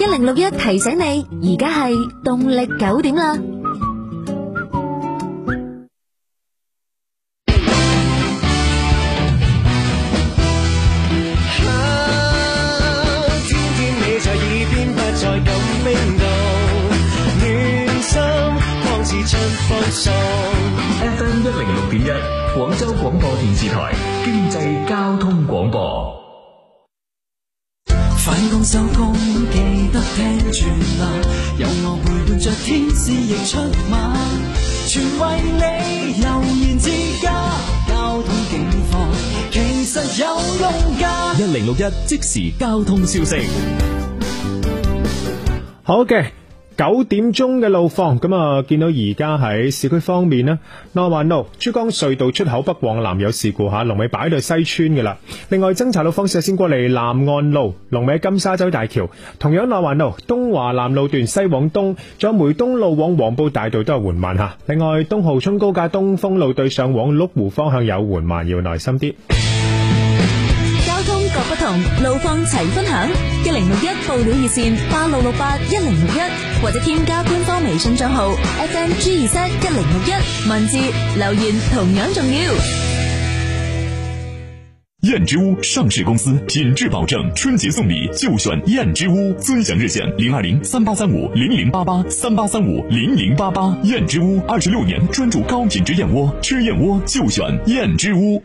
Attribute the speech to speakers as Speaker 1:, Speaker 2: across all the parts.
Speaker 1: 一零六一提醒你，而家係動力九點啦。
Speaker 2: 啊天天你在耳邊，不再感冰凍，暖心當是春風送。
Speaker 3: FM 一零六點一，廣州廣播電視台經濟交通廣播。
Speaker 4: 返工收工記得聽住啦，有我陪伴着天使亦出馬，全為你悠然自家。交通警況其實有用㗎。
Speaker 3: 一零六一即時交通消息。
Speaker 5: 好嘅，九點鐘嘅路況，咁啊，見到而家喺市區方面呢，內環路珠江隧道出口北往南有事故吓，龍尾擺到西村噶啦。另外偵查到方向先過嚟南岸路，龍尾喺金沙洲大橋，同樣內環路東華南路段西往東，仲有梅東路往黃埔大道都係緩慢吓。另外東濠涌高架東風路對上往麓湖方向有緩慢，要耐心啲。
Speaker 1: 交通各不同，路況齊分享。一零六一報料熱線八六六八一零六一，或者添加官方微信賬號 FMG 二七一零六一，文字留言同樣重要。
Speaker 6: 燕之屋上市公司，品质保证，春节送礼就选燕之屋，尊享热线零二零三八三五零零八八三八三五零零八八。燕之屋二十六年专注高品质燕窝，吃燕窝就选燕之屋。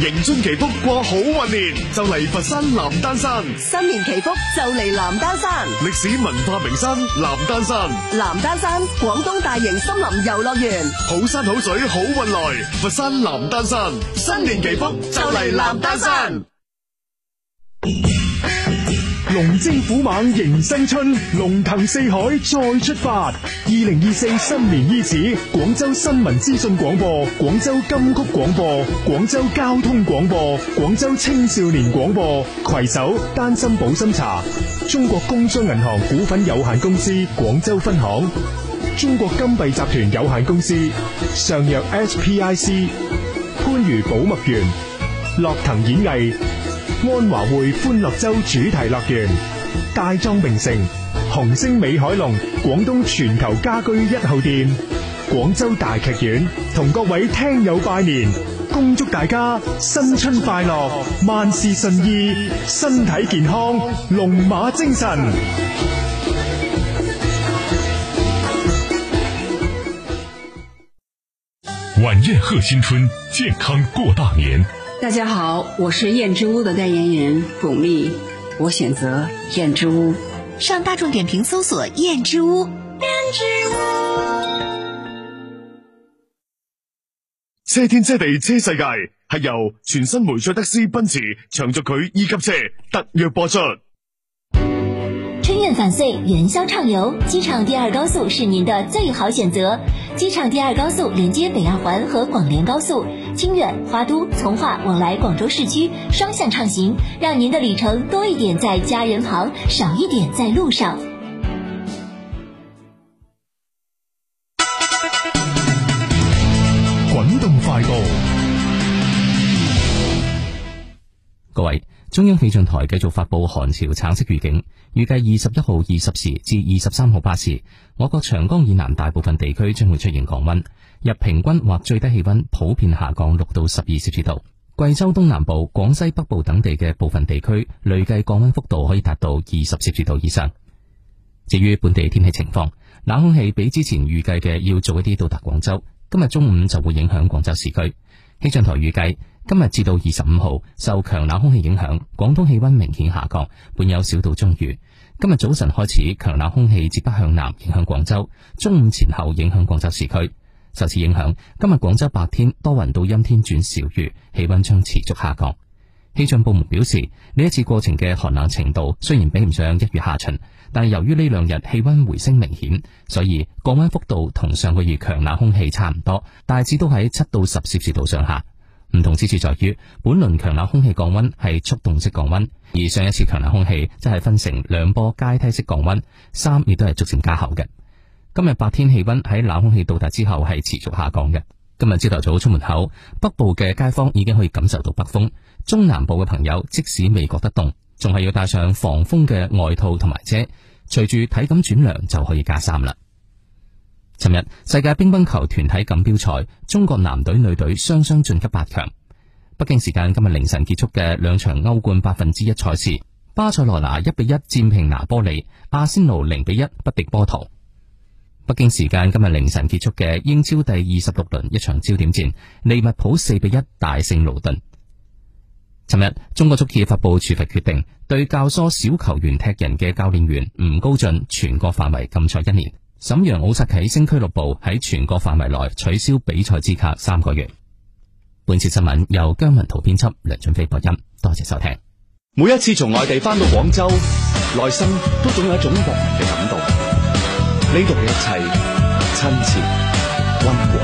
Speaker 7: 迎春祈福过好运年，就嚟佛山南丹山，
Speaker 8: 新年祈福就嚟南丹山，
Speaker 7: 历史文化名山南丹山，
Speaker 8: 南丹山廣東大型森林遊樂園，
Speaker 7: 好山好水好运来，佛山南丹山，新年祈福就嚟南丹山。
Speaker 9: 龙精虎猛迎新春，龙腾四海再出发。二零二四新年伊始，广州新闻资讯广播、广州金曲广播、广州交通广播、广州青少年广播携手丹心保心茶、中国工商银行股份有限公司广州分行、中国金币集团有限公司、上药 SPIC、番禺宝墨园、乐腾演艺。安华汇欢乐洲主题乐园、大庄名城、红星美海龙广东全球家居一号店、广州大剧院同各位听友拜年，恭祝大家新春快乐，万事顺意，身体健康，龙马精神。
Speaker 6: 晚宴贺新春，健康过大年。
Speaker 10: 大家好，我是燕之屋的代言人巩俐，我选择燕之屋。
Speaker 11: 上大众点评搜索“燕之屋”。
Speaker 7: 车天车地车世界系由全新梅赛德斯奔驰长轴距 E 级车特约播出。
Speaker 1: 春运返穗，元宵畅游，机场第二高速是您的最好选择。机场第二高速连接北二环和广联高速，清远、花都、从化往来广州市区双向畅行，让您的里程多一点在家人旁，少一点在路上。
Speaker 9: 滚动快报。
Speaker 12: 各位，中央氣象台繼續發布寒潮橙色預警，預計二十一號二十時至二十三號八時，我國長江以南大部分地區將會出現降温，日平均或最低氣温普遍下降六到十二攝氏度。貴州東南部、廣西北部等地嘅部分地區累計降温幅度可以達到二十攝氏度以上。至於本地天氣情況，冷空氣比之前預計嘅要早一啲到達廣州，今日中午就會影響廣州市區。氣象台預計今日至到二十五號，受強冷空氣影響，廣東氣温明顯下降，伴有小到中雨。今日早晨開始，強冷空氣自北向南影響廣州，中午前後影響廣州市區。受此影響，今日廣州白天多雲到陰天轉小雨，氣温將持續下降。氣象部門表示，呢一次過程嘅寒冷程度雖然比唔上一月下旬，但係由於呢兩日氣温回升明顯，所以降温幅度同上個月強冷空氣差唔多，大致都喺七到十攝氏度上下。唔同之處在於，本輪強冷空氣降温係觸動式降温，而上一次強冷空氣則係分成兩波階梯式降温，三亦都係逐漸加厚嘅。今日白天氣温喺冷空氣到達之後係持續下降嘅。今日朝頭早出門口，北部嘅街坊已經可以感受到北風，中南部嘅朋友即使未覺得凍，仲係要帶上防風嘅外套同埋遮。隨住體感轉涼就可以加衫啦。尋日世界乒乓球團體錦標賽，中國男隊、女隊雙雙晉級八強。北京時間今日凌晨結束嘅兩場歐冠百分之一賽事，巴塞羅那一比一戰平拿波里，阿仙奴零比一不敵波圖。北京時間今日凌晨結束嘅英超第二十六輪一場焦點戰，利物浦四比一大勝勞頓。尋日，中國足協發布處罰決定，對教唆小球員踢人嘅教練員吳高進全國範圍禁賽一年。瀋陽奧薩啟星俱樂部喺全國範圍內取消比賽資格三個月。本次新聞由姜文圖編輯，梁俊飛播音，多謝收聽。
Speaker 13: 每一次從外地翻到廣州，內心都總有一種莫名嘅感動。呢度嘅一切親切溫和。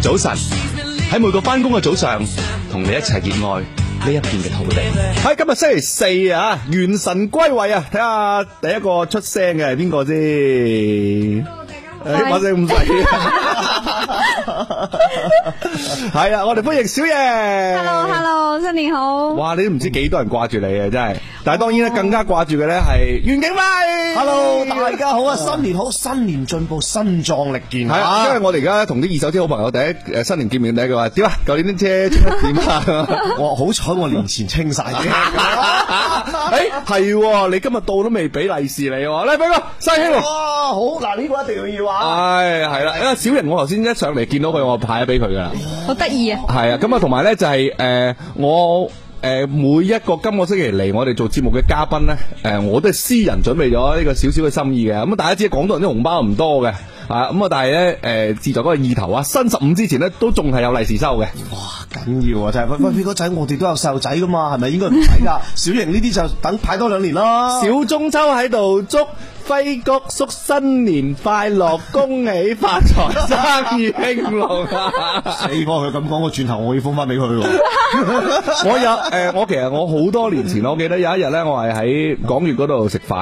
Speaker 13: 早晨，喺每個翻工嘅早上，同你一齊熱愛呢一片嘅土地。
Speaker 14: 喺今日星期四啊，元神歸位啊，睇下第一個出聲嘅係邊個先？誒，把聲咁細，係啊！我哋歡迎小爺。
Speaker 15: Hello，Hello，新年好。
Speaker 14: 哇！你都唔知幾多人掛住你啊，真係。但係當然咧，更加掛住嘅咧係袁景哎輝。
Speaker 16: Hello，大家好啊！新年好，新年進步，身壯力健。
Speaker 14: 係啊，因為我哋而家同啲二手車好朋友第一誒新年見面第一句話點啊？舊年啲車清得點 啊？
Speaker 16: 我好彩我年前清晒 啫。
Speaker 14: 誒哎係，你今日到都未俾利是你喎，嚟
Speaker 16: 啊
Speaker 14: 俾個西兄。
Speaker 16: 哇！好嗱，呢個一定要要啊！
Speaker 14: 唉，係啦，因為小人我頭先一上嚟見到佢，我派咗俾佢噶啦，
Speaker 15: 好得意啊！
Speaker 14: 係啊，咁啊，同埋咧就係、是、誒、呃、我。誒、呃、每一個今個星期嚟我哋做節目嘅嘉賓呢，誒、呃、我都係私人準備咗呢個少少嘅心意嘅。咁大家知廣東人啲紅包唔多嘅，啊咁啊，但係呢，誒、呃、自從嗰個意頭啊，新十五之前呢，都仲係有利是收嘅。
Speaker 16: 哇，緊要啊！就係、是、喂喂，嗰仔我哋都有細路仔噶嘛，係咪應該唔使 㗎？小型呢啲就等派多兩年啦。
Speaker 14: 小中秋喺度祝輝哥叔新年快
Speaker 16: 哦
Speaker 14: 樂，恭喜發 財，生意興隆啊！
Speaker 16: 死火佢咁講，我轉頭我要封翻俾佢喎。
Speaker 14: 我有誒、呃，我其實我好多年
Speaker 16: 嗯
Speaker 14: 前，我記得有一日咧，我係喺港粵嗰度食飯。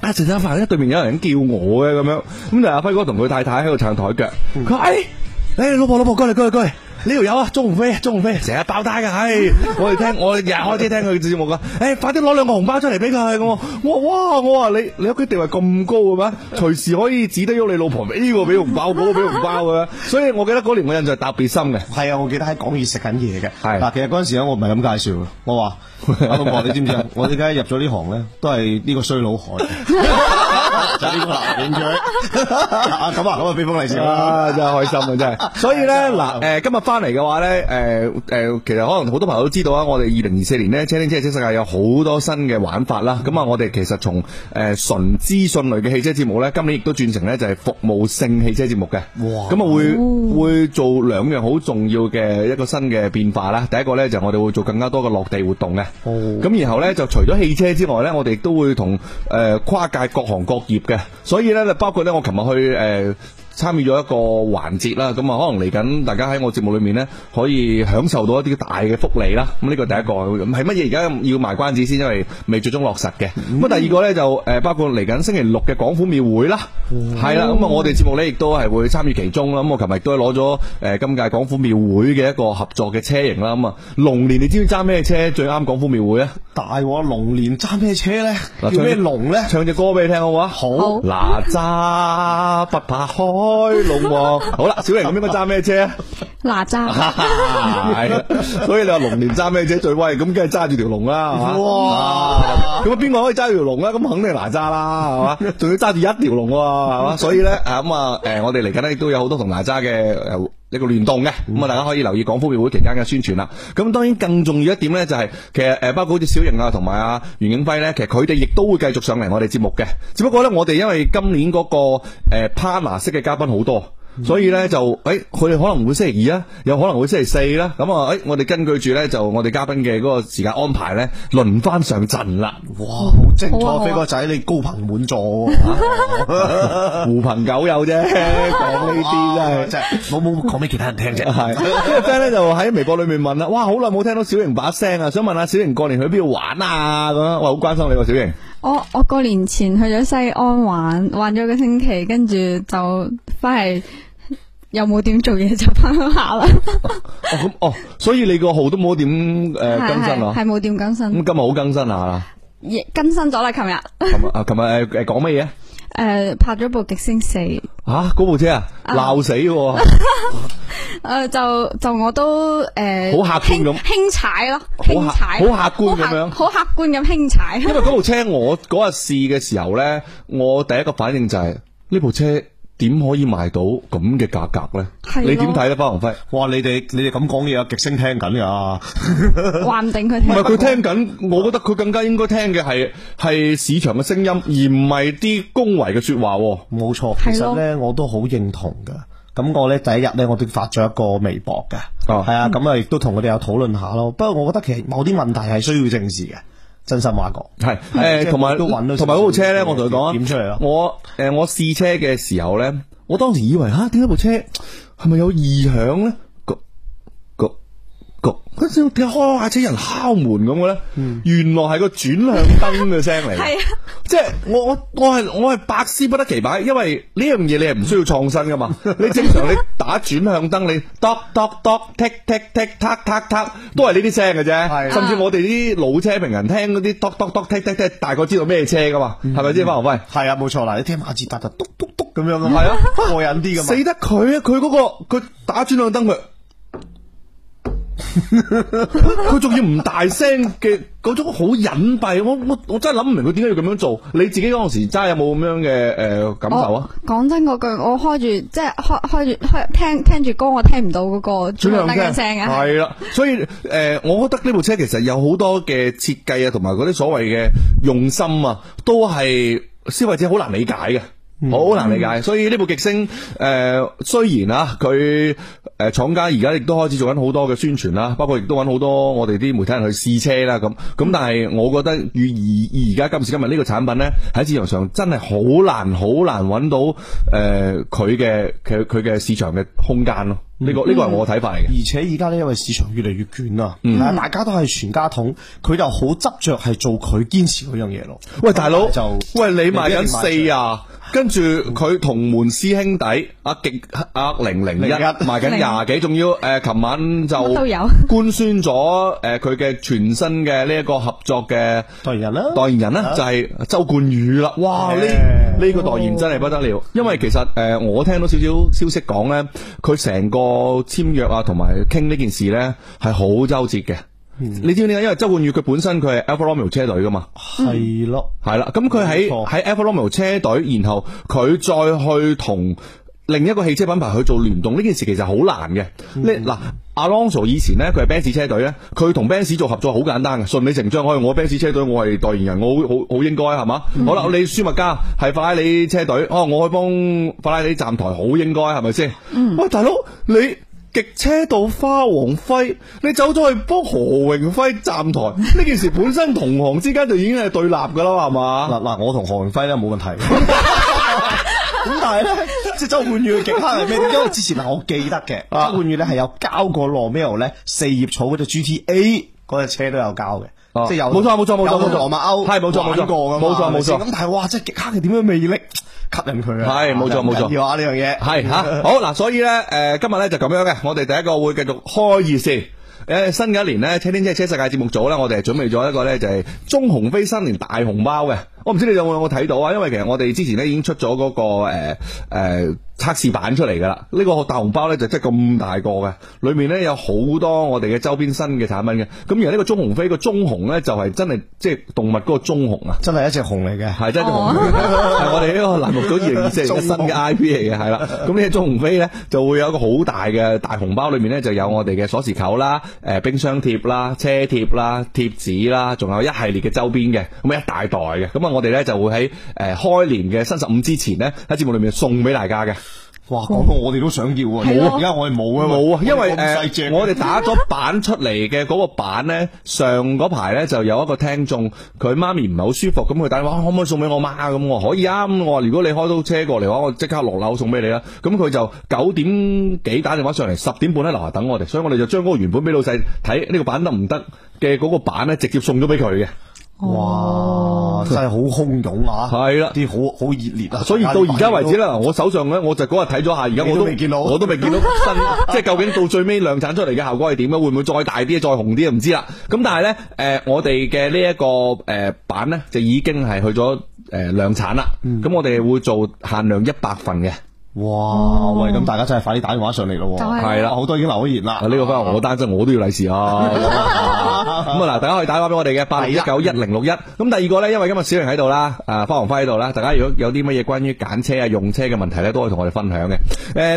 Speaker 14: 啊！食餐飯咧，對面有人叫我嘅咁樣，咁就阿輝哥同佢太太喺度撐台腳。
Speaker 16: 嗯
Speaker 14: 佢話：誒、哎，誒老婆老婆，過嚟過嚟過嚟！呢度有啊，鍾鴻飛，鍾鴻飛成日爆單 㗎，唉、哎！我哋聽，我日日開始聽佢節目㗎，誒、哎，快啲攞兩個紅包出嚟俾佢咁我，我哇！我話你你屋企地位咁高嘅咩？隨時可以指得喐你老婆，呢個俾紅包，嗰個俾紅包嘅，所以我記得嗰年我印象特別深嘅。
Speaker 16: 係啊，我記得喺港粵食緊嘢嘅。
Speaker 14: 係
Speaker 16: 嗱，其實嗰陣時咧，啊我唔係咁介紹嘅，我話 阿老婆，你知唔知啊？我點解入咗呢行咧？都係呢個衰佬害。就呢個男影佢，咁啊，咁啊，俾封利是
Speaker 14: 啦，真係開心啊，真係。 啊所以咧，嗱，誒，今日翻嚟嘅話咧，誒，誒，其實可能好多朋友都知道啊，我哋二零二四年咧，車天車地車世界有好多新嘅玩法啦。咁啊，我哋其實從誒純資訊類嘅汽車節目咧，今年亦都轉成咧就係服務性汽車節目嘅。
Speaker 16: 哇！哦
Speaker 14: 咁啊，會會做兩樣好重要嘅一個新嘅變化啦。第一個咧就我哋會做更加多嘅落地活動嘅。
Speaker 16: 哦。
Speaker 14: 咁然後咧就除咗汽車之外咧，我哋都會同誒跨界各行各業嘅，所以咧，包括咧，我琴日去誒、呃、參與咗一個環節啦，咁啊，可能嚟緊大家喺我節目裏面咧，可以享受到一啲大嘅福利啦。咁呢個第一個，係乜嘢？而家要賣關子先，因為未最終落實嘅。咁、嗯、第二個咧就誒、呃，包括嚟緊星期六嘅廣府廟會啦，係啦、嗯，咁啊，我哋節目咧亦都係會參與其中啦。咁啊我琴日都攞咗誒今屆廣府廟會嘅一個合作嘅車型啦。咁啊，龍年你知唔知揸咩車最啱廣府廟會啊？
Speaker 16: 大鑊龍年揸咩車咧？叫咩龍咧？
Speaker 14: 唱隻歌俾你聽好唔好啊？
Speaker 16: 好。
Speaker 14: 哪吒不怕開 龍王。好啦，小玲咁應該揸咩車啊？
Speaker 15: 哪吒。
Speaker 14: 係啦，所以你話龍年揸咩車最威？咁梗係揸住條龍啦，係嘛？
Speaker 16: 哇！
Speaker 14: 咁啊，邊個可以揸住條龍咧？咁肯定係哪吒啦，係嘛？仲要揸住一條龍喎，係嘛？ 所以咧，啊咁啊，誒，我哋嚟緊咧亦都有好多同哪吒嘅誒。一個聯動嘅，咁啊大家可以留意廣府廟會期間嘅宣傳啦。咁當然更重要一點呢，就係其實誒包括好似小瑩啊同埋啊袁景輝呢，其實佢哋亦都會繼續上嚟我哋節目嘅。只不過呢，我哋因為今年嗰個誒 partner 式嘅嘉賓好多。所以咧就，誒佢哋可能會星期二啊，有可能會星期四啦。咁啊，誒我哋根據住咧就我哋嘉賓嘅嗰個時間安排咧，輪番上陣啦。
Speaker 16: 哇，哦好精
Speaker 14: 啊
Speaker 16: 彩！飛哥仔你高朋滿座喎，
Speaker 14: 狐朋狗友啫，講呢啲真係
Speaker 16: 真係冇冇講俾其他人聽啫。
Speaker 14: 係，呢個 friend 咧就喺微博裏面問啦，哇，好耐冇聽到小瑩把聲啊，想問下小瑩過年去邊度玩啊？咁樣，我好關心你喎，小瑩。
Speaker 15: 我我過年前去咗西安玩，玩咗個星期，跟住就翻嚟。又冇點做嘢就翻鄉下啦，
Speaker 14: 哦咁哦，所以你個號都冇點诶更新啊
Speaker 15: 係，冇點更
Speaker 14: 咁今
Speaker 15: 新，
Speaker 14: 日好更新下啦。
Speaker 15: 亦更新咗啦，琴日
Speaker 14: 琴日啊，琴日诶诶讲乜嘢啊？
Speaker 15: 诶拍咗部《極星四》，
Speaker 14: 吓嗰部車啊，
Speaker 15: 啊
Speaker 14: 鬧死喎！
Speaker 15: 诶就就我都诶
Speaker 14: 好客觀咁
Speaker 15: 輕踩咯，
Speaker 14: 好客
Speaker 15: 輕踩，
Speaker 14: 好客觀咁樣
Speaker 15: 好客好客觀咁輕踩，
Speaker 14: 因為嗰部車我嗰日試嘅時候咧，我第一個反應就係呢部車點可以賣到咁嘅價格咧？
Speaker 15: 係咯
Speaker 14: 你點睇咧，包鸿輝？
Speaker 16: 哇！你哋你哋咁講嘢啊，極星聽緊噶。
Speaker 15: 話唔定佢
Speaker 14: 唔係佢聽緊，我覺得佢更加應該聽嘅係係市場嘅聲音，而唔係啲恭維嘅说話喎。
Speaker 16: 冇錯，
Speaker 14: 係
Speaker 16: 其
Speaker 14: 咯
Speaker 16: 實咧我都好認同噶。咁我咧第一日咧我都發咗一個微博嘅，
Speaker 14: 哦
Speaker 16: 係啊，咁啊亦都同佢哋有討論下咯。不過我覺得其實某啲問題係需要正視嘅，真心話講。
Speaker 14: 係
Speaker 16: 嗯
Speaker 14: 诶，
Speaker 16: 即係
Speaker 14: 誒同埋
Speaker 16: 都
Speaker 14: 同
Speaker 16: 揾
Speaker 14: 埋
Speaker 16: 到
Speaker 14: 嗰部車咧，我同佢講啊
Speaker 16: 點出嚟啊
Speaker 14: 我诶我試車嘅時候咧，我當時以為吓點解部車係咪有異響咧？焗焗焗，嗰陣點解開下車人敲門咁嘅咧？原來係個轉向燈嘅聲嚟。
Speaker 15: 係啊。
Speaker 14: 即係我我我係我係百思不得其解，因為呢樣嘢你係唔需要創新噶嘛。你正常你打轉向燈，你 dot dot dot tick tick tick tac tac tac 都係呢啲聲嘅啫。甚至我哋啲老車評人聽嗰啲 dot dot dot tick tick tick 大概知道咩車噶嘛，係咪先？方宏輝
Speaker 16: 嗯係啊，冇錯啦，你聽馬自達就篤篤篤咁樣啊嘛，
Speaker 14: 係啊，
Speaker 16: 過癮啲噶嘛。
Speaker 14: 死得佢啊！佢嗰、個佢打轉向燈佢。佢仲要唔大聲嘅嗰種好隱蔽，我我我真係諗唔明佢點解要咁樣做。你自己嗰陣時揸有冇咁樣嘅诶感受啊？
Speaker 15: 講真嗰句，我開住即係開開住開聽聽住歌，我聽唔到嗰個轉向燈嘅聲啊，
Speaker 14: 系啦，所以诶、呃我覺得呢部車其實有好多嘅設計啊，同埋嗰啲所謂嘅用心啊，都係消費者好難理解嘅。好難理解，所以呢部極星诶、呃雖然啊，佢诶厂家而家亦都開始做緊好多嘅宣傳啦，包括亦都揾好多我哋啲媒體人去試車啦，咁咁，但係我覺得與而而家今時今日呢個產品呢，喺市場上真係好難好難揾到诶佢嘅佢佢嘅市場嘅空間咯，呢、個呢、個係我嘅睇法嚟嘅。
Speaker 16: 嗯而且而家呢，因為市場越嚟越卷啦，
Speaker 14: 嗯
Speaker 16: 係啊大家都係全家桶，佢就好執着係做佢堅持嗰樣嘢咯。
Speaker 14: 喂，大佬，
Speaker 16: 就
Speaker 14: 喂，你賣緊四啊，跟住佢同門師兄弟阿極阿零零一
Speaker 16: 零一
Speaker 14: 賣緊廿幾，仲要誒，琴、晚就
Speaker 15: 乜都有
Speaker 14: 官宣咗誒佢嘅全新嘅呢一個合作嘅
Speaker 16: 代言人啦，
Speaker 14: 代言人啦
Speaker 16: 啊
Speaker 14: 就係周冠宇啦，哇！呢呢個代言真係不得了，因為其實誒、呃我聽到少少消息講呢，佢成個簽約啊同埋傾呢件事呢係好周折嘅。
Speaker 16: 嗯
Speaker 14: 你知唔知啊？因為周冠宇佢本身佢係 Alfa Romeo 車隊噶嘛，
Speaker 16: 係咯，
Speaker 14: 系啦，咁佢喺喺 Alfa Romeo 車隊，然後佢再去同另一個汽車品牌去做聯動，呢件事其實好難嘅。
Speaker 16: 嗯
Speaker 14: 呢嗱、Alonso 以前呢，佢係 Benz 車隊呢，佢同 Benz 做合作好簡單嘅，順理成章。哎我係我 Benz 車隊，我係代言人，我好好好應該啊係嘛？
Speaker 16: 嗯
Speaker 14: 好啦，你舒麥加係法拉利車隊，哦，我去幫法拉利站台，好應該啊係咪先？
Speaker 16: 嗯
Speaker 14: 喂，大佬你。極車道花王輝，你走咗去幫何榮輝站台，呢件事本身同行之間就已經係對立㗎啦，係嘛？
Speaker 16: 嗱嗱，我同何榮輝咧冇問題。咁但係咧， 即係周冠宇嘅極黑係 咩？因為之前嗱，我記得嘅，
Speaker 14: 啊
Speaker 16: 周冠宇咧係有交過羅 m e o 咧四葉草嗰只 GTA 嗰只車都有交嘅。即係有
Speaker 14: 哦冇錯冇錯冇錯
Speaker 16: 有
Speaker 14: 冇錯
Speaker 16: 羅密歐
Speaker 14: 係冇錯冇錯
Speaker 16: 玩過㗎嘛
Speaker 14: 冇錯
Speaker 16: 係咪先
Speaker 14: 冇錯
Speaker 16: 咁但係哇，即係極黑嘅點樣魅力吸引佢啊！
Speaker 14: 係冇錯冇錯
Speaker 16: 要啊呢樣嘢
Speaker 14: 係吓、好嗱，所以咧，诶、今日咧就咁樣嘅，我哋第一個會繼續開熱線。诶、新嘅一年咧，車天車車世界節目組咧，我哋係準備咗一個咧就係中紅飛新年大紅包嘅。我唔知你有冇有冇睇到啊？因為其實我哋之前咧已經出咗嗰、個诶诶测试版出嚟噶啦。呢、個大紅包咧就真係咁大個嘅，裏面咧有好多我哋嘅周邊新嘅產品嘅。咁而呢個中紅飛個中紅咧就係真係即係動物嗰個中紅啊！
Speaker 16: 真係一隻熊嚟嘅。
Speaker 14: 系真係紅飛，係我哋呢個欄目組二零 二四年嘅新嘅 I P 嚟嘅，係啦。咁呢只中紅飛咧就會有一個好大嘅大紅包，裏面咧就有我哋嘅鎖匙扣啦、誒冰箱貼啦、車貼啦、貼紙啦，仲有一系列嘅周邊嘅，咁啊一大袋嘅。咁啊，我哋咧就會喺誒開年嘅新十五之前咧喺節目裏面送俾大家嘅。
Speaker 16: 哇，講到我哋都想要啊！
Speaker 14: 係咯
Speaker 16: 而家我哋冇啊嘛，
Speaker 14: 冇啊，因為
Speaker 16: 我哋咁細
Speaker 14: 誒
Speaker 16: 隻
Speaker 14: 我哋打咗版出嚟嘅嗰個版咧，上嗰排咧就有一個聽眾，佢媽咪唔係好舒服，咁佢打電話可唔可以送俾我媽咁？我話可以啊，咁我話如果你開到車過嚟嘅話，我即刻落樓送俾你啦。咁佢就九點幾打電話上嚟，十點半喺樓下等我哋，所以我哋就將嗰個原本俾老細睇呢個版得唔得嘅嗰個版咧，直接送咗俾佢嘅。
Speaker 16: 哇！哇，真係好洶湧啊！
Speaker 14: 哦係啦，
Speaker 16: 啲好好熱烈啊！
Speaker 14: 所以到而家為止啦，我手上咧，我就嗰日睇咗下，而家我
Speaker 16: 你都未見到
Speaker 14: 我都未見 到新，即係究竟到最尾量產出嚟嘅效果係點咧？會唔會再大啲、再紅啲啊？唔知啦。咁但係咧，誒、我哋嘅呢一個誒、版咧，就已經係去咗誒、量產啦。咁、我哋會做限量一百份嘅。
Speaker 16: 嗯哇！喂，咁大家真係快啲打電話上嚟咯
Speaker 14: 就
Speaker 16: 喎！
Speaker 14: 係係啦啊
Speaker 16: 好多已經留咗言啦。
Speaker 14: 呢個翻我單身，我都要利 是啊！ 咁啊嗱，大家可以打電話俾我哋嘅八六一九一零六一。咁第二個呢，因為今日小玲喺度啦，啊花王輝喺度啦，大家如果有啲乜嘢關於揀車啊、用車嘅問題呢，都可以同我哋分享嘅。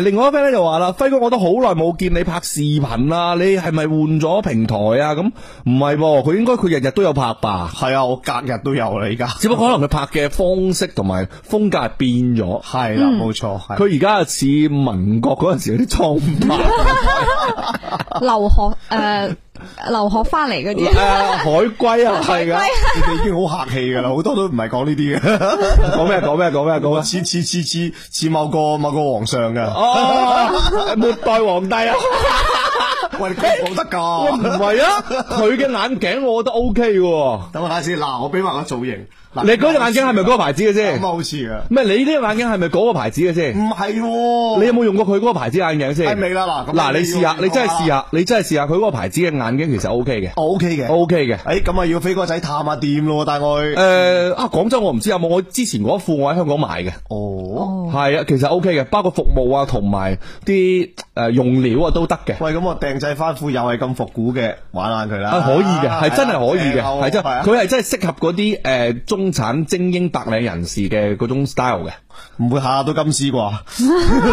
Speaker 14: 誒、另外一 friend 咧就話啦，輝哥我都好耐冇見你拍視頻啦，你係咪換咗平台啊？咁唔係喎，佢應該佢日日都有拍吧？
Speaker 16: 係啊，我隔日都有啦，而家。
Speaker 14: 只不過可能佢拍嘅方式同埋風格係變咗。
Speaker 16: 係啦，冇錯。係
Speaker 14: 佢而家似民國嗰陣時嗰啲裝 扮。
Speaker 15: 留學诶，留學翻嚟
Speaker 14: 嗯
Speaker 15: 嗰
Speaker 16: 誒
Speaker 15: 啲。
Speaker 16: 海龜啊，係噶，
Speaker 15: 海龜
Speaker 16: 你哋已經好客氣噶啦，好多都唔係講呢啲嘅。
Speaker 14: 講咩？講咩？講咩？講咩？
Speaker 16: 似似似似似某個某個皇上噶。
Speaker 14: 哦，末代皇帝啊！
Speaker 16: 喂，你講唔講得
Speaker 14: 喂
Speaker 16: 㗎？
Speaker 14: 唔係啊，佢嘅眼鏡我覺得 O K 喎。
Speaker 16: 等我睇下先。嗱，我俾埋個造型。嗱啊
Speaker 14: 你嗰隻眼鏡係咪嗰個牌子嘅先？
Speaker 16: 咁啊，好似啊。
Speaker 14: 咩？你呢隻眼鏡係咪嗰個牌子嘅先？
Speaker 16: 唔係喎。
Speaker 14: 你有冇用過佢嗰個牌子眼鏡先？
Speaker 16: 哦係未啦嗱咁
Speaker 14: 嗱，你試下，
Speaker 16: 你要
Speaker 14: 你真係試下，你真係試下佢嗰個牌子嘅眼鏡，其實 O K 嘅。
Speaker 16: O K 嘅
Speaker 14: ，O K 嘅。
Speaker 16: 诶，咁啊要飛哥仔探下店咯，帶我去。
Speaker 14: 誒啊！廣州我唔知有冇，我之前嗰一副我喺香港買嘅。
Speaker 16: 哦，
Speaker 14: 係啊，其實 O K 嘅，包括服務啊，同埋啲誒用料啊都得嘅。
Speaker 16: 喂，咁我訂製翻副又係咁復古嘅，玩下佢啦。
Speaker 14: 啊，可以嘅，係真係可以嘅，
Speaker 16: 啊
Speaker 14: 係真，
Speaker 16: 係啊
Speaker 14: 佢係真係適合嗰啲誒中產精英白領人士嘅嗰種 style 嘅。
Speaker 16: 唔會下下都金絲 啩？
Speaker 14: 誒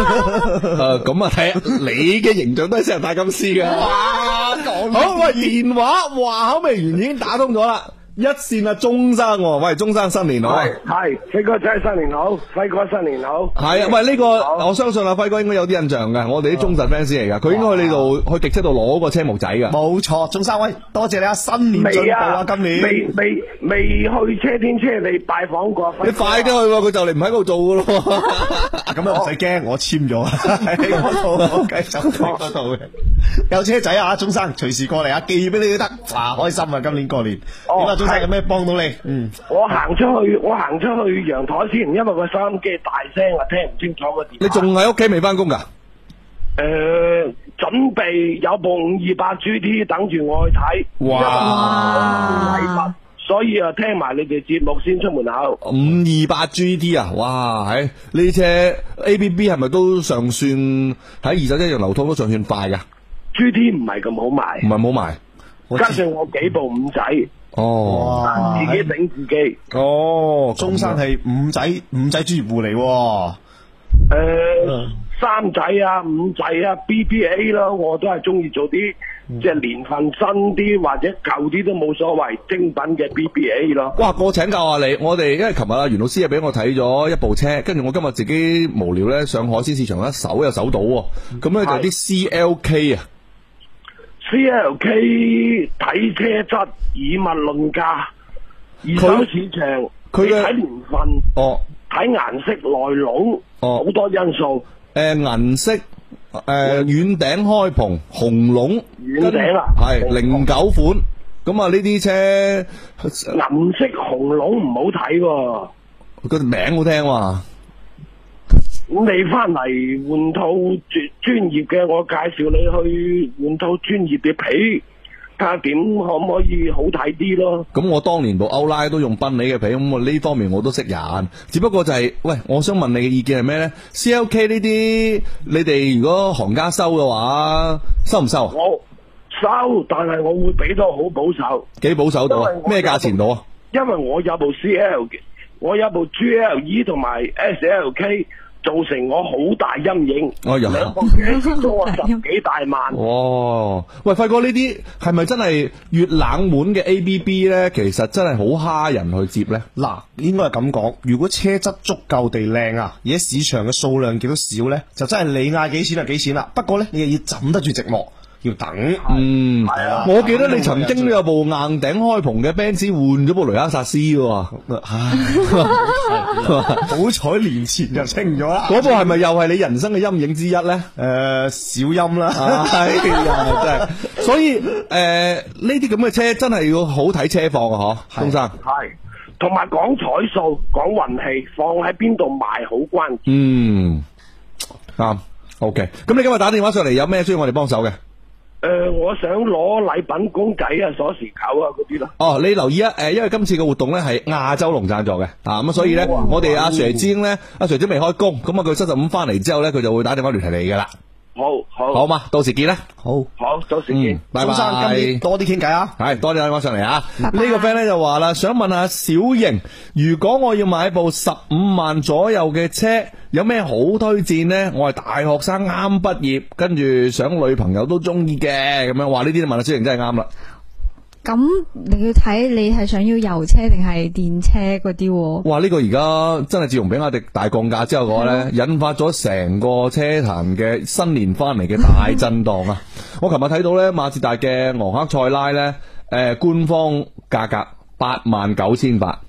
Speaker 14: 咁啊，睇下你嘅形象都係適合戴金絲嘅。
Speaker 16: 哇，講
Speaker 14: 好，喂，電話話口未完已經打通咗啦，一線啊，鐘生喎，喂，鐘生新年好。係
Speaker 17: 系，辉哥仔新年好，辉哥新年好。
Speaker 14: 啊，喂，呢、個我相信阿輝哥應該有啲印象嘅，
Speaker 16: 哦
Speaker 14: 我哋啲忠實 fans 嚟噶，佢應該去你度去迪車度攞個車模仔㗎。
Speaker 16: 冇錯，鐘生威，多謝你啊！新年進
Speaker 17: 未
Speaker 16: 步
Speaker 17: 啊
Speaker 16: 啊，，今年
Speaker 17: 未未未去車天車地拜訪過。
Speaker 14: 你快啲去喎，佢就嚟唔喺度做㗎咯喎。
Speaker 16: 咁
Speaker 14: 哦
Speaker 16: 又唔使驚，我簽 咗啊喺嗰度，我繼續喺嗰度嘅。有車仔啊，鐘生隨時過嚟啊，寄俾你都得。哇，開心啊！今年過年，
Speaker 14: 哦
Speaker 16: 點啊，鐘生有咩幫到你？嗯，
Speaker 17: 我行出去， 我行出去陽台先，因為個收音機大聲，我聽唔清楚個電話。
Speaker 14: 你仲喺屋企未翻工㗎？
Speaker 17: 诶、呃準備有部五二八 GT 等住我去睇。
Speaker 14: 哇
Speaker 17: 禮物，所以啊，聽埋你哋節目先出門口。
Speaker 14: 五二八 GD 啊，哇！喺呢車 ABB 係咪都尚算喺二手車場流通都尚算快噶？
Speaker 17: G T 唔係咁好賣
Speaker 14: 唔，係冇埋
Speaker 17: 加上我幾部五仔，
Speaker 14: 哦。
Speaker 17: 自 己頂自己。
Speaker 14: 哦，
Speaker 16: 鐘生係五仔五仔專業户嚟喎。
Speaker 17: 诶、三仔啊、五仔啊、BBA 咯，我都係中意做啲
Speaker 16: 嗯
Speaker 17: 即係年份新啲或者舊啲都冇所謂，精品嘅 BBA 咯。
Speaker 14: 哇！我請教下你，我哋因為琴日啊，袁老師啊俾我睇咗一部車，跟住我今日自己無聊咧上海鮮市場一搜又搜到喎，咁咧就啲 CLK 啊，
Speaker 17: CLK 睇車質，以物論價，二手市場你
Speaker 14: 佢嘅
Speaker 17: 睇年份，
Speaker 14: 哦，
Speaker 17: 睇顏色內籠，
Speaker 14: 哦
Speaker 17: 好多因素。
Speaker 14: 誒銀色誒軟頂開篷紅籠，
Speaker 17: 軟頂啊
Speaker 14: 係零九款，咁啊呢啲車
Speaker 17: 銀色紅籠唔好睇喎、
Speaker 14: 個名好聽喎。
Speaker 17: 咁你翻嚟換套專專業嘅，我介紹你去換套專業嘅皮，睇下點可唔可以好睇啲咯。
Speaker 14: 咁我當年部歐拉都用賓利嘅皮，咁我呢方面我都識人。只不過就係、喂，我想問你嘅意見係咩呢 c l k 呢啲，你哋如果行家收嘅話，收唔收啊？
Speaker 17: 我收，但係我會俾到好保守，
Speaker 14: 幾保守到啊？咩價錢到啊？
Speaker 17: 因為我有部 CL，嘅我有部 GLE 同埋 SLK，造成我好大陰影。
Speaker 14: 哎呀
Speaker 17: 兩部嘢都我十幾大萬。
Speaker 14: 哦，喂，輝哥呢啲係咪真係越冷門嘅 ABB 呢？其實真係好蝦人去接呢。
Speaker 16: 嗱，應該係咁講。如果車質足夠地靚啊，而家市場嘅數量幾多少呢？就真係你嗌幾錢就幾錢啦。不過呢，你又要枕得住寂寞，要等。
Speaker 14: 嗯，
Speaker 16: 係啊
Speaker 14: 我記得你曾經都有部硬頂開篷嘅 Benz 換咗部雷克薩斯喎。
Speaker 16: 好彩年前就清咗啦。
Speaker 14: 嗰部係咪又係你人生嘅陰影之一呢？
Speaker 16: 誒、小音啦，
Speaker 14: 哎呀，真係， 所以誒呢啲咁嘅車真係要好睇車況啊，嗬，東生。
Speaker 17: 係，同埋講彩數、講運氣，放喺邊度賣好關鍵。
Speaker 14: 嗯，啱，OK。咁你今日打電話上嚟有咩需要我哋幫手嘅？
Speaker 17: 诶、
Speaker 10: 呃
Speaker 17: 我想攞禮品公仔啊、鎖匙扣啊嗰啲啦。
Speaker 14: 哦，你留意啊，诶，因為今次嘅活動咧係亞洲龍贊助嘅，啊咁所以咧，
Speaker 17: 哇
Speaker 14: 我哋阿 Sir 尖咧，阿 Sir 姐未開工，咁啊佢七十五翻嚟之後咧，佢就會打電話聯繫你噶啦，
Speaker 17: 好好
Speaker 14: 好嘛，到時見啦，
Speaker 16: 好，
Speaker 17: 好，到時
Speaker 14: 見，拜拜，
Speaker 16: 中山今年多啲傾偈啊！
Speaker 14: 系多啲打電話上嚟啊！呢個 friend 咧就話啦，想問下小瑩，如果我要買部十五萬左右嘅車，有咩好推薦呢？我係大學生啱畢業，跟住想女朋友都中意嘅，咁樣話呢啲問下小瑩真係啱啦。
Speaker 15: 咁你要睇你係想要油車定係電車嗰啲喎。
Speaker 14: 哇！呢、個而家真係自從比亞迪大降價之後嘅話
Speaker 16: 嗯
Speaker 14: 咧，引發咗成個車壇嘅新年翻嚟嘅大震 盪啊！我琴日睇到咧，馬自達嘅昂克賽拉咧，誒、官方價格八萬九千八，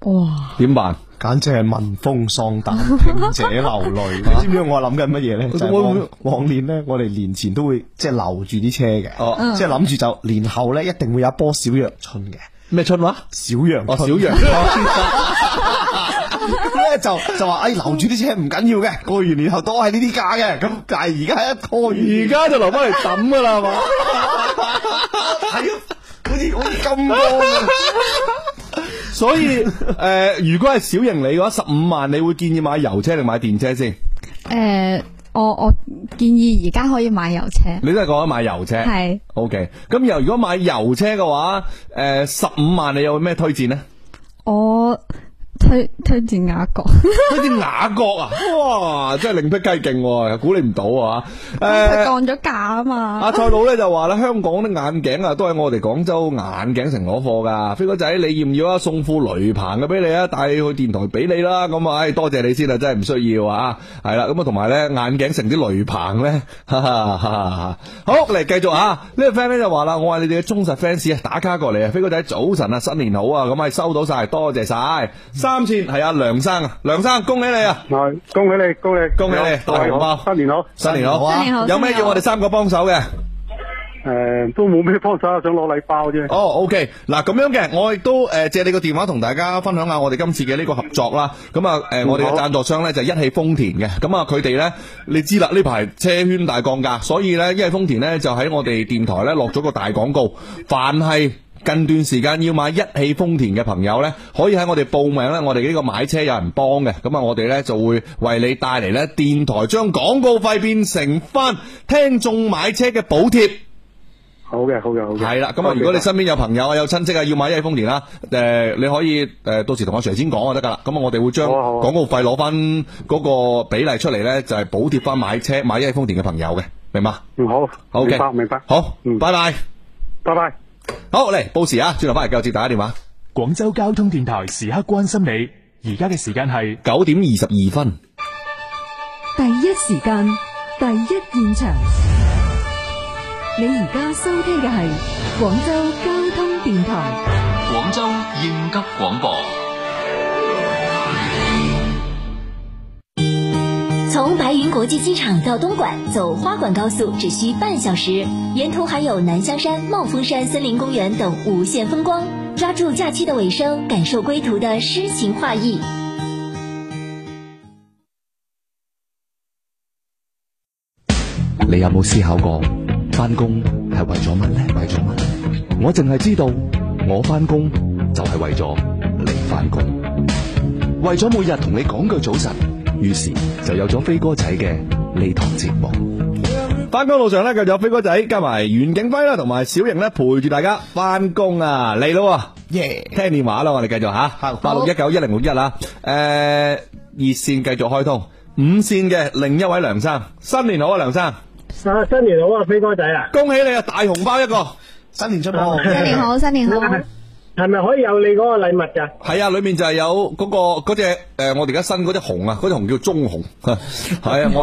Speaker 15: 哇！
Speaker 14: 點辦？
Speaker 16: 簡直係聞風喪膽，聽者流淚。
Speaker 14: 啊
Speaker 16: 你知唔知我諗緊乜嘢咧？就係往往年咧，我哋年前都會即係留住啲車嘅，
Speaker 14: 嗯
Speaker 16: 即係諗住就年後咧一定會有一波小陽春嘅。
Speaker 14: 咩春話？
Speaker 16: 小陽
Speaker 14: 哦，小
Speaker 16: 春
Speaker 14: 羊。
Speaker 16: 咁咧就就話，哎留住啲車唔緊要嘅，過完年後都係呢啲價嘅。咁但係而家一過完，
Speaker 14: 而家就留翻嚟抌噶啦，係嘛？
Speaker 16: 係啊，好似好似金剛啊。
Speaker 14: 所以誒、如果係小型你嘅話，十五萬你會建議買油車定買電車先？
Speaker 15: 诶、呃我我建議而家可以買油車。
Speaker 14: 你都係講緊買油車。
Speaker 15: 係
Speaker 14: O K，咁又如果買油車嘅話，誒十五萬你有咩推薦呢？
Speaker 15: 我推推薦雅閣。
Speaker 14: 推薦雅 閣啊！哇，真係另辟蹊徑喎，估你唔到啊！誒、
Speaker 15: 佢降咗價啊 嘛。
Speaker 14: 阿蔡老咧就話咧，香港啲眼鏡啊，都係我哋廣州眼鏡城攞貨㗎。飛哥仔，你要唔要啊？送副雷鵬嘅俾你啊，帶去電台俾你啦。咁啊，唉多謝你先啦，真係唔需要啊。係啦，咁啊，同埋咧，眼鏡城啲雷鵬咧，哈哈哈哈好嚟繼續啊。呢、個 friend 咧就話啦，我係你哋嘅忠實 fans 啊，打卡過嚟啊。飛哥仔，早晨啊，新年好啊，咁啊收到晒，多謝晒。三線係阿梁生啊，梁生恭喜你啊！
Speaker 18: 係，恭喜你，恭喜你，
Speaker 14: 恭喜你
Speaker 18: 各位
Speaker 14: 大紅包
Speaker 18: 新年好，
Speaker 14: 新年好新年好啊有咩要我哋三個幫手嘅？
Speaker 18: 诶， 都冇咩幫手，想攞禮包啫。
Speaker 14: 哦，OK，嗱咁樣嘅，我亦都诶借你個電話同大家分享下我哋今次嘅呢個合作啦。咁啊诶，我哋嘅
Speaker 18: 好
Speaker 14: 贊助商咧就係一汽豐田嘅。咁啊，佢哋咧你知啦，呢排車圈大降價，所以咧一汽豐田咧就喺我哋電台咧落咗個大廣告，凡係。近段時間要買一汽豐田嘅朋友呢，可以喺我哋報名呢，我哋呢個買車有人幫嘅，咁啊，我哋呢就會為你帶嚟呢電台將廣告費變成翻聽眾買車嘅補貼。
Speaker 18: 好嘅，好嘅，好嘅。
Speaker 14: 系啦，咁啊，如果你身邊有朋友啊、有親戚啊要買一汽豐田啦，诶、你可以诶、誒到時同阿 Sir 先講就得噶啦。咁啊，我哋會將廣告費攞翻嗰個比例出嚟咧，就係補貼翻買車買一汽豐田嘅朋友嘅，明嘛？
Speaker 18: 嗯，好，
Speaker 14: 好嘅
Speaker 18: 明白，明白。嗯
Speaker 14: 好，拜拜，
Speaker 18: 拜拜。
Speaker 14: 好嚟報時啊，轉頭翻嚟繼續接大家電話。
Speaker 9: 廣州交通電台時刻關心你，而家嘅時間係
Speaker 14: 九點二十二分。
Speaker 19: 第一時間，第一現場。你而家收聽嘅係廣州交通電台。
Speaker 7: 廣州應急廣播，
Speaker 20: 从白云国际机场到东莞，走花莞高速只需半小时，沿途还有南香山、帽峰山森林公园等无限风光。抓住假期的尾声，感受归途的诗情画意。
Speaker 13: 你有冇思考過翻工係為咗乜呢？為咗乜呢？我淨係知道我翻工就係為咗你翻工，為咗每日同你講句早晨，於是就有咗飛哥仔嘅呢堂節目。
Speaker 14: 翻工路上咧，繼續有飛哥仔加埋袁景輝啦，同埋小瑩咧陪住大家翻工啊，嚟咯喎，耶！聽電話啦，我哋繼續吓，八六一九一零六一啊，诶，熱線繼續開通，五線嘅另一位梁生，新年好啊，梁生。
Speaker 21: 啊，新年好啊，飛哥仔啊！
Speaker 14: 恭喜你啊，大紅包一個，
Speaker 16: 新年出
Speaker 21: 波
Speaker 15: 新年好，新年好。
Speaker 21: 係咪可以有你嗰個禮物㗎？
Speaker 14: 係啊，裏面就係有嗰、個嗰只诶，我哋而家新嗰只熊啊，嗰只熊叫棕熊， 係啊，我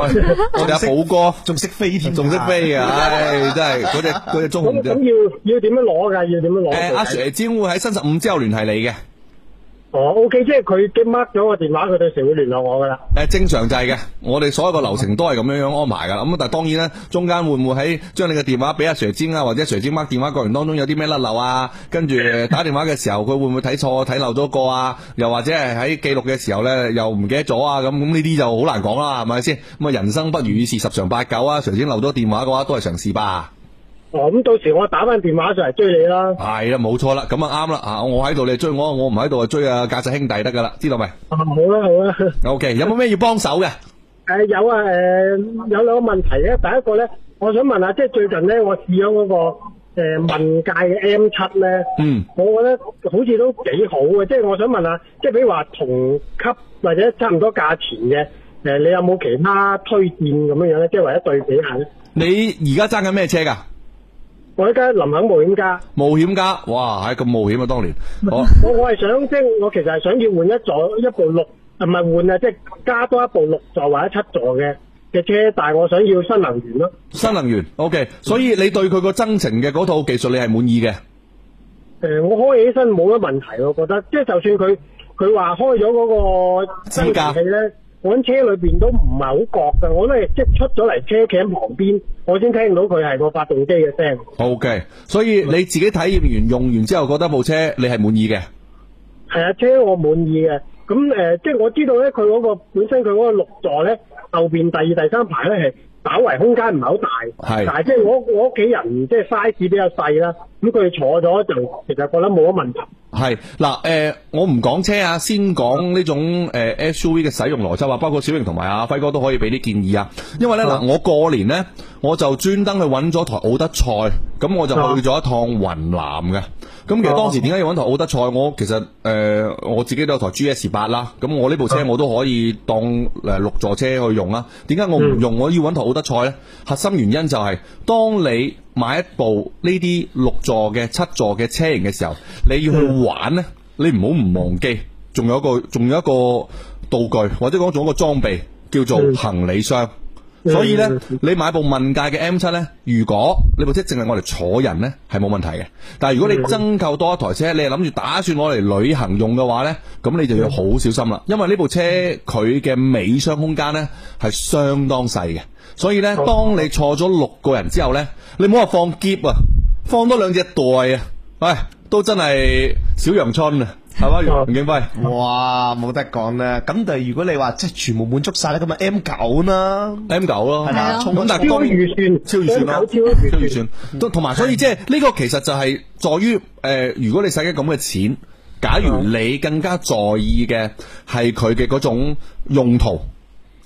Speaker 14: 我哋阿寶哥
Speaker 16: 仲識飛添，啊
Speaker 14: 仲識 飛嘅，唉，真係嗰只嗰只棕
Speaker 21: 咁啊
Speaker 14: 熊真
Speaker 21: 咁
Speaker 14: 係。
Speaker 21: 要要點樣攞㗎？要點樣攞？
Speaker 14: 诶，阿 Sir 尖會喺新十五之後聯繫你嘅。
Speaker 21: 哦，OK，即係佢 mark 咗我電話，佢到時會聯絡我噶啦。
Speaker 14: 诶，正常制嘅，我哋所有嘅流程都係咁樣樣安排噶啦。咁但係當然啦，中間會唔會喺將你嘅電話俾阿 Sir 尖啊，或者 Sir 尖 mark 電話過程當中有啲咩甩漏啊？跟住打電話嘅時候，佢會唔會睇錯睇漏咗個啊？又或者係喺記錄嘅時候咧，又唔記得咗啊？咁咁呢啲就好難講啦，係咪先？咁啊，人生不如意事十常八九啊，Sir 尖漏咗電話嘅話，都係常事吧。
Speaker 21: 哦，咁到時我打翻電話上嚟追你啦。
Speaker 14: 係啦，冇錯啦，咁啊啱啦啊！我喺度你追我，我唔喺度就追啊駕駛兄弟得噶啦，知道未
Speaker 21: 啊，好啦好啦。
Speaker 14: ？OK，有冇咩要幫手嘅？
Speaker 21: 誒、有啊誒、有兩個問題咧。第一個咧，我想問下，即係最近咧，我試咗嗰、個誒、問界嘅 M 七咧，
Speaker 14: 嗯，
Speaker 21: 我覺得好似都幾好嘅。即係我想問下，即係比如話同級或者差唔多價錢嘅誒、你有冇其他推薦咁樣樣咧？即係或者對比下咧？
Speaker 14: 你而家爭緊咩車㗎？
Speaker 21: 我依家林肯冒險家，
Speaker 14: 冒險家，哇，係咁冒險啊！當年，好
Speaker 21: 我我係想即係我其實係想要換一座一部六，唔係換啊，即係加多一部六座或者七座嘅嘅車，但係我想要新能源咯。
Speaker 14: 新能源，OK，所以你對佢個增程嘅嗰套技術你係滿意嘅。
Speaker 21: 誒、我開起身冇乜問題，我覺得，即係就算佢佢話開咗嗰個增程器咧，我喺車裏邊都唔係好覺㗎，我都係即係出咗嚟車企喺旁邊，我先聽到佢係個發動機嘅聲。
Speaker 14: OK，所以你自己體驗完用完之後，覺得部車你係滿意嘅。
Speaker 21: 係啊，車我滿意嘅。咁誒、呃即係我知道咧，佢嗰、個本身佢嗰個六座咧，後邊第二、第三排咧係稍為空間唔係好大，
Speaker 14: 係
Speaker 21: 但係即係我我屋企人即係 size 比較細啦，咁佢坐咗就其實覺得冇乜問題。
Speaker 14: 係嗱，诶、我唔講車啊，先講呢種诶、呃 SUV 嘅使用邏輯啊，包括小明同埋阿輝哥都可以俾啲建議啊。因為咧嗱、我過年咧我就專登去揾咗台奧德賽，咁我就去咗一趟雲南嘅。咁其實當時點解要揾台奧德賽？我其實誒、呃我自己都有台 GS 八啦，咁我呢部車我都可以當誒六座車去用啦。點解我唔用？我要揾台奧德賽呢？核心原因就係、當你買一部呢啲六座嘅、七座嘅車型嘅時候，你要去玩呢，你唔好唔忘記，仲有一個仲有一個道具或者講仲有一個裝備叫做行李箱。
Speaker 21: 嗯
Speaker 14: 所以咧
Speaker 21: 嗯，
Speaker 14: 你買部問界嘅 M 七咧，如果你部車淨係我嚟坐人咧，係冇問題嘅。但係如果你
Speaker 21: 嗯
Speaker 14: 增購多一台車，你係諗住打算攞嚟旅行用嘅話咧，咁你就要好小心啦，因為呢部車
Speaker 21: 嗯
Speaker 14: 佢嘅尾箱空間咧係相當細嘅。所以
Speaker 21: 哦
Speaker 14: 咧，當你坐咗六個人之後咧，你唔好話放箧啊，放多兩隻袋啊，喂，都真係小陽春啊，係嘛，楊景輝？
Speaker 16: 哇，冇得講啦！咁但係如果你話即係全部滿足晒咧，咁啊 M 九啦
Speaker 14: M 九咯
Speaker 16: 係啦，衝
Speaker 14: 咁但係
Speaker 16: 衝
Speaker 14: 當然超預算啦，
Speaker 16: 超
Speaker 14: 超預算。都同埋，所以即係呢個其實就係在於誒、呃如果你使緊咁嘅錢，假如你更加在意嘅係佢嘅嗰種用途，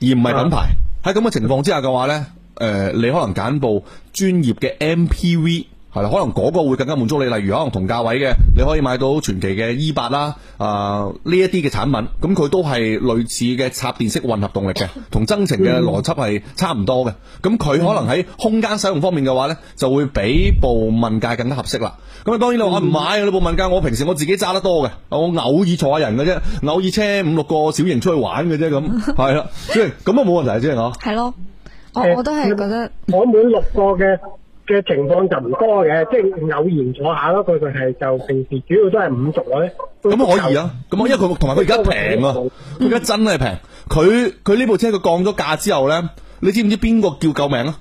Speaker 14: 而唔係品牌。喺咁嘅情況之下嘅話呢，誒、你可能揀部專業嘅 MPV。係啦，可能嗰個會更加滿足你。例如可能同價位嘅，你可以買到傳奇嘅 E 八啦，啊呢一啲嘅產品，咁佢都係類似嘅插電式混合動力嘅，同增程嘅邏輯係差唔多嘅。咁佢可能喺空間使用方面嘅話呢，就會比部問界更加合適啦。咁啊，當然你話唔買啊，呢部問界我平時我自己揸得多嘅，我偶爾坐下人嘅啫，偶爾車五六個小型出去玩嘅啫，咁係啦，即係咁啊冇問題啫嗬。
Speaker 15: 系咯，我哦我都係覺得
Speaker 21: 我滿六個嘅嘅情況就唔多嘅，即係偶然坐下咯。佢佢係就平時主要都係五座咧。
Speaker 14: 咁可以啊，咁啊因為佢同埋佢而家平啊，佢而家真係平。佢佢呢部車佢降咗價之後呢，你知唔知邊個叫救命啊？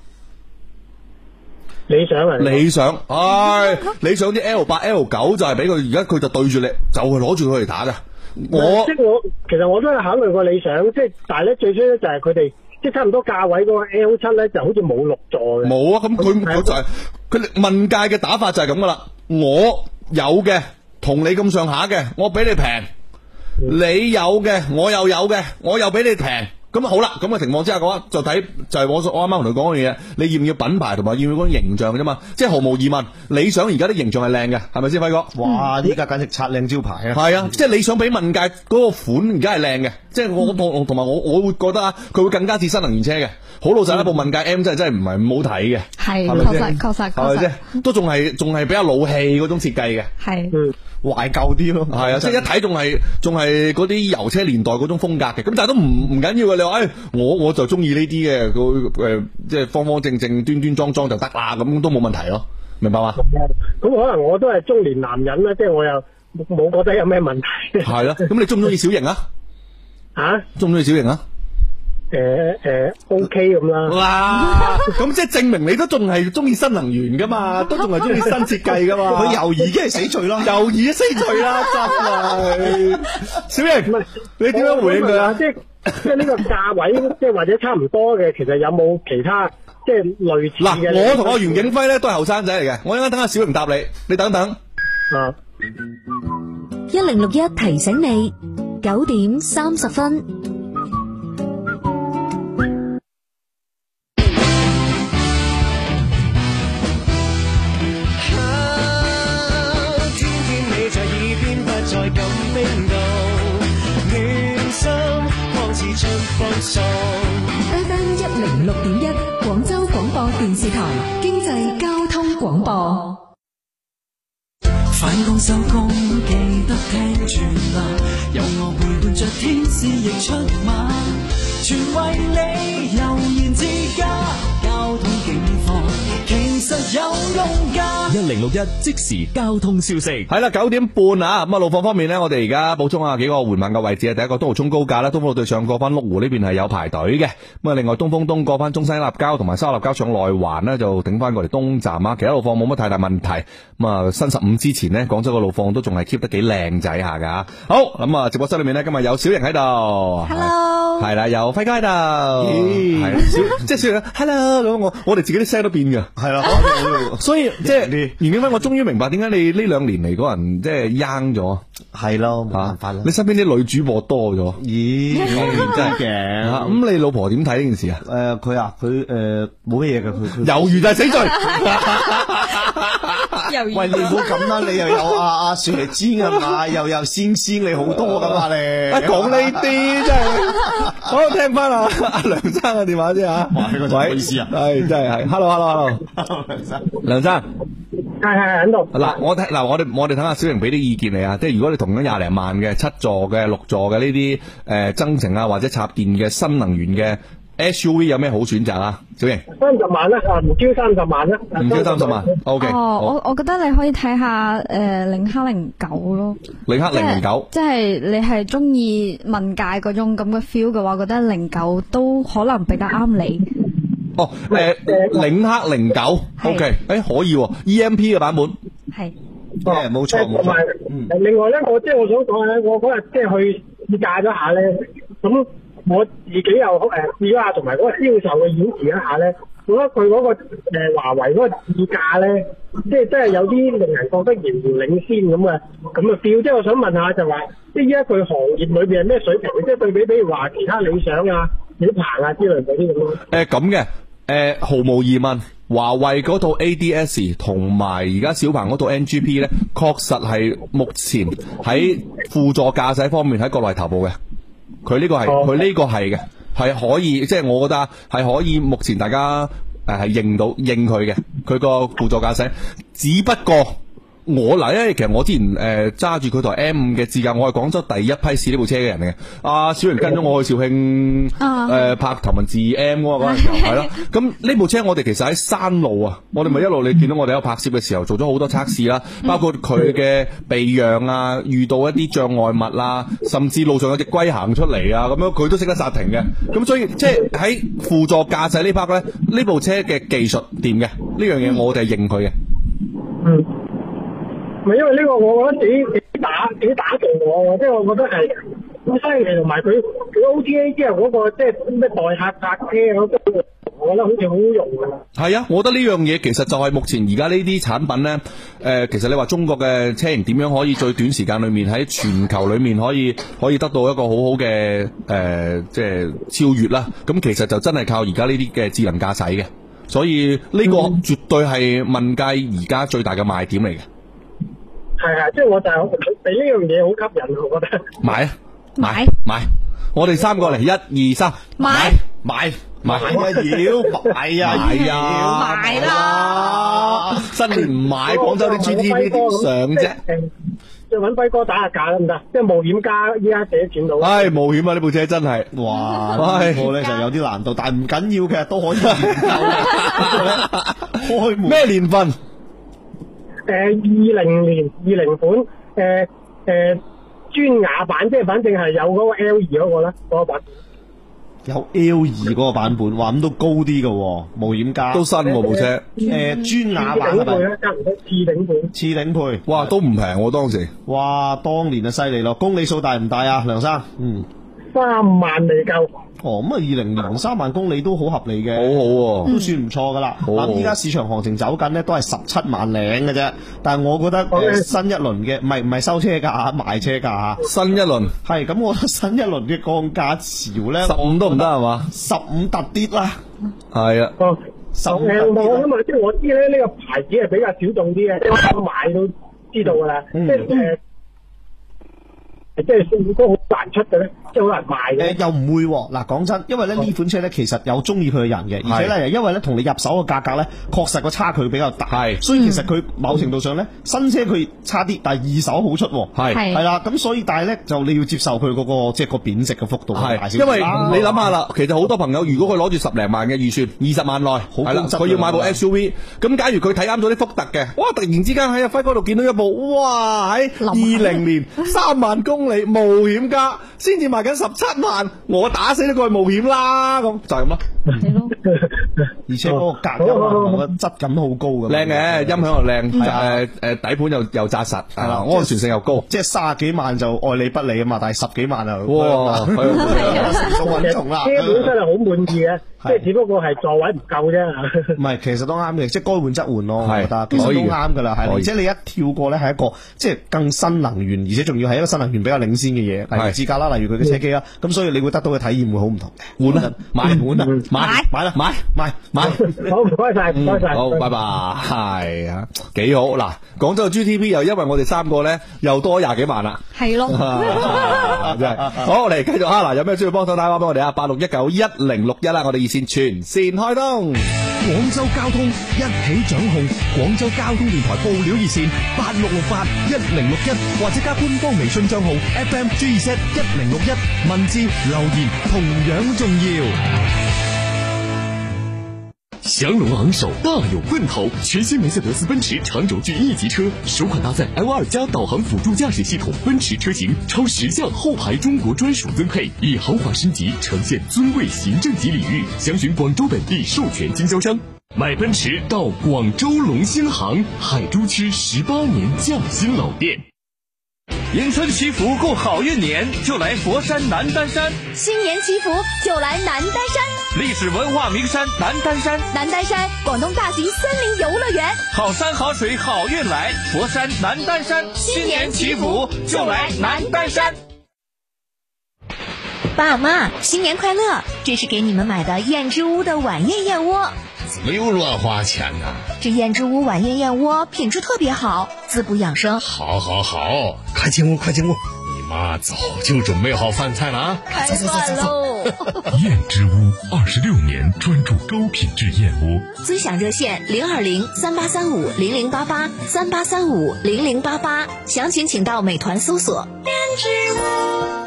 Speaker 21: 理想啊，
Speaker 14: 理想，唉，理想啲 L 八 L 九就係俾佢，而家佢就對住你，就係攞住佢嚟打嘅。我
Speaker 21: 即係我其實我都有考慮過理想，即係但係咧最衰咧就係佢哋即係差唔多價位嗰個 L 七咧就好似冇六座嘅。
Speaker 14: 冇啊，咁佢佢就係佢問界嘅打法就係咁噶啦。我有嘅同你咁上下嘅，我俾你平；
Speaker 16: 嗯
Speaker 14: 你有嘅我又有嘅，我又俾你平。咁好啦，咁嘅情況之下嘅話，就睇就係我所我啱啱同你講嘅嘢，你要唔要品牌同埋要唔要嗰種形象嘅啫嘛？即係毫無疑問，理想而家啲形象係靚嘅，係咪先輝哥？
Speaker 16: 哇！呢架簡直擦靚招牌啊！
Speaker 14: 係啊，即係你想俾問界嗰個款而家係靚嘅，即係
Speaker 16: 嗯
Speaker 14: 我同同埋我我會覺得啊，佢會更加似新能源車嘅。好老實啦，部問界 M 真係真係唔係咁好睇嘅，
Speaker 15: 係
Speaker 14: 係咪
Speaker 15: 確
Speaker 14: 先
Speaker 15: 實確實
Speaker 14: 係
Speaker 15: 確
Speaker 14: 咪
Speaker 15: 實
Speaker 14: 啫？都仲係仲係比較老氣嗰種設計嘅，
Speaker 15: 係。
Speaker 14: 嗯懷舊啲咯，係啊，即係一睇仲係仲係嗰啲油車年代嗰種風格嘅，咁但係都唔唔緊要嘅。你話誒、哎我我就中意呢啲嘅，佢誒、呃即係方方正正、端端莊莊就得啦，咁都冇問題咯，明白嘛？
Speaker 21: 咁可能我都係中年男人啦，即係我又冇覺得有咩問題。
Speaker 14: 系咯，咁你中唔中意小型啊？
Speaker 21: 吓，
Speaker 14: 中唔中意小型啊？
Speaker 21: 诶诶，OK 咁啦。
Speaker 14: 哇，咁即系证明你都仲系中意新能源噶嘛，都仲系中意新设计噶嘛。
Speaker 16: 佢猶豫已經係死罪啦
Speaker 14: 犹豫死罪 啦，真係。小瑩，你點樣回應佢啊？
Speaker 21: 即係即係呢個價位，即係或者差唔多嘅，其實有冇其他即係類似嘅？
Speaker 14: 嗱，我同阿袁景輝咧都係後生仔嚟嘅，我一陣間等阿小瑩答你，你等等。
Speaker 21: 啊，
Speaker 20: 一零六一提醒你九點三十分。
Speaker 4: 天天你在耳邊，不再感冰凍，暖心看似春風送。
Speaker 19: FM 一零六点一，广州广播电视台经济交通广播。
Speaker 22: 返工收工記得聽住啦，有我陪伴着天使亦出馬，全為你悠然之家，交通警況其實有用㗎。
Speaker 14: 一零六一即時交通消息。係啦，九點半啊，咁啊路況方面呢，我哋而家補充下幾個緩慢嘅位置啊。第一個東湖中高架啦，東風路對上過翻麓湖呢邊係有排隊嘅。咁啊，另外東風東過翻中西立交同埋西立交上內環呢，就頂翻過嚟東站啊。其他路況冇乜太大問題。咁啊，新十五之前呢，廣州嘅路況都仲係 keep 得幾靚仔下㗎。好，咁啊，直播室裏面呢，今日有小瑩喺度。
Speaker 11: Hello
Speaker 14: 係啦，有輝哥喺度。
Speaker 16: 咦
Speaker 14: 係小即係小瑩，hello 咁我我哋自己啲聲都變㗎。係啦， 所以即係袁景輝，我終於明白點解你呢兩年嚟嗰人即係 young 咗，
Speaker 16: 係咯，冇辦
Speaker 14: 法啦。你身邊啲女主播多咗，
Speaker 16: 咦，
Speaker 14: 真係
Speaker 16: 嘅
Speaker 14: 啊咁你老婆點睇呢件事啊？
Speaker 16: 诶，佢啊，佢诶冇乜嘢嘅，佢佢
Speaker 14: 猶豫就係死罪。
Speaker 16: 喂，你唔好咁啦，你 又有阿阿雪梨尖啊嘛，又有仙仙你好多噶嘛 你。
Speaker 14: 一講呢啲 真係，好聽翻啊阿 梁生嘅電話先嚇。
Speaker 16: 唔好意思啊
Speaker 14: 係真係係，hello hello hello，梁生。
Speaker 21: 係係喺度。
Speaker 14: 嗱，我睇嗱，我哋我哋睇下小瑩俾啲意見你啊，即係如果你同緊廿零萬嘅七座嘅六座嘅呢啲誒增程啊或者插電嘅新能源嘅 SUV 有咩好選擇啊？小瑩
Speaker 21: 三十萬啦，啊唔超三十萬啦，
Speaker 14: 唔超三十萬，OK，
Speaker 15: 哦
Speaker 14: 好，
Speaker 15: 我我覺得你可以睇下诶零黑零九咯，
Speaker 14: 零黑零零九，
Speaker 15: 即係你係中意文界嗰種咁嘅 feel 嘅話，覺得零九都可能比較啱你。
Speaker 14: 哦誒領克零九，OK，誒可以喎，EMP 嘅版本，
Speaker 15: 係，
Speaker 14: 誒冇錯嗯冇
Speaker 21: 同埋
Speaker 14: 錯，
Speaker 21: 另外咧，我即係我想講咧，我嗰日即係去試駕咗下咧，咁我自己又誒試咗下，同埋嗰個銷售嘅演示一下咧，我覺得佢嗰、個誒、華為嗰個自駕咧，即係真係有啲令人覺得遙遙領先咁嘅咁嘅 feel。即係我想問下就話，即係依家佢行業裏邊係咩水平？即係對比，比如話其他理想啊、小鵬啊之類嗰啲咁咯。
Speaker 14: 誒呃咁嘅，誒毫無疑問。華為嗰套 ADS 同埋而家小鵬嗰套 NGP 呢，確實係目前喺輔助駕駛方面喺國內頭部嘅。佢呢個係佢呢個係嘅，係可以即係我覺得啊係可以目前大家誒係認到認佢嘅，佢個輔助駕駛，只不過。我嗱，因為其實我之前誒揸住佢台 M 5嘅自駕，我係廣州第一批試呢部車嘅人嚟嘅。阿小瑩跟咗我去肇慶
Speaker 4: 啊
Speaker 14: 誒、拍頭文字 M 嗰個 嗰陣時候係啦。啊咁呢部車我哋其實喺山路啊，我哋咪一路你見到我哋有拍攝嘅時候做咗好多測試啦，包括佢嘅避讓啊，遇到一啲障礙物啊，甚至路上有隻龜行出嚟啊，咁樣佢都識得剎停嘅。咁所以即係喺輔助駕駛呢 part 咧，呢部車嘅技術掂嘅，呢樣嘢我哋係認佢嘅。
Speaker 21: 嗯，唔係因為呢個我覺得幾幾打幾打動我喎，即係我覺得係好犀利，同埋佢佢 OTA 之後嗰、個即係咩代客泊車嗰個，我覺得好似好好用㗎。
Speaker 14: 係啊，我覺得呢樣嘢其實就係目前而家呢啲產品呢。誒、其實你話中國嘅車型點樣可以最短時間裏面喺全球裏面可以可以得到一個好好嘅誒、即係超越啦。咁其實就真係靠而家呢啲嘅智能駕駛嘅，所以呢個絕對係問界而家最大嘅賣點嚟嘅。
Speaker 21: 係啊，即係我就係好俾呢樣嘢好吸引，我覺得。
Speaker 14: 買啊，買買，我哋三個嚟，一二三，
Speaker 15: 買
Speaker 14: 買買
Speaker 16: 買啊妖買啊
Speaker 14: 買
Speaker 16: 妖
Speaker 14: 啊，買啦！新年唔買，廣州啲 G T V 點上啫？
Speaker 21: 即係揾輝哥打下價得唔得？即係冒險家依家幾多錢到？
Speaker 14: 唉，冒險啊！呢部車真係，
Speaker 16: 哇！呢個咧就有啲難度，但係唔緊要嘅，都可以研究。開門
Speaker 14: 咩年份？
Speaker 21: 誒二零年二零款誒誒誒磚瓦版，即係反正係有嗰個 L 二嗰個啦，嗰個版本。
Speaker 16: 有 L 二嗰個版本，哇咁都高啲嘅喎，冒險家
Speaker 14: 都新喎部車
Speaker 21: 嗯
Speaker 16: 誒磚瓦呃版
Speaker 21: 次頂
Speaker 16: 係
Speaker 21: 配
Speaker 16: 咪
Speaker 21: 啦，差唔多次頂配。
Speaker 16: 次頂配？
Speaker 14: 哇，都唔平我當時。
Speaker 16: 哇，當年就犀利咯，公里數大唔大啊，梁生？嗯，
Speaker 21: 三萬未夠。
Speaker 16: 哦，咁啊，二零零三萬公里都好合理嘅，
Speaker 14: 好
Speaker 16: 好都算唔錯噶啦。
Speaker 14: 好
Speaker 16: 嗱，依家市場行情走緊呢，都係十七萬零嘅啫。但係我覺得
Speaker 14: 好嘅
Speaker 16: 誒新一輪嘅，唔係唔係收車價，賣車價啊
Speaker 14: 嚇。新一輪
Speaker 16: 係咁，我覺得新一輪嘅降價潮咧，
Speaker 14: 十五都唔得係嘛？
Speaker 16: 十五突啲啦，
Speaker 14: 係啊。
Speaker 16: 十五
Speaker 21: 誒，
Speaker 16: 突
Speaker 21: 我
Speaker 16: 啲
Speaker 21: 哦咁啊，即係我知咧，呢個牌子係比較小眾啲嘅，即係我買都知道㗎啦。
Speaker 16: 嗯
Speaker 21: 即係誒，即係數都好難出嘅咧，哦即係好難賣
Speaker 16: 誒
Speaker 21: 嘅。
Speaker 16: 又唔會喎，嗱講真，因為咧呢款車咧其實有中意佢嘅人嘅，而且咧因為咧同你入手嘅價格咧確實個差距比較大，所以其實佢某程度上咧新車佢差啲，但係二手好出喎，
Speaker 14: 係係
Speaker 16: 係啦，咁所以但係咧就你要接受佢嗰個即係個貶值嘅幅度係啊大
Speaker 14: 系，
Speaker 16: 少少
Speaker 14: 因為
Speaker 16: 啦
Speaker 14: 你諗下啦，其實好多朋友如果佢攞住十零萬嘅預算，二十萬內，係啦，
Speaker 16: 高質
Speaker 14: 佢要買部
Speaker 16: 量啊
Speaker 14: SUV，咁假如佢睇啱咗啲福特嘅，哇！突然之間喺阿輝哥度見到一部，哇！喺二零年 三萬公里冒險家，先至賣緊十七萬，我打死都過去冒險啦，咁就係咁咯。
Speaker 16: 而且嗰個隔音啊同埋個質感都好高嘅，
Speaker 14: 靚嘅，音響又靚，
Speaker 16: 係啊
Speaker 14: 誒誒底盤又又扎實，係
Speaker 16: 係啦
Speaker 14: 啦，安全性又高。
Speaker 16: 啊即係卅幾萬就愛理不理啊嘛，但係十幾萬啊，
Speaker 14: 哇啊
Speaker 16: 成數穩重啦。
Speaker 21: 呃車本身係好滿意嘅，即係只不過係座位唔夠啫。
Speaker 16: 唔係，其實都啱嘅，即係該換則換咯，我覺得其實
Speaker 14: 可以
Speaker 16: 都
Speaker 14: 嘅
Speaker 16: 啱㗎啦，係啦。
Speaker 14: 可
Speaker 16: 而
Speaker 14: 以
Speaker 16: 且你一跳過咧，係一個即係更新能源，而且仲要係一個新能源比較領先嘅嘢，例如自駕啦，例如佢嘅車機啦，咁所以你會得到嘅體驗會好唔同嘅。嗯換啦，買換啦，買買啦，買買買。
Speaker 21: 好，唔該晒，唔該晒。
Speaker 14: 嗯好，拜拜，係啊，幾好嗱。廣州嘅 GTP 又因為我哋三個咧，又多廿幾萬啦。
Speaker 15: 係咯，
Speaker 14: 啊 真係好，我哋繼續啊！嗱，有咩需要幫手打電話俾我哋啊？八六一九一零六一啦，我哋熱線全線開通。
Speaker 9: 廣州交通一起掌控，廣州交通電台報料熱線八六六八一零六一，或者加官方微信帳號 FM GZ 一零六一，文字留言同樣重要。
Speaker 6: 降龙昂首，大有奔头。全新梅赛德斯奔驰长轴距 E 级车，首款搭载 L 二加导航辅助驾驶系统，奔驰车型超十项后排中国专属增配，以豪华升级呈现尊贵行政级礼遇。详询广州本地授权经销商。买奔驰到广州龙兴行海珠区十八年匠心老店。
Speaker 23: 迎春祈福过好运年，就来佛山南丹山，
Speaker 1: 新年祈福就来南丹山，
Speaker 23: 历史文化名山南丹山，
Speaker 1: 南丹山广东大型森林游乐园，
Speaker 23: 好山好水好运来，佛山南丹山，新年祈福就来南丹山。
Speaker 1: 爸妈新年快乐！这是给你们买的燕之屋的晚宴燕窝，
Speaker 24: 怎么又乱花钱呢、
Speaker 1: 这燕之屋晚宴燕窝品质特别好，滋补养生。
Speaker 24: 好好好，快进屋，快进屋！你妈早就准备好饭菜了啊！
Speaker 1: 开饭喽！
Speaker 6: 燕之屋二十六年专注高品质燕窝。
Speaker 1: 尊享热线零二零三八三五零零八八三八三五零零八八，详情请到美团搜索燕之屋。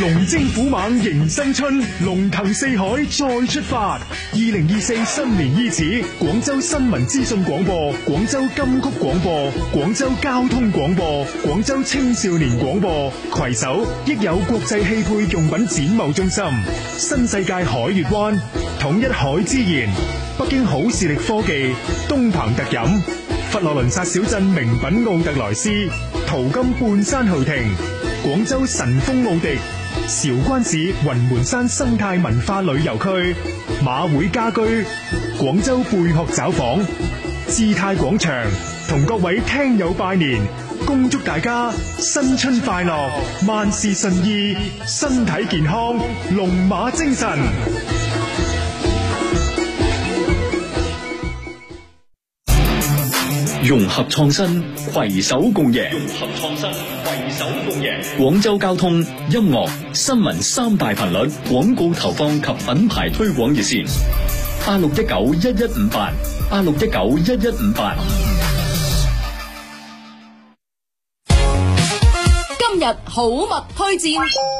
Speaker 9: 龍精虎猛迎新春，龍騰四海再出發。二零二四新年伊始，廣州新聞資訊廣播、廣州金曲廣播、廣州交通廣播、廣州青少年廣播攜手，益有國際汽配用品展貿中心、新世界海月灣、統一海資源、北京好視力科技、東鵬特飲。佛羅倫薩小鎮名品奧特萊斯、淘金半山豪庭、廣州神風奧迪、韶關市雲門山生態文化旅遊區、馬會家居、廣州貝殼找房、姿態廣場，同各位聽友拜年，恭祝大家新春快樂，萬事順意，身體健康，龍馬精神。
Speaker 3: 融合創新，攜手共贏。融合創新，攜手共贏。廣州交通音樂、新聞三大頻率廣告投放及品牌推廣熱線：八六一九一一五八，八六一九一一五八。
Speaker 25: 今日
Speaker 26: 好物推薦，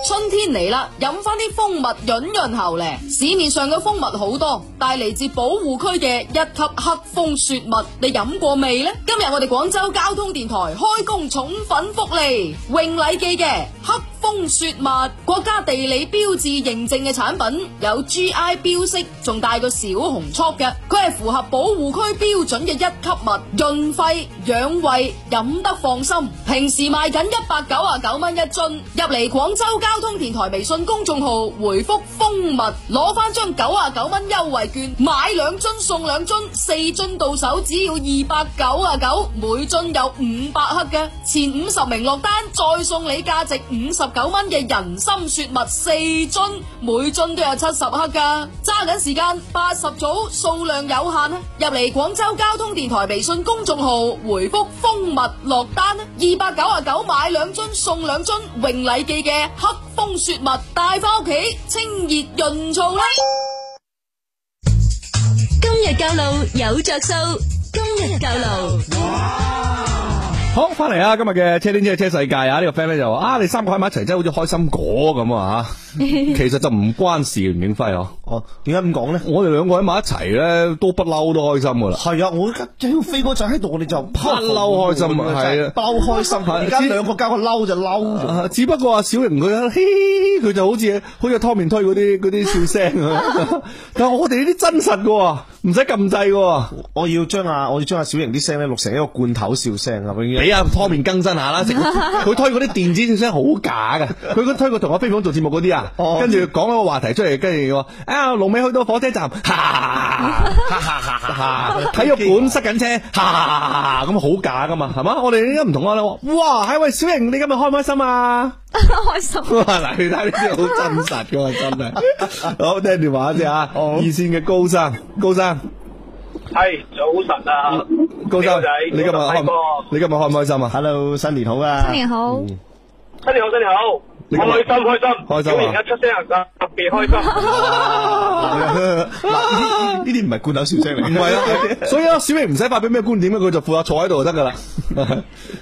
Speaker 26: 春天嚟啦，飲翻啲蜂蜜潤潤喉咧。市面上嘅蜂蜜好多，但係嚟自保護區嘅一級黑蜂雪蜜，你飲過未呢？今日我哋廣州交通電台開工寵粉福利，榮禮記嘅黑蜂雪蜜，國家地理標誌認證嘅產品，有 GI 標識，仲帶個小紅戳嘅，佢係符合保護區標準嘅一級物，潤肺養胃，飲得放心。平時賣緊一百九啊九蚊一樽，入嚟廣州交通電台微信公眾號回覆蜂蜜，攞翻張九啊九蚊優惠券，買兩樽送兩樽，四樽到手只要二百九啊九，每樽有五百克嘅，前五十名落單再送你價值五十九蚊嘅人參雪蜜四樽，每樽都有七十克噶，揸緊時間，八十組數量有限啊！入嚟廣州交通電台微信公眾號回覆蜂蜜落單啊，二百九啊九買兩樽送兩樽，榮禮記嘅黑蜂雪蜜帶翻屋企，清熱潤燥啦！
Speaker 27: 今日教路有着數，今日教路。
Speaker 14: 好，翻嚟啊！今日嘅車天車地車世界啊，呢、個 friend 咧就話啊，你三個喺埋一齊真係好似開心果咁啊吓，其實就唔關事，袁永輝啊。
Speaker 16: 哦，點解咁講咧？
Speaker 14: 我哋兩個喺埋一齊咧，都不嬲都開心噶啦。
Speaker 16: 係啊，我而家聽到飛哥仔喺度，我哋就不
Speaker 14: 不嬲開心啊，係啊，
Speaker 16: 不嬲開心。
Speaker 14: 係
Speaker 16: 而家兩個交個嬲就嬲咗。
Speaker 14: 啊只不過啊，小玲佢嘿，佢就好似好似湯面推嗰啲嗰啲笑 聲啊。但係我哋呢啲真實嘅喎，唔使撳掣嘅喎。
Speaker 16: 我要將啊，我要將阿小瑩啲聲咧錄成一個罐頭笑聲啊，永遠。
Speaker 14: 俾阿湯面更新下啦，食 佢推嗰啲電子笑聲好假嘅，佢嗰推個同我飛房做節目嗰啲啊，
Speaker 16: 哦
Speaker 14: 跟住講咗個話題出嚟，跟住我啊龍尾去到火車站，哈哈哈哈哈，體育館塞緊車，哈哈咁好假噶嘛，係嘛？我哋而家唔同啊，哇！係喂，小瑩你今日開唔開心啊？
Speaker 15: 開心。
Speaker 14: 哇！嗱，你睇呢啲好真實噶嘛，真係。好，聽電話先啊，二線嘅高生，高生，
Speaker 28: 系早晨啊，
Speaker 14: 高生
Speaker 28: 仔，，
Speaker 14: 你今日開唔你今日開唔開心啊
Speaker 16: ？Hello，新年好啊！
Speaker 15: 新年好，
Speaker 28: 新年好，新年好，
Speaker 14: 你今日
Speaker 28: 開心開心，
Speaker 14: 開心
Speaker 28: 小
Speaker 14: 啊
Speaker 28: 明一出聲就特別開心。
Speaker 16: 嗱，呢啲唔係罐頭笑聲嚟，
Speaker 14: 唔係啊，所以啊，小明唔使發表咩觀點嘅，佢就負責坐喺度就得噶啦。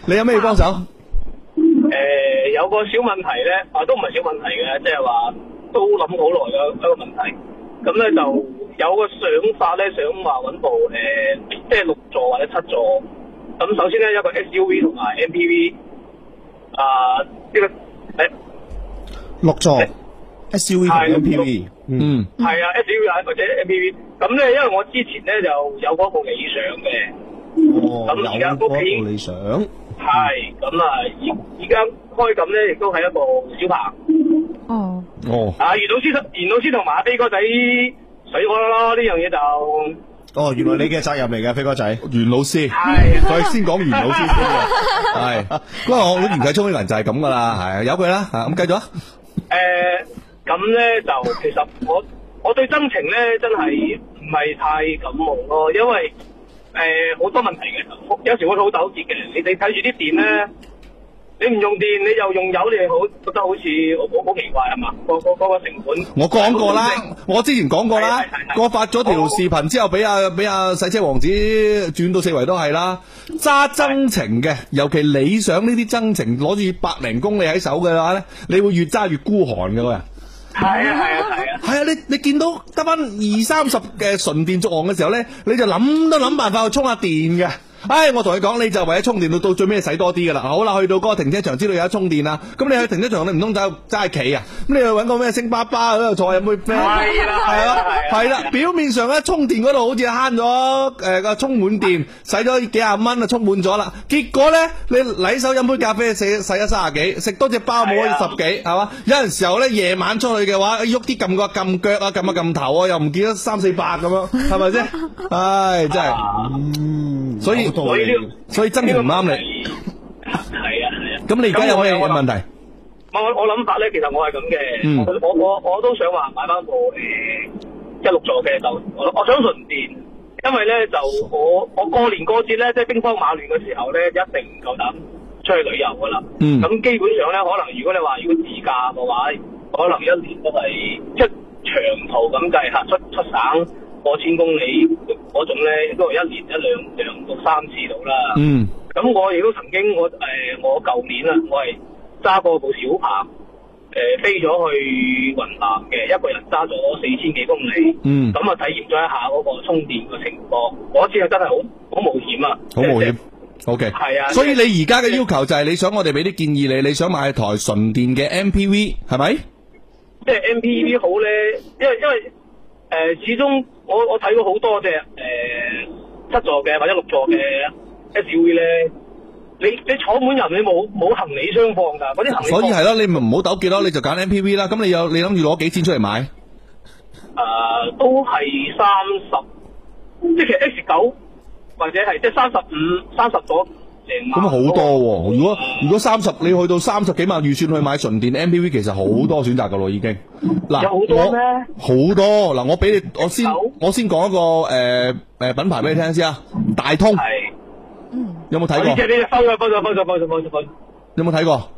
Speaker 14: 你有咩要幫手？
Speaker 28: 诶，有個小問題咧，啊都唔係小問題嘅，即係話都諗好耐嘅一個問題。咁咧就有個想法咧，想話揾部诶，即係六座或者七座。咁首先咧，有一個 SUV 同埋 MPV。啊，呢個诶。
Speaker 16: 六座 SUV 同
Speaker 28: 係
Speaker 16: MPV，嗯，
Speaker 28: 係啊，SUV 啊或者 MPV。咁咧，因為我之前咧就有嗰部理想嘅，
Speaker 16: 哦，
Speaker 28: 咁而家
Speaker 16: 有
Speaker 28: 屋企
Speaker 16: 嗰個理想，
Speaker 28: 係咁啊，而而家開咁咧，亦都係一部小鵬。
Speaker 15: 哦，
Speaker 14: 哦，
Speaker 28: 啊，袁老師同袁老師同埋阿飛哥仔水我咯，呢樣嘢就
Speaker 16: 哦，原來你嘅責任嚟嘅，飛哥仔，
Speaker 14: 袁老師，所以先講袁老師先嘅，係，因為我啲唔計聰明人就係咁噶啦，係由佢啦，啊咁繼續啊，
Speaker 28: 誒咁咧就其實我我對真情咧真係唔係太感冒咯，因為誒好、多問題嘅，有時會好糾結嘅。你你睇住啲電咧，你唔用電，你又用油，你好覺得好似好好奇怪係嘛？個個嗰個成本
Speaker 14: 我講過啦，我之前講過啦，我發咗條視頻之後，俾阿俾阿洗車王子轉到四圍都係啦，揸增程嘅，尤其理想呢啲增程攞住百零公里喺手嘅話咧，你會越揸越孤寒嘅個人。
Speaker 28: 係啊係啊係啊！
Speaker 14: 係啊，你你見到得翻二三十嘅純電續航嘅時候咧，你就諗都諗辦法去充下電嘅。唉、我同你講，你就為咗充電到到最尾使多啲噶啦。好啦，去到嗰個停車場知道有得充電啦，咁你去停車場你唔通走去齋企啊？咁你去揾個咩星巴巴喺度坐飲杯啡？
Speaker 28: 係啦係啊啦
Speaker 14: 係啦，表面上咧充電嗰度好似慳咗誒個充滿電，使咗幾廿蚊啊，充滿咗啦。結果咧，你禮手飲杯咖啡，使使咗三十幾，食多隻包冇可以
Speaker 28: 啊
Speaker 14: 十幾，係嘛？有陣時候咧，夜晚出去嘅話，哎喐啲撳個撳腳啊，撳下撳頭啊，又唔見咗三四百咁樣，係咪 先？唉，真
Speaker 28: 啊嗯
Speaker 14: 係，所以
Speaker 28: 所以呢
Speaker 14: 所以真係唔啱你。
Speaker 28: 係啊係啊。
Speaker 14: 咁你而家有咩
Speaker 28: 我
Speaker 14: 問題？
Speaker 28: 我我諗法咧，其實我係咁嘅，
Speaker 14: 嗯
Speaker 28: 我我我我都想話買翻部誒一六座嘅，就我我想純電，因為咧就我我過年過節咧，即係兵荒馬亂嘅時候咧，一定唔夠膽出去旅遊噶啦。
Speaker 10: 嗯
Speaker 28: 咁基本上咧，可能如果你話要自駕嘅話，可能一年都係即係長途咁計嚇，出出省過千公里嗰種咧，都係一年一兩兩到三次到啦。
Speaker 14: 嗯
Speaker 28: 咁我亦都曾經我誒、呃我舊年啊，我係揸過部小鵬，誒、飛咗去雲南嘅，一個人揸咗四千幾公里，
Speaker 14: 嗯
Speaker 28: 咁啊體驗咗一下嗰個充電嘅情況，嗰次啊真係好好冒險啊！
Speaker 14: 好冒 險。O K，
Speaker 28: 係啊
Speaker 14: 所以你而家嘅要求就係你想我哋俾啲建議你，你想買台純電嘅 M P V 係咪？
Speaker 28: 即係 MPV 好咧，因為因為誒、呃始終我我睇過好多隻誒、呃七座嘅或者六座嘅 SUV 咧，你你坐滿人你冇冇行李箱放㗎，嗰啲行李
Speaker 14: 所以係
Speaker 28: 咯，
Speaker 14: 咯，你咪唔好糾結咯，你就揀 M P V 啦。咁你有你諗住攞幾錢出嚟買？
Speaker 28: 誒、都係三十，即係其實 X 九或者係即係三十五、三十咗成
Speaker 14: 咁好多喎、如果如果三十你去到三十幾萬預算去買純電 M P V，其實好多選擇噶咯已經。
Speaker 17: 啊
Speaker 14: 嗱，
Speaker 28: 有好多咩
Speaker 14: 我好多嗱，我俾你我先我先講一個誒誒、呃品牌俾你聽先啊，大通。有冇睇
Speaker 28: 呢只呢
Speaker 14: 過？
Speaker 28: 只收咗收咗收咗收咗收咗收咗，
Speaker 14: 有冇睇過？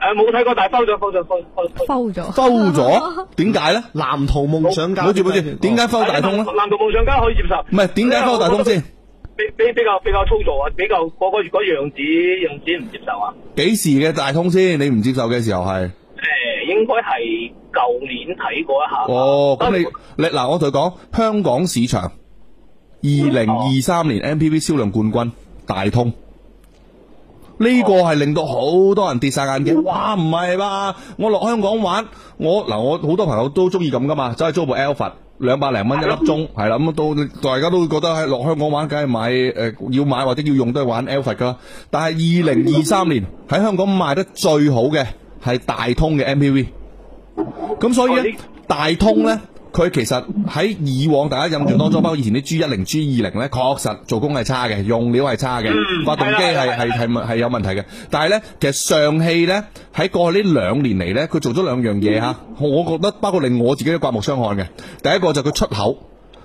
Speaker 28: 誒冇睇過，但係收咗收咗收咗
Speaker 15: 收咗
Speaker 14: 收 咗？點解咧？藍圖夢想家。好住好住，點解
Speaker 28: 哦
Speaker 14: 收大通咧？
Speaker 28: 南道夢想家可以接受。
Speaker 14: 唔係點解收大通先？
Speaker 28: 比比比較比較粗糙啊，比較嗰個嗰樣子樣子唔接受啊。
Speaker 14: 幾時嘅大通先？你唔接受嘅時候
Speaker 28: 誒、
Speaker 14: 係？
Speaker 28: 應該係舊年睇過一下。
Speaker 14: 哦，
Speaker 28: 啊
Speaker 14: 咁你你嗱，我同你講，香港市場二零二三年 MPV 銷量冠軍大通。呢個係令到好多人跌晒眼鏡，哇唔係吧？我落香港玩，我嗱我好多朋友都中意咁噶嘛，走去租部 Alpha 兩百零蚊一粒鐘，
Speaker 24: 啊
Speaker 14: 係啦咁到大家都覺得喺落香港玩，梗係買誒、呃要買或者要用都係玩 Alpha 噶啦。但係二零二三年喺香港賣得最好嘅係大通嘅 MPV。咁所
Speaker 24: 哦
Speaker 14: 以咧，大通咧，佢其實喺以往大家印象當中，包括以前啲 G 一零、G 二零咧，確實做工係差嘅，用料係差嘅
Speaker 24: 嗯，
Speaker 14: 發動機
Speaker 24: 係啦係
Speaker 14: 係
Speaker 24: 啦
Speaker 14: 係係問係有問題嘅。但係咧，其實上汽咧喺過去呢兩年嚟咧，佢做咗兩樣嘢嚇，我覺得包括令我自己都刮目相看嘅。第一個就係佢出口，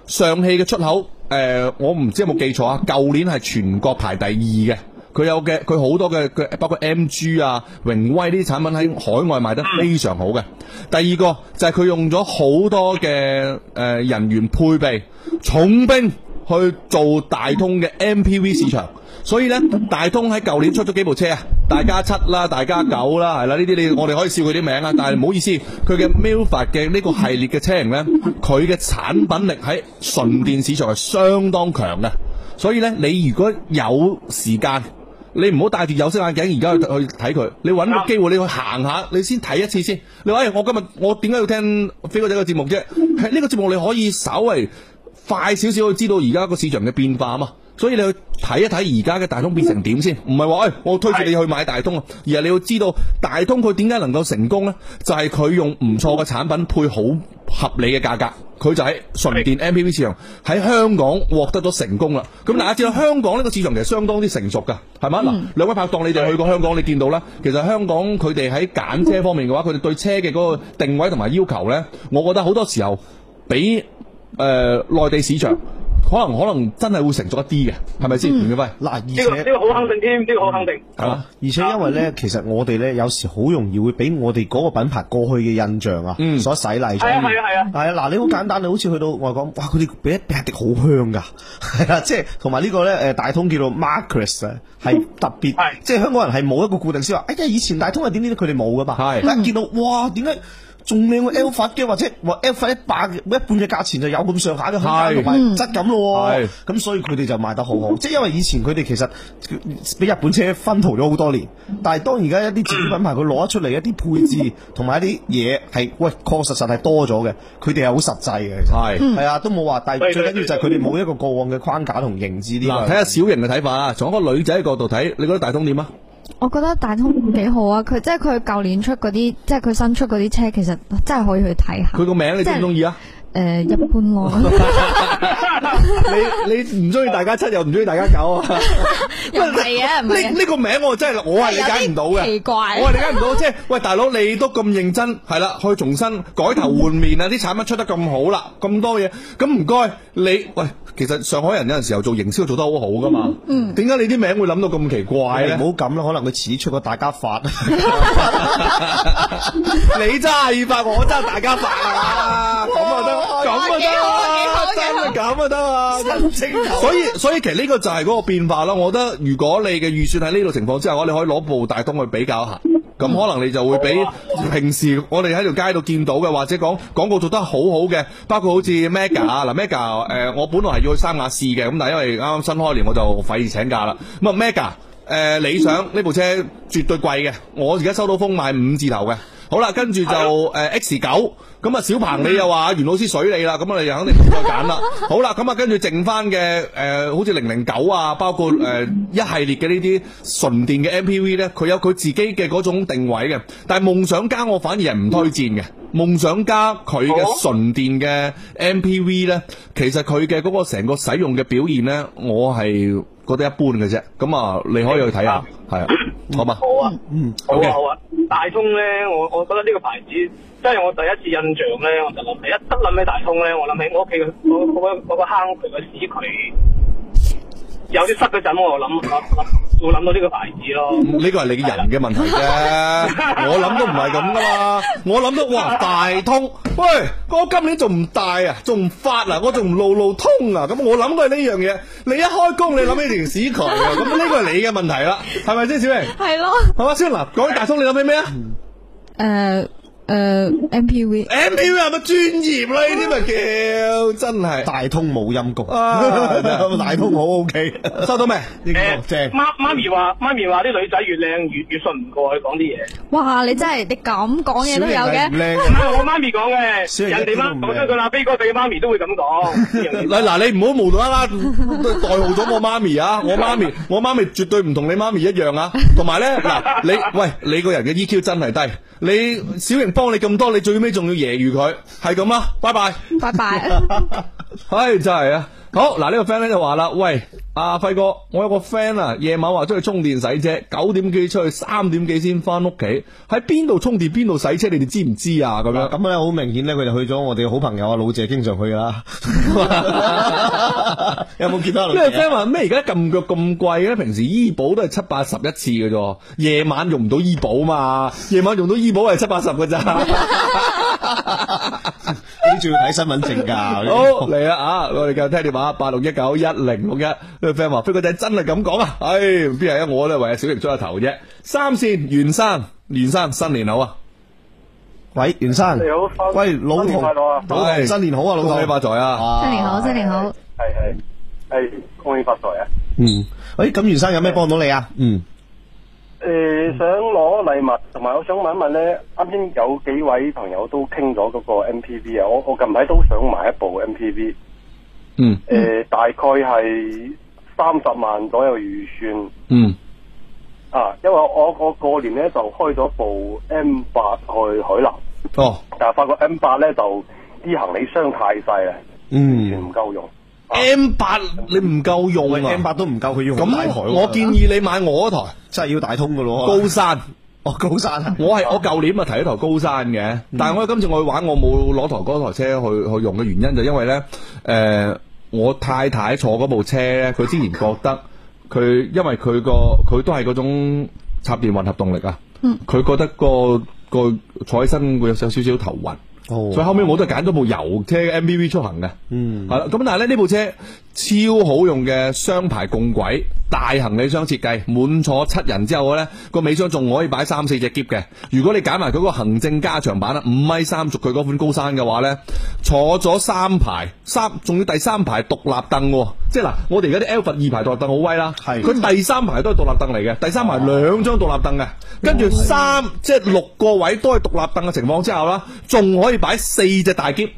Speaker 14: 上汽嘅出口，誒、我唔知有冇記錯啊，舊年係全國排第二嘅。佢有嘅，佢好多嘅，佢包括 MG 啊、榮威呢啲產品喺海外賣得非常好嘅。第二個就係佢用咗好多嘅誒、呃人員配備、重兵去做大通嘅 MPV 市場。所以咧，大通喺舊年出咗幾部車啊，大家七啦、大家九啦，係啦，呢啲你我哋可以笑佢啲名啊，但係唔好意思，佢嘅 Milfa 嘅呢個系列嘅車型咧，佢嘅產品力喺純電市場係相當強嘅，所以咧，你如果有時間。你唔好戴住有色眼鏡而家去去睇佢，你揾個機會你去行下，你先睇一次先。你話、哎、我今日我點解要聽飛哥仔嘅節目啫？係呢個節目你可以稍微快少少去知道而家個市場嘅變化啊嘛。所以你去睇一睇而家嘅大通變成點先，唔係話誒哎我推住你去買大通啊，而係你要知道大通佢點解能夠成功呢？就係、佢用唔錯嘅產品配好合理嘅價格，佢就喺純電 MPV 市場喺香港獲得咗成功啦。咁大家知道香港呢個市場其實相當之成熟㗎，係咪？嗱、兩位拍檔你哋去過香港，你見到啦，其實香港佢哋喺揀車方面嘅話，佢哋對車嘅嗰個定位同埋要求呢，我覺得好多時候比誒、呃、內地市場可能可能真係會成熟一啲嘅，係咪先？袁景輝，
Speaker 16: 嗱，
Speaker 28: 呢、個呢、個好肯定添，呢、個好肯定。
Speaker 16: 係嘛？啊而且因為
Speaker 28: 嗯
Speaker 16: 咧，其實我哋咧有時好容易會俾我哋嗰個品牌過去嘅印象啊，所洗禮咗。
Speaker 28: 係啊係啊係啊
Speaker 16: 係啊！嗱，你好簡單，你好似去到外國，哇！佢哋俾一俾一滴好香㗎， 係啊！即係同埋呢個咧誒，大通叫做 Marcus 啊，
Speaker 28: 嗯
Speaker 16: 係特別，即係香港人係冇一個固定思維。哎呀，以前大通係點點，佢哋冇㗎嘛。係，但係見到哇，點解？仲靚過 L 法嘅，或者話 L 法一百嘅一半嘅價錢就有咁上下嘅空間
Speaker 24: 係
Speaker 16: 同
Speaker 14: 嗯
Speaker 16: 埋質感咯喎，咁所以佢哋就賣得好好，即係因為以前佢哋其實呃俾日本車分逃咗好多年，但係當而家一啲自主品牌佢攞得出嚟一啲配 置同埋一啲嘢係喂確實實係多咗嘅，佢哋係好實際嘅，其實
Speaker 14: 係
Speaker 16: 係啊都冇話，但係最緊要就係佢哋冇一個過往嘅框架同認知呢個
Speaker 14: 嗱，睇下小型嘅睇法啊，從一個女仔嘅角度睇，你覺得大通點啊？
Speaker 15: 我覺得大通幾好啊！佢即係佢舊年出嗰啲，即係佢新出嗰啲車，其實真係可以去睇下。
Speaker 14: 佢個名你
Speaker 15: 即係
Speaker 14: 中唔中意啊？
Speaker 15: 誒、一般 咯，
Speaker 14: 你你唔中意大家七又唔中意大家九啊？
Speaker 15: 又唔係嘅，唔係
Speaker 14: 呢
Speaker 15: 嘅
Speaker 14: 呢個名我真係我係理解唔到
Speaker 15: 有啲
Speaker 14: 嘅，
Speaker 15: 奇怪
Speaker 14: 我係理解唔 到，即係喂大佬你都咁認真，係啦，去重新改頭換面啊，啲產品出得咁好啦，咁多嘢，咁唔該你喂，其實上海人有陣時候做營銷做得好好噶嘛，嗯，點解你啲名會諗到咁奇怪咧？
Speaker 16: 你唔好咁啦，可能佢始出個大家發。
Speaker 14: 你真係發，我真係大家發啊！咁啊得，咁啊得啊，真係咁啊得啊！所以所以其實呢個就係嗰個變化啦。我覺得如果你嘅預算喺呢度情況之下，我你可以攞部大通去比較一下。咁可能你就會比平時我哋喺條街度見到嘅，或者講廣告做得好好嘅，包括好似 Mega 啊，嗱 Mega 誒、我本來係要去三亞試嘅，咁但係因為啱啱新開年我就費事請假啦。咁啊 Mega 誒、理想呢部車絕對貴嘅，我而家收到風買五字頭嘅。好啦，跟住就誒 X 九，咁啊小鵬你又話袁老師水你啦，咁我哋就肯定唔再揀啦。 好啦，咁啊跟住剩翻嘅誒，好似零零九啊，包括誒、
Speaker 28: 嗯
Speaker 14: 一系列嘅呢啲純電嘅 MPV 咧，佢有佢自己嘅嗰種定位嘅。但係夢想家我反而係唔推薦嘅。夢想家佢嘅純電嘅 MPV 咧，其實佢嘅嗰個成個使用嘅表現咧，我係覺得一般嘅啫。咁啊，你可以去睇下，係啊，好嘛？
Speaker 28: 嗯好啊，
Speaker 14: 嗯
Speaker 28: 好
Speaker 14: ，OK
Speaker 28: 啊好啊，大通咧，我我覺得呢個牌子，即係我第一次印象咧，我就諗起一得諗起大通咧，我諗起我屋企嘅我我個我個坑渠個屎渠有啲塞嗰陣，我就諗諗諗會諗到呢個牌子咯。
Speaker 14: 哦呢個係你嘅人嘅問題啫，我諗都唔係咁噶嘛，我諗到哇大通，喂，我今年仲唔大啊，仲唔發啊，我仲唔路路通啊，咁我諗都係呢樣嘢，你一開工你諗起條屎渠啊，咁呢個係你嘅問題啦，係咪先小明？
Speaker 15: 系咯，
Speaker 14: 係嘛，小明嗱，講起大通你諗起咩啊
Speaker 15: 诶诶 MPV，
Speaker 14: ？MPV 係咪專業啦？呢啲咪 叫真係
Speaker 16: 大通冇陰功，
Speaker 14: 啊真係
Speaker 16: 大通好 OK，
Speaker 14: 收到未？
Speaker 16: 英國正。
Speaker 28: 媽媽咪話媽咪話啲女仔越靚越越信唔過佢講啲嘢。
Speaker 15: 哇！你真系你咁講嘢都有
Speaker 28: 唔係
Speaker 15: 嘅，
Speaker 28: 我媽咪講嘅，人哋媽講真句啦，飛哥對媽咪都會咁講。
Speaker 14: 嗱嗱，你唔好無啦啦代號咗我媽咪啊！我媽咪，我媽咪絕對唔同你媽咪一樣啊！同埋咧，嗱，你喂你個人嘅 EQ 真係低，你小瑩幫你咁多，你最尾仲要揶揄佢，係咁啦，拜拜。
Speaker 15: 拜 拜。
Speaker 14: 唉，真係啊！好嗱，呢個 friend 咧就話啦，喂，阿輝哥，我有個 friend 啊，夜晚話出去充電洗車，九點幾出去，三點幾先翻屋企，喺邊度充電邊度洗車，你哋知唔知啊？咁樣
Speaker 16: 咁咧好明顯咧，佢就去咗我哋嘅好朋友啊老謝經常去㗎 啦。 有冇見到啊？
Speaker 14: 呢個 friend 話咩？而家撳腳咁貴咧，平時醫保都係七八十一次嘅啫，夜晚用唔到醫保嘛，夜晚用到醫保係七八十嘅咋。
Speaker 16: 你仲要睇新聞證㗎。
Speaker 14: 好嚟啦啊！我哋繼續聽電話八六一九一零六一呢個 friend 話：飛哥仔真係咁講啊！唉、邊係啊？我咧為小明出下頭啫。三線袁生，袁生新年好啊！
Speaker 16: 喂，袁生，
Speaker 14: 你
Speaker 16: 好，喂，老
Speaker 14: 新年
Speaker 16: 同，
Speaker 14: 快樂啊
Speaker 16: 老同新年好啊，老
Speaker 14: 恭
Speaker 16: 同，
Speaker 14: 喜發財啊
Speaker 15: 新年好，新年好。
Speaker 10: 係係係恭喜發財啊！
Speaker 16: 嗯，喂，咁袁生有咩幫到你啊？嗯，
Speaker 10: 诶、想攞禮物，同埋我想問一問咧，啱先有幾位朋友都傾咗嗰個 MPV 啊，我我近排都想買一部 MPV，
Speaker 14: 嗯，
Speaker 10: 诶、大概係三十萬左右預算
Speaker 14: 嗯
Speaker 10: 啊，因為我我過年咧就開咗部 M 八去海南，
Speaker 14: 哦，
Speaker 10: 但係發覺 M 八咧就啲行李箱太細啦，
Speaker 16: 嗯，
Speaker 10: 唔夠用。
Speaker 14: M 八你唔夠用啊
Speaker 16: ，M 八都唔夠佢用
Speaker 14: 咁
Speaker 16: 大台喎啊
Speaker 14: 我建議你買我嗰台，
Speaker 16: 真係要大通噶咯
Speaker 14: 高山。
Speaker 16: 哦，高山啊！
Speaker 14: 我係我舊年咪提咗台高山嘅，但係我今次我去玩，我冇攞台嗰台車去去用嘅原因就因為咧，诶、我太太坐嗰部車咧，佢之前覺得佢因為佢個佢都係嗰種插電混合動力啊，佢覺得個個坐起身會有少少頭暈。
Speaker 16: 哦
Speaker 14: 所以後尾我都係揀咗部油車嘅 MPV 出行嘅，
Speaker 16: 嗯
Speaker 14: 係啦。咁但係咧呢部車超好用嘅雙排共軌大行李箱設計，滿坐七人之後咧個尾箱仲可以擺三四隻箧嘅。如果你揀埋佢個行政加長版啦，啊五米三續佢嗰款高山嘅話咧，坐咗三排三，仲要第三排獨立凳喎。即係嗱，我哋而家啲 Alpha 二排獨立凳好威啦，佢第三排都係獨立凳嚟嘅，第三排兩張獨立凳嘅，跟住三即係六個位都係獨立凳嘅情況之下啦，仲可以擺四隻大箧。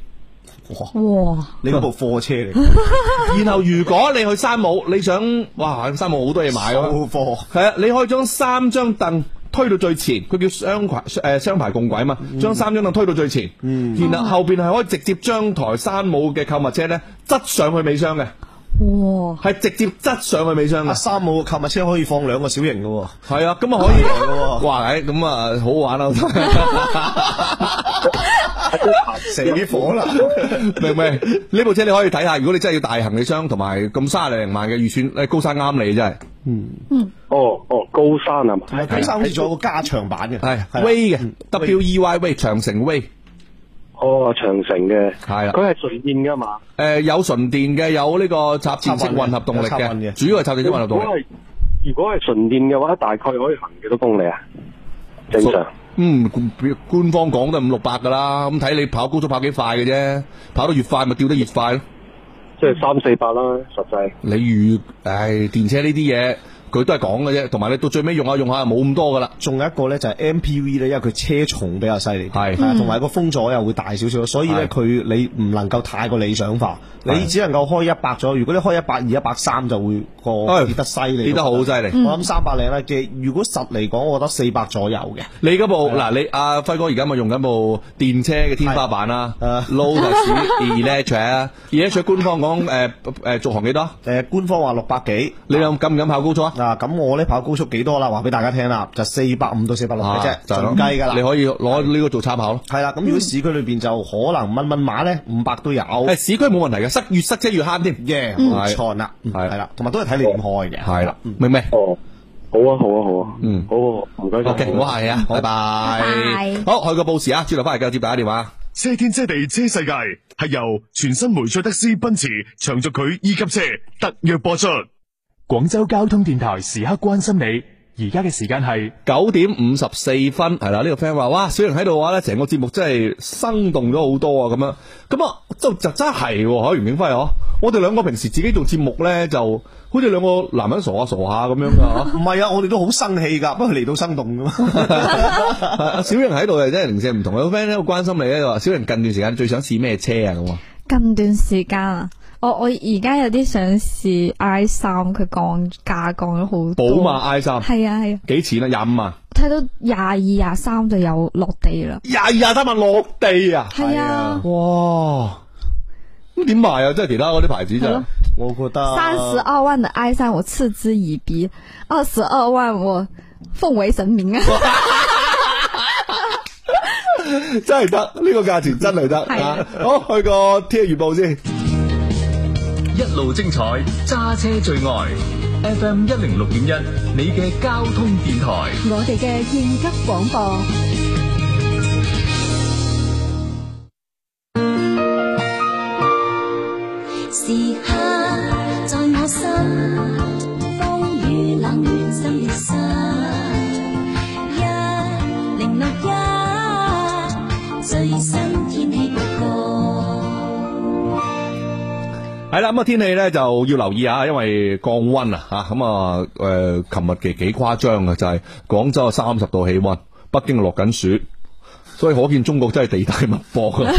Speaker 15: 哇！
Speaker 16: 你嗰部貨車 嚟，
Speaker 14: 然後如果你去山姆，你想哇山姆好多嘢買啊，
Speaker 16: 收貨
Speaker 14: 係啊，你可以將三張凳。推到最前，佢叫雙排誒雙排共軌嘛，將三張凳推到最前，然後後邊係可以直接將台山姆嘅購物車咧擠上去尾箱嘅，
Speaker 15: 哇！
Speaker 14: 係直接擠上去尾箱嘅。
Speaker 16: 三號購物車可以放兩個小型嘅喎。
Speaker 14: 係啊，咁啊可以，哇！誒咁啊好玩啊，
Speaker 16: 死火啦！
Speaker 14: 明唔明？呢部車你可以睇下，如果你真係要大行李箱同埋咁三廿零萬嘅預算，誒高山啱你真係。
Speaker 10: 哦哦，高山啊嘛，
Speaker 16: 係高山好似仲有個加長版嘅，
Speaker 14: 係 Way 嘅 W E Y Way 長城 Way。
Speaker 10: 哦，長城嘅
Speaker 14: 系啦，
Speaker 10: 佢係隨便噶嘛。
Speaker 14: 誒、有純電嘅，有呢個插電式混合動力
Speaker 10: 插混
Speaker 14: 嘅，主要係插電式混合動
Speaker 10: 如果
Speaker 14: 力。
Speaker 10: 係如果係純電嘅話，大概可以行幾多公里啊？正常。
Speaker 14: 嗯，官官方講都係五六百噶啦，咁睇你跑高速跑幾快嘅啫，跑得越快咪掉得越快咯。
Speaker 10: 即係三四百啦，實際。
Speaker 14: 你預，唉，電車呢啲嘢。佢都係講嘅啫，同埋你到最尾用下用下冇咁多噶啦。
Speaker 16: 仲有一個咧就係 MPV 咧，因為佢車重比較犀利，係啊
Speaker 14: 嗯
Speaker 16: 同埋個風阻又會大少少，所以咧佢你唔能夠太過理想化，你只能夠開一百左右。如果你開一百二、一百三就會個
Speaker 14: 哎
Speaker 16: 跌得犀利，
Speaker 14: 跌得好犀利嗯
Speaker 16: 我諗三百零啦嘅，如果實嚟講，我覺得四百左右嘅。
Speaker 14: 你嗰部
Speaker 16: 啊
Speaker 14: 嗱，你阿輝哥而家咪用緊部電車嘅天花板啦，Lotus
Speaker 16: 啊
Speaker 14: Electric 啊，Electric 官方講誒誒續航幾多？
Speaker 16: 誒官方話六百幾，
Speaker 14: 你有敢唔敢跑高速啊？
Speaker 16: 嗱，咁我咧跑高速幾多啦？話俾大家聽啦，就四百五到四百六嘅啫，
Speaker 14: 啊就係咯
Speaker 16: 盡雞㗎啦。
Speaker 14: 你可以攞呢個做參考咯。嗯
Speaker 16: 係啦，咁如果市區裏邊就可能蚊蚊馬咧，五百都有。誒，
Speaker 14: 市區冇問題嘅，塞越塞車越慳添。
Speaker 16: 耶，
Speaker 14: 嗯
Speaker 16: 冇錯啦，係啦，同埋都係睇你點開嘅。
Speaker 14: 係啦，明唔明？
Speaker 10: 哦，好啊，好啊，好啊，
Speaker 14: 嗯，
Speaker 10: 好，唔該晒。
Speaker 14: OK，唔好客氣啊，拜拜。好，去個報時啊，轉頭翻嚟繼續接大家電話。
Speaker 7: 车天车地车世界系由全新梅赛德斯奔驰长轴距 E 级车特约播出。
Speaker 12: 广州交通电台时刻关心你，而家嘅时间系
Speaker 14: 九點五十四分，係啦，呢、個 friend 話：，哇，小瑩喺度嘅話咧，成個節目真係生動咗好多啊！咁樣，咁啊，就就真係喎，嚇袁景輝嗬，我哋兩個平時自己做節目咧，就好似兩個男人傻下傻下咁樣㗎
Speaker 16: 唔係啊，我哋都好生氣㗎，不過嚟到生動㗎嘛。
Speaker 14: 嚇。啊小瑩喺度誒，真係零舍唔同。有個 friend 咧好關心你咧，話小瑩近段時間最想試咩車啊？咁啊，
Speaker 15: 近段時間啊，我我而家有啲想試 I 三，佢降價降咗好多。
Speaker 14: 寶馬 I 三
Speaker 15: 係啊係啊，
Speaker 14: 幾錢啊？廿五萬，
Speaker 15: 睇到廿二廿三就有落地啦。
Speaker 14: 廿二廿三萬落地啊！
Speaker 15: 係啊，
Speaker 14: 哇！咁點賣啊？即係其他嗰啲牌子就
Speaker 15: 係咯，啊
Speaker 16: 我覺得
Speaker 14: 啊
Speaker 15: 三十二万的 i 三我嗤之以鼻，二十二万我奉为神明啊！
Speaker 14: 真係得呢個價錢真係得
Speaker 7: 係
Speaker 14: 啊！好，去個天氣預報先。
Speaker 12: 一路精彩，揸车最爱 FM 一零六点一，你嘅交通电台。
Speaker 19: 我哋嘅應急廣播，
Speaker 17: 時刻在我心，風雨冷暖心亦心。一零六一，最新天氣報告。
Speaker 14: 係啦，咁啊天氣咧就要留意啊，因為降温啊吓，咁啊诶，琴日嘅幾誇張啊，就係廣州三十度氣温，北京落緊雪。所以可見中國真係地大物博啊！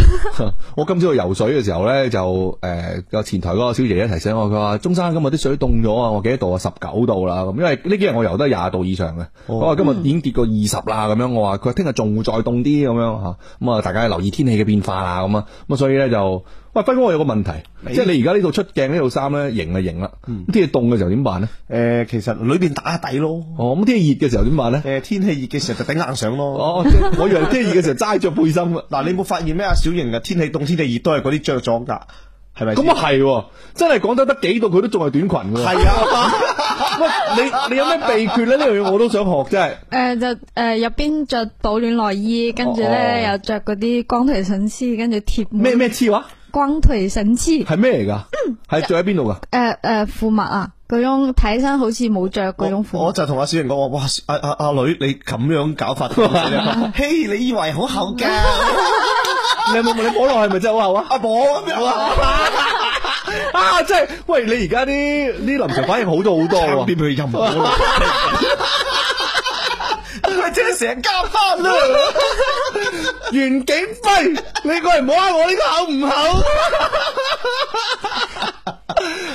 Speaker 14: 我今朝去游水嘅時候咧，就誒有、前台嗰個小姐姐提醒我，佢話：中山今日啲水凍咗啊！我幾多度啊？十九度啦咁，因為呢幾日我游得廿度以上嘅，我話今日已經跌過二十啦咁樣，我話佢話聽日仲會再凍啲咁樣嚇，咁啊大家留意天氣嘅變化啦咁啊，咁啊所以咧就喂輝哥，我有個問題，即係你而家呢度出鏡呢套衫咧型啊就型啦，
Speaker 16: 嗯
Speaker 14: 咁天氣凍嘅時候點辦咧？誒、
Speaker 16: 其實裏邊打下底咯。
Speaker 14: 哦，咁天氣熱嘅時候點辦咧？誒、
Speaker 16: 天氣熱嘅時候就頂硬上咯。
Speaker 14: 哦，即係我以為天氣熱嘅時候齋着背心㗎。
Speaker 16: 嗱，你冇發現咩啊？小型嘅天氣凍、天氣熱都係嗰啲着咗㗎，係咪先？
Speaker 14: 咁啊係喎，真係講得得幾度佢都仲係短裙喎。
Speaker 16: 係啊，
Speaker 14: 喂，你你有咩秘訣咧？呢樣嘢我都想學，真係。
Speaker 15: 诶、就诶、呃入邊着保暖內衣，跟住咧
Speaker 14: 哦哦
Speaker 15: 又着嗰啲光腿神黐，跟住貼滿
Speaker 14: 咩咩黐話？
Speaker 15: 光腿神黐
Speaker 14: 係咩嚟㗎？係着喺邊度㗎？
Speaker 15: 诶诶褲襪啊，嗰種睇起身好似冇着嗰種褲
Speaker 16: 我就同阿小瑩講我哇，阿阿阿女你咁樣搞 法，嘿，你以為好厚㗎？
Speaker 14: 你有冇你摸落係咪真係好厚啊？
Speaker 16: 阿冇咁樣啊！
Speaker 14: 啊，真係，喂，你而家啲啲臨場反應好咗好 多喎。邊
Speaker 16: 去 任啦？咪真係成家翻啦！
Speaker 14: 袁景輝，你過嚟摸下我呢個厚唔厚？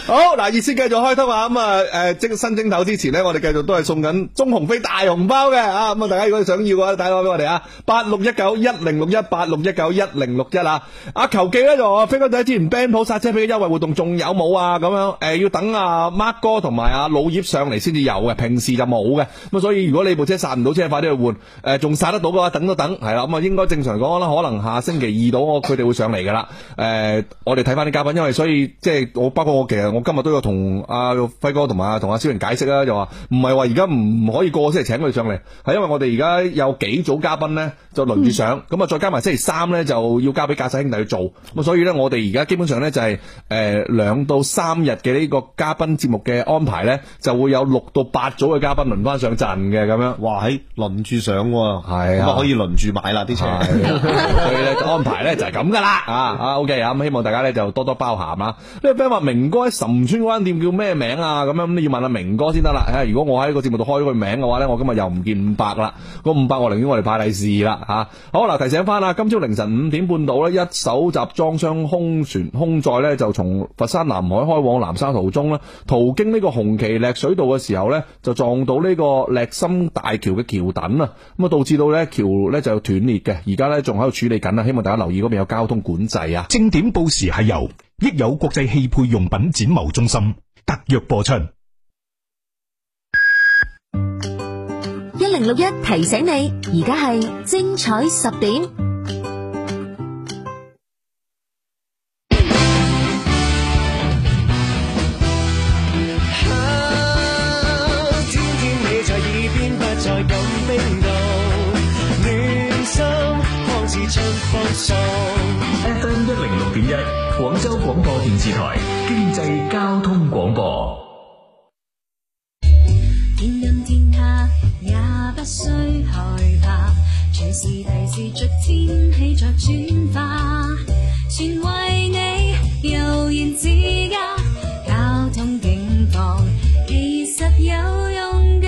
Speaker 14: 好嗱，熱線繼續開通啊！咁啊，誒蒸新蒸頭之前呢，我哋繼續都係送緊中紅飛大紅包嘅啊！咁啊，大家如果想要嘅話，打電話俾我哋啊，八六一九一零六一八六一九一零六一啊！阿球記咧就話飛哥仔之前 band 鋪剎車俾嘅優惠活動仲有冇啊？咁樣誒、要等啊 Mark 哥同埋啊老葉上嚟先至有嘅，平時就冇嘅。咁啊所以如果你部車剎唔到車，快啲去換。誒、仲剎得到嘅話，等都等係啦。咁啊，應該正常講啦，可能下星期二到我佢哋會上嚟㗎啦。誒、我哋睇翻啲嘉賓，因為所以即係我包括我其實我今日都有同阿輝哥同埋阿同阿小瑩解釋啦，就話唔係話而家唔可以個個星期請佢上嚟，係因為我哋而家有幾組嘉賓咧就輪
Speaker 16: 嗯
Speaker 14: 住上，咁啊、再加埋星期三咧就要交俾駕駛兄弟去做，咁啊所以咧我哋而家基本上咧就係誒兩到三日嘅呢個嘉賓節目嘅安排咧，就會有六到八組嘅嘉賓輪翻上陣嘅咁樣。
Speaker 16: 哇！喺輪住上喎，
Speaker 14: 係
Speaker 16: 咁啊
Speaker 14: 啊，
Speaker 16: 可以輪住買啦啲
Speaker 14: 係
Speaker 16: 車。
Speaker 14: 所以咧安排咧就係咁噶啦 啊啊 OK 啊咁希望大家咧就多多包涵啦。呢個 friend 話明哥喺岑村嗰間店叫咩名啊？咁樣要問下明哥先得啦。啊如果我喺個節目度開個名嘅話咧，我今日又唔見五百啦。嗰五百我寧願我哋派利是啦嚇、啊好嗱，提醒翻啦，今朝凌晨五點半到咧，一艘集裝箱空船空載咧就從佛山南海開往南沙途中咧，途經呢個紅旗瀝水道嘅時候咧，就撞到呢個瀝心大橋嘅橋墩啊，咁啊導致到咧橋咧就斷裂嘅，而家咧仲喺度處理緊啊啦，希望大家留意嗰邊有交通管制啊。
Speaker 20: 正点报时系由益友国际汽配用品展贸中心特约播出。
Speaker 1: 一零六一提醒你，而家系精彩十点。
Speaker 4: 天天你在耳邊，不再感冰凍，暖心仿似春風送。
Speaker 12: FM 一零六點一，廣州廣播電視台經濟交通廣播。
Speaker 17: 天陰天黑也不需害怕，隨時提示着天氣在轉化，全為你悠然自家。交通警況其實有用㗎。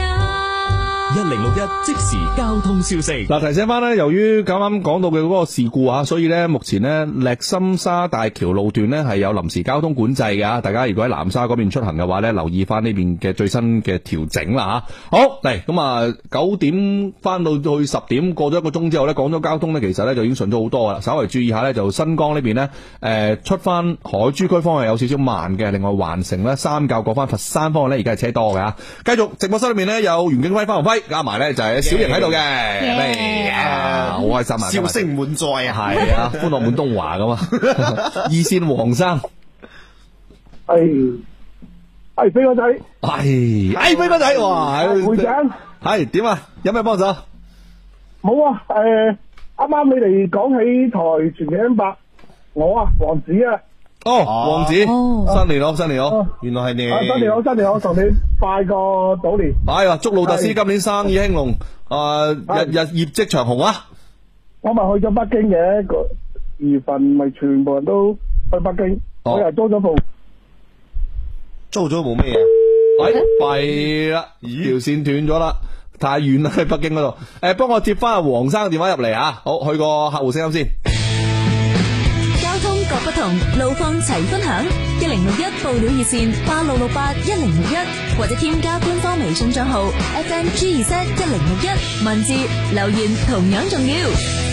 Speaker 3: 一零六一即时交通消息。
Speaker 14: 嗱，提醒翻咧，由於啱啱講到嘅嗰個事故啊，所以咧目前呢，瀝心沙大橋路段呢係有臨時交通管制嘅啊，大家如果喺南沙嗰邊出行嘅話咧，留意翻呢邊嘅最新嘅調整啦吓。好，嚟咁啊，九點翻到去十點過咗一個鐘之後咧，廣州交通呢其實咧就已經順咗好多噶啦，稍微注意下咧就新疆呢邊呢，誒、呃出翻海珠區方向有少少慢嘅，另外環城咧三滘過翻佛山方向咧而家係車多嘅啊。繼續直播室裏面呢，有袁景輝、方鴻輝加埋咧就係小瑩喺度嘅。咩啊好開心啊！
Speaker 16: 笑聲滿載啊！
Speaker 14: 系啊，歡樂滿東 華噶嘛，二線黃生，
Speaker 22: 系系飞哥仔，
Speaker 14: 系哎飛哥仔，哇，
Speaker 22: 會長
Speaker 14: 係點啊？有咩幫手？
Speaker 22: 冇啊！诶、啱啱你哋講起台全景白，我啊，王子啊，
Speaker 14: 哦，王子，
Speaker 22: 哦
Speaker 14: 新年好，新年好，原來係你
Speaker 22: 啊，新年好，新年好，同你拜個早年，
Speaker 14: 哎呀，祝路特斯
Speaker 22: 係
Speaker 14: 今年生意興隆，啊，日日業績長虹啊！
Speaker 22: 我咪去咗北京嘅，個二月份咪全部人都去北京，
Speaker 14: 哦
Speaker 22: 我又租咗部，
Speaker 16: 租咗冇咩嘢。
Speaker 14: 哎，弊啦，條線斷咗啦，太遠啦，喺北京嗰度。诶，幫我接翻阿黃生嘅電話入嚟啊！好，去個客户聲音先。
Speaker 1: 交通各不同，路況齊分享。一零六一報料熱線八六六八一零六一，或者添加官方微信帳號 FMG 二七一零六一，文字留言同樣重要。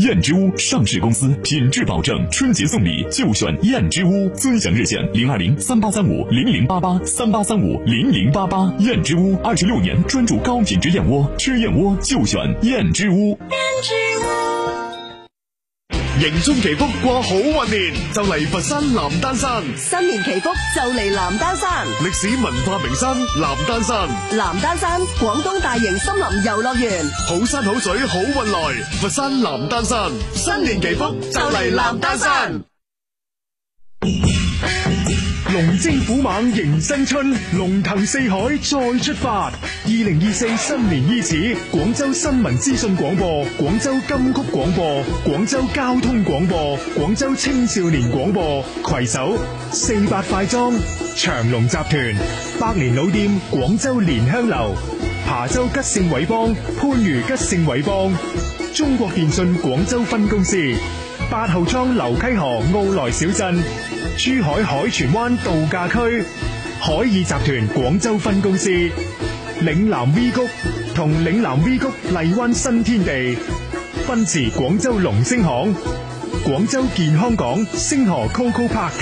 Speaker 6: 燕之屋上市公司，品质保证，春节送礼就选燕之屋，尊享热线零二零三八三五零零八八三八三五零零八八。燕之屋二十六年专注高品质燕窝，吃燕窝就选燕之屋。
Speaker 7: 迎春祈福過好運年，就嚟佛山南丹山，
Speaker 13: 新年祈福就嚟南丹山，
Speaker 7: 歷史文化名山南丹山，
Speaker 13: 南丹山廣東大型森林遊樂園，
Speaker 7: 好山好水好運來，佛山南丹山，新年祈福就嚟南丹山。
Speaker 9: 龍精虎猛迎新春，龍騰四海再出發。二零二四新年伊始，廣州新聞資訊廣播、廣州金曲廣播、廣州交通廣播、廣州青少年廣播攜手四百快裝、長隆集團、百年老店廣州蓮香樓、琶洲吉盛偉邦、番禺吉盛偉邦、中國電信廣州分公司。八號倉流溪河奧萊小鎮、珠海海泉灣度假區、海爾集團廣州分公司、嶺南 V 谷同嶺南 V 谷荔灣新天地、奔馳廣州龍星行、廣州健康港星河 CoCo Park，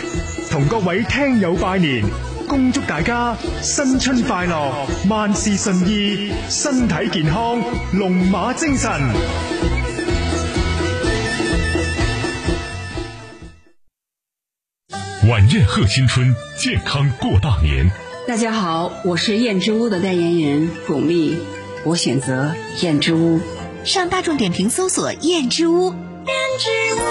Speaker 9: 同各位聽友拜年。恭祝大家新春快樂，萬事順意，身體健康，龍馬精神。
Speaker 11: 晚宴贺新春，健康过大年。
Speaker 18: 大家好，我是燕之屋的代言人巩俐，我选择燕之屋。
Speaker 21: 上大众点评搜索“燕之屋”。燕之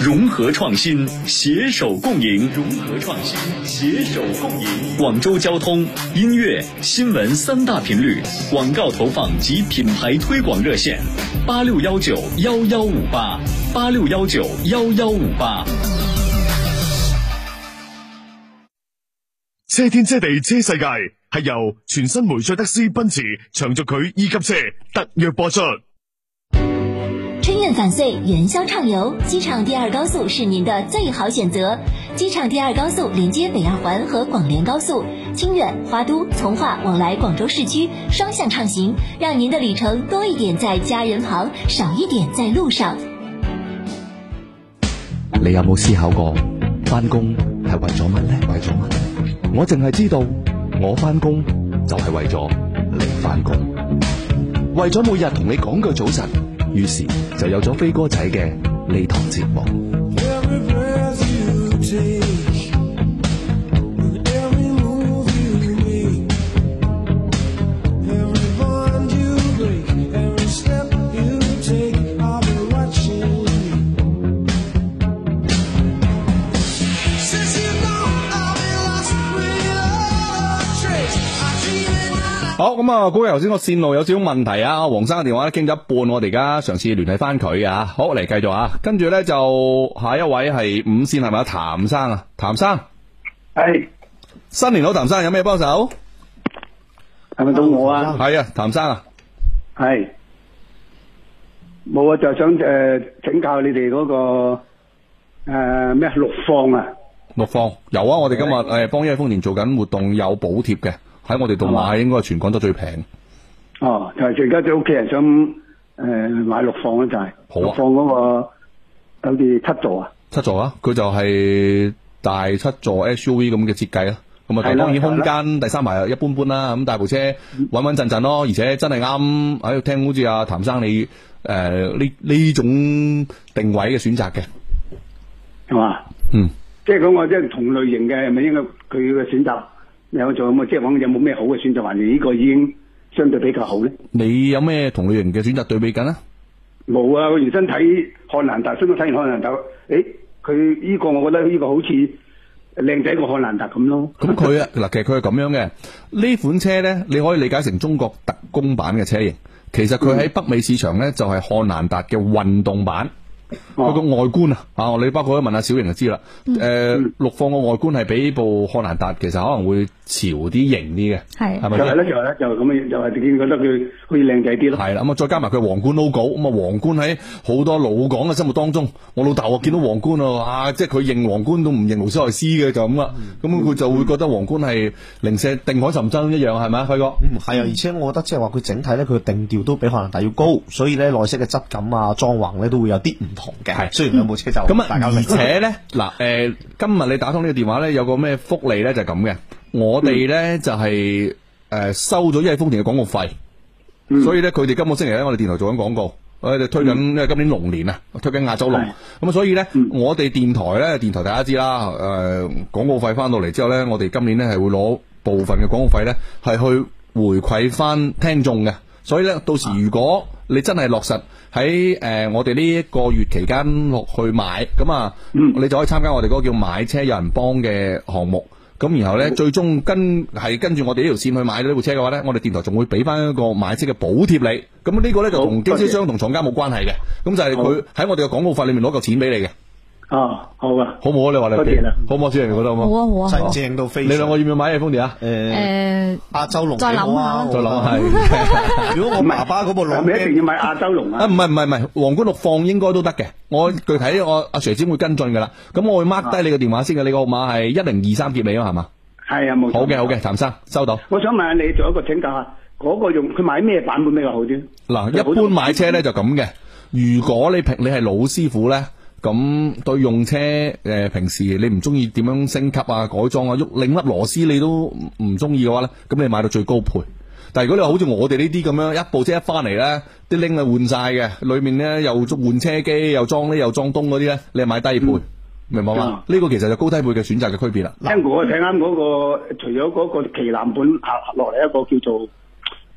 Speaker 3: 融合创新，携手共赢。融合创新，携手共赢。广州交通音乐、新闻三大频率广告投放及品牌推广热线：八六幺九幺幺五八，八六幺九幺幺五八。
Speaker 7: 车天车地车世界系由全新梅赛德斯奔驰长轴距 E 级车特约播出。
Speaker 1: 春运返穗，元宵畅游，机场第二高速是您的最好选择。机场第二高速连接北二环和广联高速，清远、花都、从化往来广州市区双向畅行，让您的里程多一点在家人旁，少一点在路上。
Speaker 23: 你有冇思考過翻工係為咗乜呢？為咗乜？我淨係知道我翻工就係為咗你翻工，為咗每日同你講句早晨，於是就有咗飛哥仔嘅呢堂節目。
Speaker 4: Every breath you take, with every move you make, every bond you break, every step you take, I'll be watching you. Since you know I'll be lost without a trace, I dream it out.
Speaker 14: 好咁啊，高人頭先個線路有少少問題啊，黃生嘅電話咧傾咗一半，我哋而家嘗試聯繫翻佢啊。好，嚟繼續啊，跟住咧就下一位係五線係咪啊？譚生啊，譚生，
Speaker 23: 係
Speaker 14: 新年好，譚生有咩幫手？
Speaker 23: 係咪到我啊？
Speaker 14: 係啊，譚生啊，
Speaker 23: 係冇啊，就想誒、呃請教你哋嗰、個呃咩、六方啊，
Speaker 14: 陸放有啊，我哋今日誒幫一豐田做緊活動，有補貼嘅，喺我哋度買應該係全港都最平。
Speaker 23: 哦，就係而家啲屋企人想誒、呃、買六方咧，就係、六
Speaker 14: 啊
Speaker 23: 放嗰、個好似七座啊，
Speaker 14: 七座啊，佢就係大七座 SUV 咁嘅設計啦。咁啊，
Speaker 23: 係啦嗯
Speaker 14: 當然
Speaker 23: 係
Speaker 14: 空
Speaker 23: 啦
Speaker 14: 間第三排一般般啦。咁但係部車穩穩陣陣咯，而且真係啱喺度聽，好似阿譚生你誒呢呢種定位嘅選擇嘅。
Speaker 23: 係嘛？
Speaker 14: 嗯，
Speaker 23: 即係講我即係同類型嘅，係咪應該佢嘅選擇有做咁啊？即係講有冇咩好嘅選擇，還是呢個已經相對比較好咧？
Speaker 14: 你有咩同類型嘅選擇對比緊啊？
Speaker 23: 冇啊！我原身睇漢蘭達，雖然我睇完漢蘭達，誒佢呢個我覺得呢個好似靚仔過漢蘭達咁咯。
Speaker 14: 咁佢啊，嗱，其實佢係咁樣嘅。呢款車呢，你可以理解成中國特供版嘅車型。其實佢喺北美市場呢，就係漢蘭達嘅運動版。佢個外觀啊，啊，你包括問下小瑩就知啦。誒、陸放個外觀係比部漢蘭達其實可能會潮啲、型啲嘅，
Speaker 23: 係
Speaker 14: 係咪
Speaker 23: 就係咧，就係咧，就係咁樣，就係見覺得佢好似靚仔啲咯。
Speaker 14: 係啦，咁啊再加埋佢皇冠 logo，咁啊皇冠喺好多老港嘅心目當中，我老豆啊見到皇冠啊，哇！即係佢認皇冠都唔認勞斯萊斯嘅就咁啦，咁佢就會覺得皇冠係零舍定海神針一樣係咪啊，輝哥？
Speaker 16: 嗯，係啊，而且我覺得即係話佢整體咧，佢嘅定調都比可能大要高，所以咧內飾嘅質感啊、裝潢咧都會有啲唔同嘅。係，雖然兩部車就
Speaker 14: 咁
Speaker 16: 大家
Speaker 14: 啊， 而且咧，嗱，誒，今日你打通呢個電話咧，有個咩福利咧就係咁嘅，我哋咧就係誒收咗一汽豐田嘅廣告費，所以咧佢哋今個星期咧，我哋電台做緊廣告。我哋推緊，因為今年龍年啊，推緊亞洲龍，咁啊所以咧，我哋電台咧，電台大家知啦，誒、廣告費翻到嚟之後咧，我哋今年咧係會攞部分嘅廣告費咧，係去回饋翻聽眾嘅。所以咧，到時如果你真係落實喺誒、呃我哋呢一個月期間落去買，咁啊，你就可以參加我哋嗰個叫買車有人幫嘅項目。咁然後
Speaker 23: 嗯
Speaker 14: 咧，最終跟係跟住我哋呢條線去買呢部車嘅話咧，我哋電台仲會俾翻一個買車嘅補貼你。咁呢個咧就同經銷商同廠家冇關係嘅，咁就係佢喺我哋嘅廣告費裏面攞嚿錢俾你嘅。
Speaker 23: 啊，好啊，
Speaker 14: 好唔好啊？你話你
Speaker 23: 多謝啦，
Speaker 14: 好唔好？主持人覺得好唔好？
Speaker 15: 好啊好啊好啊
Speaker 16: 正到飛。
Speaker 14: 你兩個要唔要買嘢豐田啊？
Speaker 16: 誒，
Speaker 15: 诶，
Speaker 16: 亞洲龍啊
Speaker 15: 再諗下。
Speaker 14: 再諗下。
Speaker 16: 如果我爸爸嗰部
Speaker 23: 係咪一定要買亞洲龍啊？
Speaker 14: 啊，唔係唔係唔係，皇冠六放應該都得嘅。我具體我阿 Sir 先會跟進㗎啦。咁我會 mark 低你個電話先嘅，你個號碼係一零二三結尾啊嘛，係嘛？
Speaker 23: 係啊，冇錯。
Speaker 14: 好嘅好嘅，譚生收到。
Speaker 23: 我想問下你做一個請教下，嗰個用佢買咩版本比較好啲？
Speaker 14: 嗱，一般買車咧就咁嘅。如果你平你係老師傅咧，咁對用車誒、呃平時你唔中意點樣升級啊、改裝啊、喐擰粒螺絲你都唔唔中意嘅話咧，咁你買到最高配。但係如果你好似我哋呢啲咁樣一部車一翻嚟咧，啲拎啊換晒嘅，裏面咧又換車機，又裝呢又裝東嗰啲咧，你係買低配，明白嘛？呢個其實就高低配嘅選擇嘅區別啦。
Speaker 26: 聽我睇啱嗰個，除咗嗰個旗艦本下落嚟一個叫做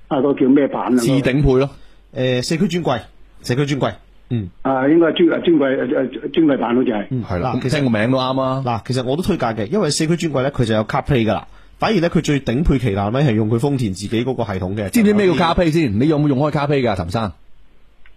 Speaker 26: 啊個叫咩版啊？
Speaker 14: 置頂配咯，
Speaker 16: 誒社區專櫃，社區專櫃。嗯，
Speaker 26: 啊，應該係專專櫃誒專櫃版好似係，
Speaker 14: 係
Speaker 16: 嗱，其實個
Speaker 14: 名都啱啊。
Speaker 16: 嗱，其實我都推介嘅，因為四驅專櫃咧，佢就有 CarPlay 噶啦。反而咧，佢最頂配旗艦咧係用佢豐田自己嗰個系統嘅。
Speaker 14: 知唔知咩叫 CarPlay 先？你有冇用開 CarPlay 㗎，譚生？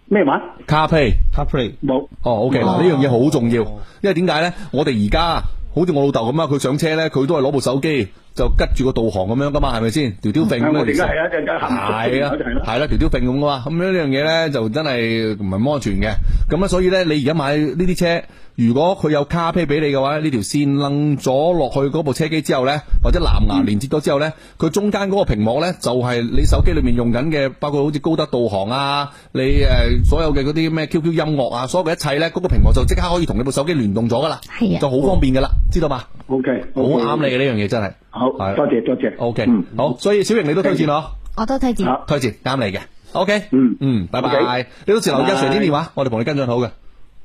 Speaker 26: 咩話
Speaker 14: ？CarPlay，CarPlay
Speaker 26: 冇。
Speaker 14: 哦，OK 嗱，呢樣嘢好重要，因為點解咧？我哋而家好似我老豆咁啊，佢上車咧，佢都係攞部手機就吉住個導航咁樣噶嘛，係咪先？條條揈咁
Speaker 26: 啊
Speaker 14: 樣
Speaker 26: 我哋而家
Speaker 14: 其實
Speaker 26: 係啊陣間行
Speaker 14: 係啊，係啦，條條揈咁噶嘛。咁樣呢樣嘢咧就真係唔係咁安全嘅。咁啊，所以咧，你而家買呢啲車，如果佢有卡 pay 俾你嘅話咧，呢條線楞咗落去嗰部車機之後咧，或者藍牙連接咗之後咧，佢中間嗰個屏幕咧就係、你手機裏面用緊嘅，包括好似高德導航啊，你誒、呃所有嘅嗰啲咩 QQ 音樂啊，所有嘅一切咧，嗰、個屏幕就即刻可以同你部手機聯動咗噶啦，
Speaker 26: 係啊
Speaker 14: 就好方便噶啦，知道嘛？
Speaker 26: OK，
Speaker 14: 好啱你嘅呢樣嘢真係。
Speaker 26: 好，多謝多謝。
Speaker 14: OK，好，所以小瑩你都推薦我。
Speaker 15: 我都推薦。
Speaker 14: 嗯推薦啱你嘅。OK，嗯嗯，拜拜
Speaker 15: OK。
Speaker 14: 你到時留意
Speaker 15: 拜拜
Speaker 14: Sir 啲電話，我哋同你跟進好嘅。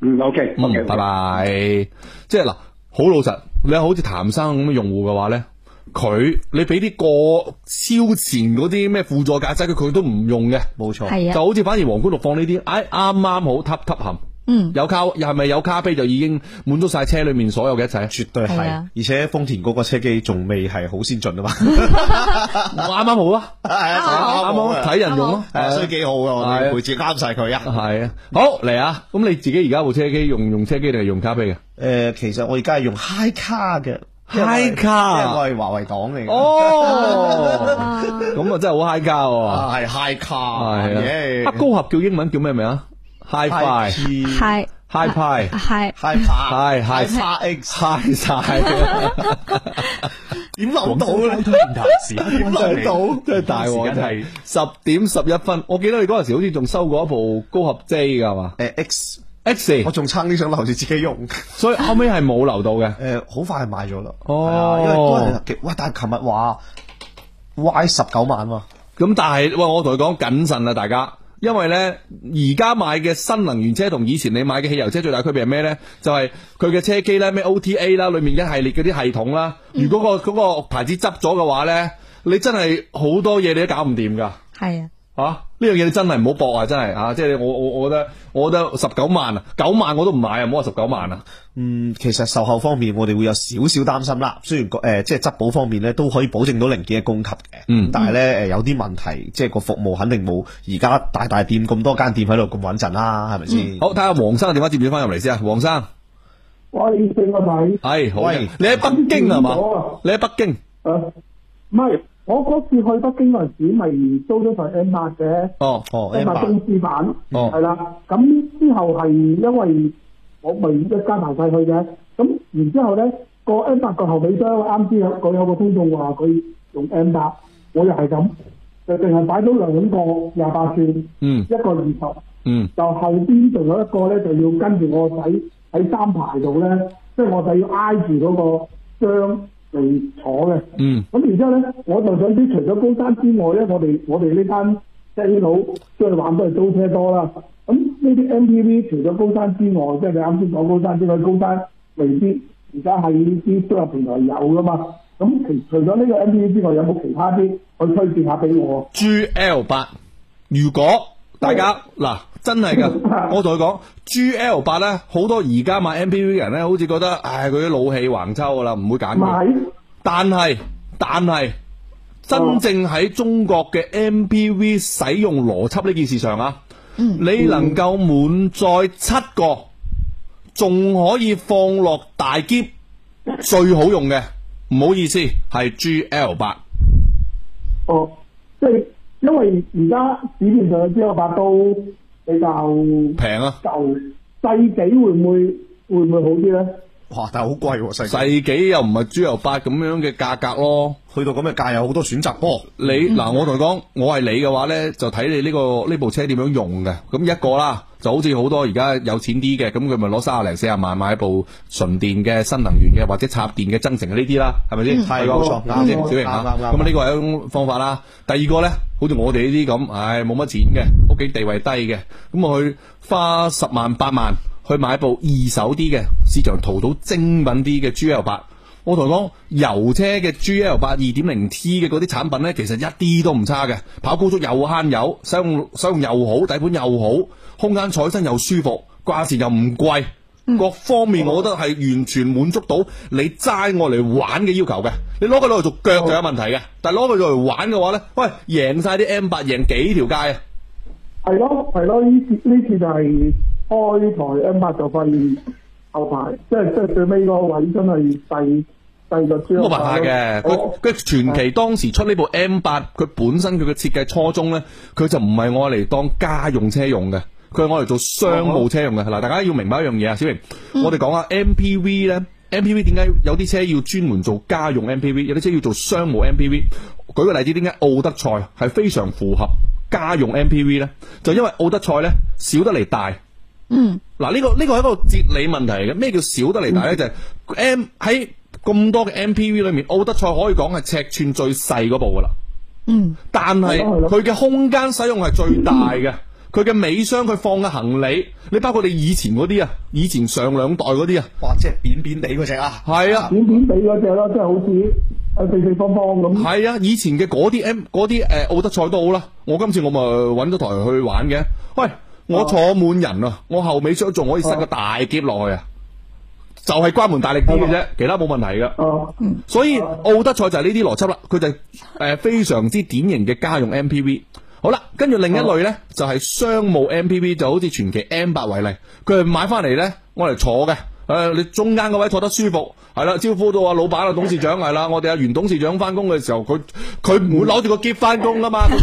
Speaker 26: 嗯，OK，
Speaker 14: 嗯，拜拜。即係嗱，好老實，你好似譚生咁嘅用戶嘅話咧，佢你俾啲過超前嗰啲咩輔助駕駛，佢佢都唔用嘅，冇
Speaker 15: 錯係啊
Speaker 14: 就好似反而皇冠陸放呢啲，哎啱啱好揼揼冚。
Speaker 15: 嗯，
Speaker 14: 有卡又係咪有卡啤就已經滿足晒車裏面所有嘅一切？
Speaker 16: 絕對
Speaker 15: 係啊
Speaker 16: 而且豐田嗰個車機仲未係好先進啊嘛，
Speaker 14: 啱啱好啊，
Speaker 16: 係
Speaker 14: 啱啱好 睇人用咯
Speaker 16: 係啊所以幾好啊，我
Speaker 14: 係
Speaker 16: 哋
Speaker 14: 啊
Speaker 16: 配置啱晒佢啊。
Speaker 14: 係啊，好嚟啊！咁你自己而家部車機用用車機定係用卡啤嘅？
Speaker 16: 誒，其實我而家係用 Hi 卡嘅
Speaker 14: Hi 卡
Speaker 16: 因為我係華為黨嚟嘅。
Speaker 14: 哦，咁啊真係好 high 價喎，
Speaker 16: 啊係 high 卡，
Speaker 14: 啊係
Speaker 16: 耶
Speaker 14: 啊，啊高合叫英文叫咩名啊？High
Speaker 16: Hi
Speaker 14: five。
Speaker 15: 係
Speaker 14: Hi Pi，
Speaker 15: 係
Speaker 16: Hi Pi，
Speaker 14: 係
Speaker 16: Hi Pi
Speaker 14: X，Hi 晒，
Speaker 16: 點諗到咧？點諗到？
Speaker 14: 真係大鑊，真係十點十一分。我記得你嗰陣時好似仲收過一部高合 J 㗎係嘛？
Speaker 16: 誒 X
Speaker 14: X，
Speaker 16: 我仲差啲想留住自己用，
Speaker 14: 所以後尾係冇留到嘅。
Speaker 16: 誒，好快買咗啦。係啊因為嗰
Speaker 14: 哦
Speaker 16: 日，其哇！但係琴日話 Y 十九萬喎。
Speaker 14: 咁但係，喂，我同佢講謹慎啦，大家，因為呢，而家買嘅新能源車同以前你買嘅汽油車最大區別係咩呢？就係佢嘅車機呢，咩 OTA 啦，裏面一系列嗰啲系統啦，
Speaker 16: 嗯
Speaker 14: 如果、個嗰、個牌子執咗嘅話呢，你真係好多嘢你都搞唔掂㗎。
Speaker 15: 係啊，
Speaker 14: 啊！呢樣嘢你真係唔好搏啊！真係啊！即係我我我覺得，我覺得十九萬啊，九萬我都唔買啊！唔好話十九萬啊！
Speaker 16: 嗯，其實售後方面我哋會有少少擔心啦。雖然個誒、呃即係質保方面咧都可以保證到零件嘅供給嘅，
Speaker 14: 嗯
Speaker 16: 但係咧誒有啲問題，即係個服務肯定冇而家大大店咁多間店喺度咁穩陣啦，係咪先？
Speaker 14: 好，睇下黃生嘅電話接唔接翻入嚟先啊！黃生，
Speaker 22: 我你四個仔，
Speaker 14: 係好嘅
Speaker 22: 喂
Speaker 14: 你喺北京係嘛
Speaker 22: 見咗啊？
Speaker 14: 你喺北京，
Speaker 22: 誒啊唔係，我嗰次去北京嗰陣時，咪租咗台 M 八嘅。
Speaker 14: 哦
Speaker 16: 哦
Speaker 22: 即係買公司版，
Speaker 14: 哦
Speaker 22: 係啦。咁之後係因為我咪一加埋晒佢嘅，咁然之後咧個 M 八個後尾箱啱先有個有個聽眾話佢用 M 八，我又係咁，就淨係擺到兩個廿八寸，
Speaker 14: 嗯
Speaker 22: 一個二十，
Speaker 14: 嗯
Speaker 22: 就後邊仲有一個咧就要跟住我仔喺三排度咧，即係我仔要挨住嗰個箱嚟坐嘅。
Speaker 14: 嗯
Speaker 22: 咁然之後咧，我就想知除咗高山之外咧，我哋我哋呢班車佬出去玩都係租車多啦。咁呢啲 MPV 除咗高山之外，即係你啱先講高山之外，高山未必而家喺啲租入平台有噶嘛。咁其除咗呢個 MPV 之外，有冇其他啲可以推薦下俾我？
Speaker 14: G L 八，如果大家嗱真係噶，我同佢講 G L 八咧，好多而家買 M P V 嘅人咧，好似覺得唉佢啲老氣橫秋噶啦，唔會揀佢。但係但係真正喺中國嘅 M P V 使用邏輯呢件事上啊，你能夠滿載七個，仲可以放落大箧，最好用嘅，唔好意思係 G L 八。
Speaker 22: 哦，即係因為而家市面上嘅 G 八都比較
Speaker 14: 平啊，
Speaker 22: 舊細幾會唔會會唔會好啲咧？
Speaker 16: 哇！但係好貴喎，世
Speaker 14: 世紀又唔係豬油八咁樣嘅價格咯，
Speaker 16: 去到咁嘅價有好多選擇噃。
Speaker 14: 你嗱，我同你講，我係你嘅話呢，就睇你呢個呢部車點樣用嘅。咁一個啦，就好似好多而家有錢啲嘅，咁佢咪攞三廿零四廿萬買一部純電嘅新能源嘅或者插電嘅增程嘅呢啲啦，係咪先？
Speaker 16: 嗯係冇錯
Speaker 14: 啱先，
Speaker 16: 啱
Speaker 14: 小明啊
Speaker 16: 啱啱啱
Speaker 14: 咁呢個係一種方法啦。第二個呢，好似我哋呢啲咁，唉，冇乜錢嘅，屋企地位低嘅，咁我去花十萬八萬去買部二手啲嘅，市場淘到精品啲嘅 G L 八。我同你講，油車嘅 G L 八二點零 T 嘅嗰啲產品呢，其實一啲都唔差嘅，跑高速又慳油，使用使用又好，底盤又好，空間坐起身又舒服，價錢又唔貴。各方面我覺得係完全滿足到你齋我嚟玩嘅要求嘅，你攞佢攞嚟做腳就有問題嘅，但係攞佢攞嚟玩嘅話呢，喂，贏晒啲 M 八，贏幾條街啊！
Speaker 22: 係咯係咯，呢次呢次就係開台 M 八就發現後排，即係即係最尾嗰個位真係細細個
Speaker 14: 咁
Speaker 22: 豬
Speaker 14: 冇辦法啊嘅，
Speaker 22: 哦
Speaker 14: 佢佢傳奇當時出呢部 M 八，佢本身佢嘅設計初衷呢，佢就唔係我嚟當家用車用嘅，佢係我嚟做商務車用嘅。嗱，大家要明白一樣嘢啊，小明，我哋講下 MPV 呢 m p v 點解有啲車要專門做家用 MPV，有啲車要做商務 MPV？舉個例子，點解奧德賽係非常符合家用 MPV 呢？就因為奧德賽呢，少得嚟大。
Speaker 15: 嗯，
Speaker 14: 嗱，呢、個呢、個係一個哲理問題嚟嘅。咩叫少得
Speaker 16: 嗯
Speaker 14: 嚟大咧？就係 M 喺咁多嘅 MPV 裏面，奧德賽可以講係尺寸最細嗰部噶啦。
Speaker 15: 嗯，
Speaker 14: 但係
Speaker 16: 哦
Speaker 14: 佢嘅空間使用係最大嘅。佢嘅尾箱，佢放嘅行李，你包括你以前嗰啲啊，以前上兩代嗰啲啊，
Speaker 16: 哇，即係扁扁地嗰只啊，
Speaker 14: 係啊，
Speaker 22: 扁扁地嗰只咯，即係好似誒四四方方咁。
Speaker 14: 係啊，以前嘅嗰啲 M 嗰啲誒奧德賽都好啦，我今次我咪揾咗台去玩嘅。喂，我坐滿人啊，我後尾箱仲可以塞個大箧落去啊，就係、關門大力啲嘅啫，其他冇問題
Speaker 22: 噶。
Speaker 14: 所以奧德賽就係呢啲邏輯啦，佢就係誒非常之典型嘅家用 MPV。好啦，跟住另一類呢，就係、商務 MPV，就好似傳奇 M 八為例，佢係買翻嚟呢，我嚟坐嘅。誒、你中間嗰位坐得舒服，係啦，招呼到阿老闆啊、董事長係啦，我哋阿袁董事長翻工嘅時候，佢佢唔會攞住個箧翻工噶嘛，佢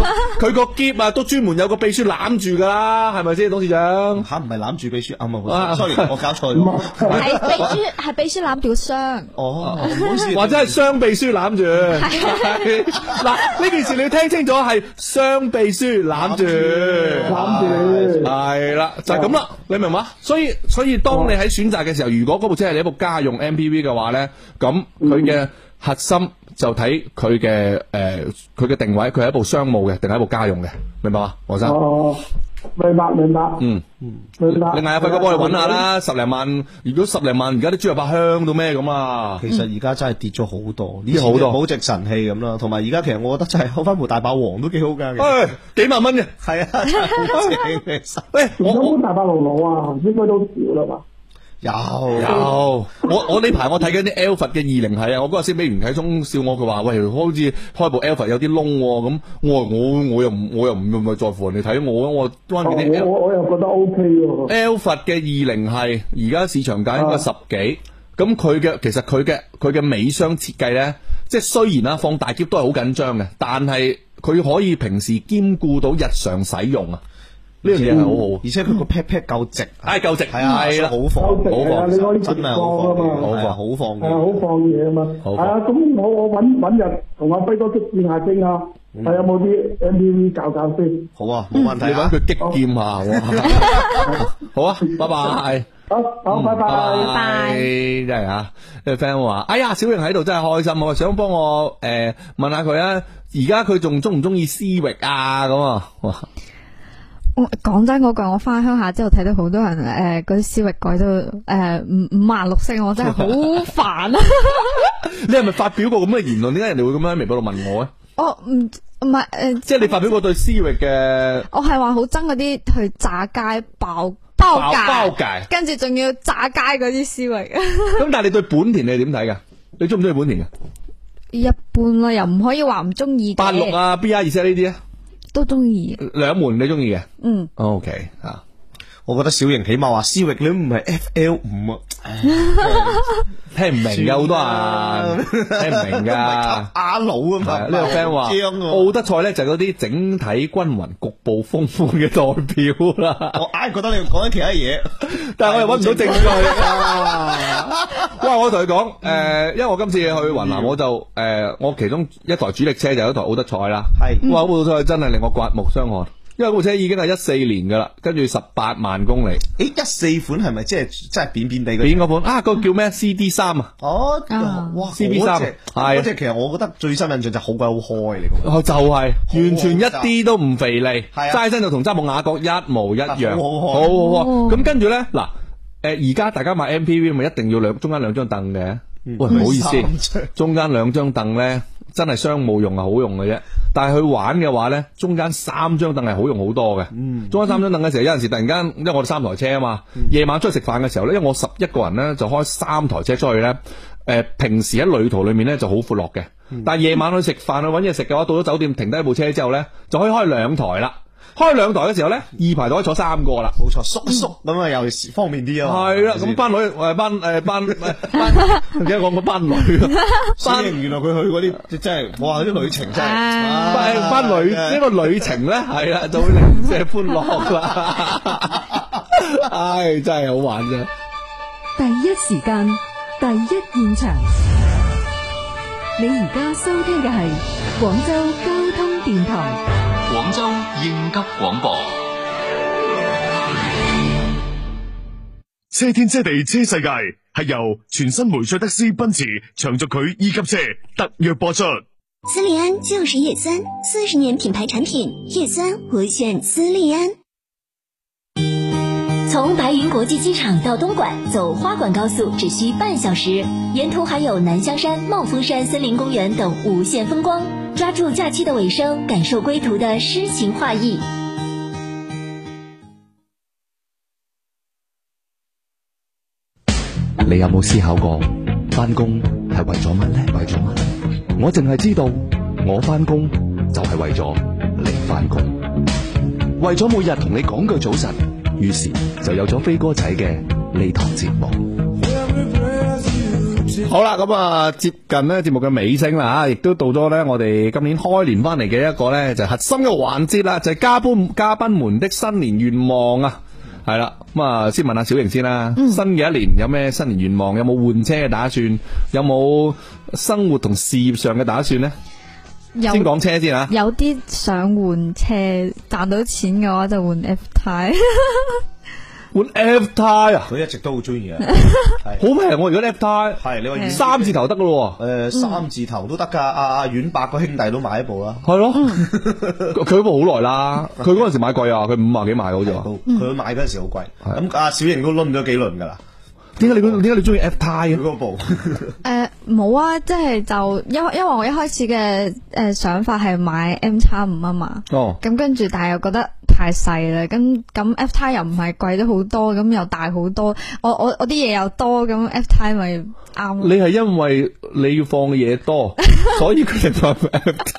Speaker 14: 個佢個箧啊都專門有個秘書攬住㗎啦，係咪先，董事長？
Speaker 16: 嚇唔係攬住秘書啱
Speaker 14: 啊
Speaker 16: 啊！sorry，我 搞錯咗。
Speaker 15: 係秘書係秘書攬住個箱。
Speaker 16: 哦，
Speaker 14: 啊 或者係雙秘書攬住。 嗱，呢件事你要聽清楚，係雙秘書攬住，攬
Speaker 22: 住，
Speaker 14: 係啦，就係咁啦，你明嘛？所以所以當你喺選擇嘅時候，如果嗰部車係你一部家用 MPV 嘅話咧，咁佢嘅核心就睇佢嘅誒佢嘅定位，佢係一部商務嘅定係一部家用嘅，明白嘛，黃生？
Speaker 22: 哦，明白明白。
Speaker 14: 嗯，
Speaker 22: 明白。
Speaker 14: 你嗌阿輝哥幫你揾下啦，十零萬，如果十零萬，而家啲豬肉百香到咩咁啊？
Speaker 16: 其實而家真係跌咗好多，呢
Speaker 14: 跌好多
Speaker 16: 冇隻神器咁啦。同埋而家其實我覺得真係開翻部大霸王都幾好㗎。
Speaker 14: 誒，幾萬蚊嘅，
Speaker 16: 係啊，真 係好正
Speaker 14: 喂，
Speaker 22: 我我大白龍佬啊，應該都少啦嘛。哦
Speaker 16: 有
Speaker 14: 有，我我呢排我睇緊啲 Alpha 嘅二零係啊，我嗰日先俾袁啟忠笑我，佢話喂，好似開部 Alpha 有啲窿喎咁，我話我我又唔我又唔咪在乎人哋睇我，我關
Speaker 22: 哦
Speaker 14: 鍵啲 Alpha
Speaker 22: 我我我又覺得 O K 喎。
Speaker 14: Alpha 嘅二零系而家市場價應
Speaker 22: 啊
Speaker 14: 該十幾，咁佢嘅其實佢嘅佢嘅尾箱設計呢，即係雖然啦放大箧都係好緊張嘅，但係佢可以平時兼顧到日常使用啊，呢樣嘢係好好，
Speaker 16: 而且佢個 pat pat 夠直，
Speaker 14: 係夠直，
Speaker 16: 係啊
Speaker 14: 係啦，
Speaker 16: 好放好
Speaker 22: 係啊，
Speaker 16: 放
Speaker 22: 你可以
Speaker 16: 真係好放
Speaker 22: 啊嘛。
Speaker 16: 係啊好放
Speaker 22: 係啊，好放嘢啊嘛。
Speaker 16: 好
Speaker 22: 係
Speaker 16: 放
Speaker 22: 啊，咁我我揾揾日同阿輝哥激戰下傾下，睇下有啊冇啲 M P V 搞搞先。
Speaker 16: 嗯好啊，冇問題
Speaker 14: 嗯你揾佢激劍下，哇 好啊，拜拜。
Speaker 22: 好，好，嗯拜拜。
Speaker 14: 真系啊！啲 friend 話：哎呀，小瑩喺度真係開心啊！想幫我诶、問下佢啊，而家佢仲中唔中意思域啊？咁啊，哇！
Speaker 15: 我講真嗰句，我翻鄉下之後睇到好多人诶，嗰啲思域改到诶五五顏六色，我真係好煩啊！
Speaker 14: 你係咪發表過咁嘅言論？點解人哋會咁樣喺微博度問我啊？
Speaker 15: 我唔唔係诶，
Speaker 14: 即係你發表過對思域嘅
Speaker 15: 我係話好憎嗰啲去炸街爆包界，
Speaker 14: 包界
Speaker 15: 跟住仲要炸街嗰啲思維，
Speaker 14: 咁，但係你對本田你係點睇㗎？你中唔中意本田㗎？
Speaker 15: 一般啦，又唔可以話唔中意嘅
Speaker 14: 八六啊，B R 二 set 呢啲啊，
Speaker 15: 都中意，
Speaker 14: 兩門你中意嘅
Speaker 15: 嗯，
Speaker 14: ？O K 啊，
Speaker 16: 我覺得小型起碼話思域你都唔係 FL 五啊，
Speaker 14: 聽唔明㗎好多人聽唔明㗎
Speaker 16: 阿佬啊
Speaker 14: 係
Speaker 16: 嘛，啊
Speaker 14: 啊呢個 friend 話奧德賽咧就係嗰啲整體均勻、局部豐富嘅代表啦。
Speaker 16: 我硬係覺得你講緊其他嘢，
Speaker 14: 但係我又 揾唔到證據啊！哇，我同佢講
Speaker 16: 嗯
Speaker 14: 誒，因為我今次去雲南，我就誒，我其中一台主力車就有一台奧德賽啦。係，哇！奧德賽真係令我刮目相看，因為部車已經係一四年㗎啦，跟住十八萬公里。
Speaker 16: 誒，一四款係咪即係即係扁扁地嗰
Speaker 14: 扁嗰款啊？嗰個叫咩？CD 三啊？
Speaker 16: 哦，哇
Speaker 14: CB 三
Speaker 16: 嗰隻
Speaker 14: 係
Speaker 16: 嗰隻其實我覺得最深印象就好鬼好開嚟㗎，
Speaker 14: 哦，就係完全一啲都唔肥膩，
Speaker 16: 啊
Speaker 14: 齋身就同揸木雅閣一模一樣，
Speaker 16: 好好
Speaker 14: 好
Speaker 16: 看
Speaker 14: 好
Speaker 16: 哦
Speaker 14: 看咁跟住咧，嗱，誒而家大家買 MPV 咪一定要兩中間兩張凳嘅，喂唔好意
Speaker 16: 嗯三
Speaker 14: 思，中間兩張凳咧真係商務用係好用嘅啫，但係佢玩嘅話咧，中間三張凳係好用好多嘅。
Speaker 16: 嗯
Speaker 14: 嗯中間三張凳嘅時候，有陣時突然間，因為我哋三台車啊嘛，
Speaker 16: 嗯
Speaker 14: 夜晚出去食飯嘅時候咧，因為我十一個人咧就開三台車出去咧。誒、平時喺旅途裏面咧就好闊落嘅，
Speaker 16: 嗯
Speaker 14: 但係夜晚去食飯去揾嘢食嘅話，到咗酒店停低部車之後咧，就可以開兩台啦。開兩台嘅時候咧，二排就可以坐三個啦。嗯
Speaker 16: 冇錯，縮縮咁啊，尤其是方便啲啊嘛。
Speaker 14: 係啦，咁班女誒 班誒班誒班，唔記得講個班女啊，
Speaker 16: 班原來佢去嗰啲真係，哇！啲旅程真係，
Speaker 14: 班
Speaker 16: 啊
Speaker 14: 班旅呢個旅程咧係啦，就會零舍歡樂啦。 唉，真係好玩啫！
Speaker 19: 第一時間，第一現場。你而家收聽嘅係廣州交通電台
Speaker 12: 廣州應急廣播，
Speaker 7: 车天车地车世界系由全新梅赛德斯奔驰长轴距 E 级车特约播出。
Speaker 27: 斯利安就是叶酸，四十年品牌产品，叶酸我选斯利安。
Speaker 1: 从白云国际机场到东莞，走花莞高速只需半小时，沿途还有南香山、帽峰山森林公园等无限风光。抓住假期的尾声，感受归途的诗情画意。
Speaker 23: 你有冇思考過翻工係為咗乜呢？為咗乜？我淨係知道我翻工就係為咗你翻工，為咗每日同你講句早晨，於是就有咗飛哥仔嘅呢堂節目。
Speaker 14: 好啦，咁啊，接近呢節目嘅尾聲啦吓，啊亦都到咗呢我哋今年開年翻嚟嘅一個呢，就係核心嘅環節啦，就係嘉賓嘉賓們的新年願望啊，係啦，咁啊，先問下小瑩先啦，
Speaker 15: 嗯
Speaker 14: 新嘅一年有咩新年願望？有冇換車嘅打算？有冇生活同事業上嘅打算呢？
Speaker 15: 有
Speaker 14: 先講車先啊，
Speaker 15: 有啲想換車，賺到錢嘅話就換 F 胎。
Speaker 14: 換 F Type 啊，
Speaker 16: 佢一直都好中 意啊，
Speaker 14: 好平我如果 F Type
Speaker 16: 係你話
Speaker 14: 嗯三字頭得噶咯嗯
Speaker 16: 喎，誒三字頭都得㗎，阿阿阮伯個兄弟都買一部啦，
Speaker 14: 係咯，佢佢嗰部好耐啦，佢嗰陣時買貴啊，佢五啊幾買嘅好似話。
Speaker 16: 佢買嗰陣時好貴，咁阿小瑩都攆咗幾輪㗎啦，
Speaker 14: 點解你點解你中意啊 F Type
Speaker 16: 嗰部？
Speaker 15: 诶，冇、啊，即係就因因為我一開始嘅诶、呃想法係買 M 叉五啊嘛，
Speaker 14: 哦
Speaker 15: 咁跟住但係又覺得太細啦，咁咁 F 胎又唔係貴咗好多，咁又大好多，我我我啲嘢又多，咁 F 胎咪啱咯。
Speaker 14: 你係因為你要放嘅嘢多，所以佢哋就 F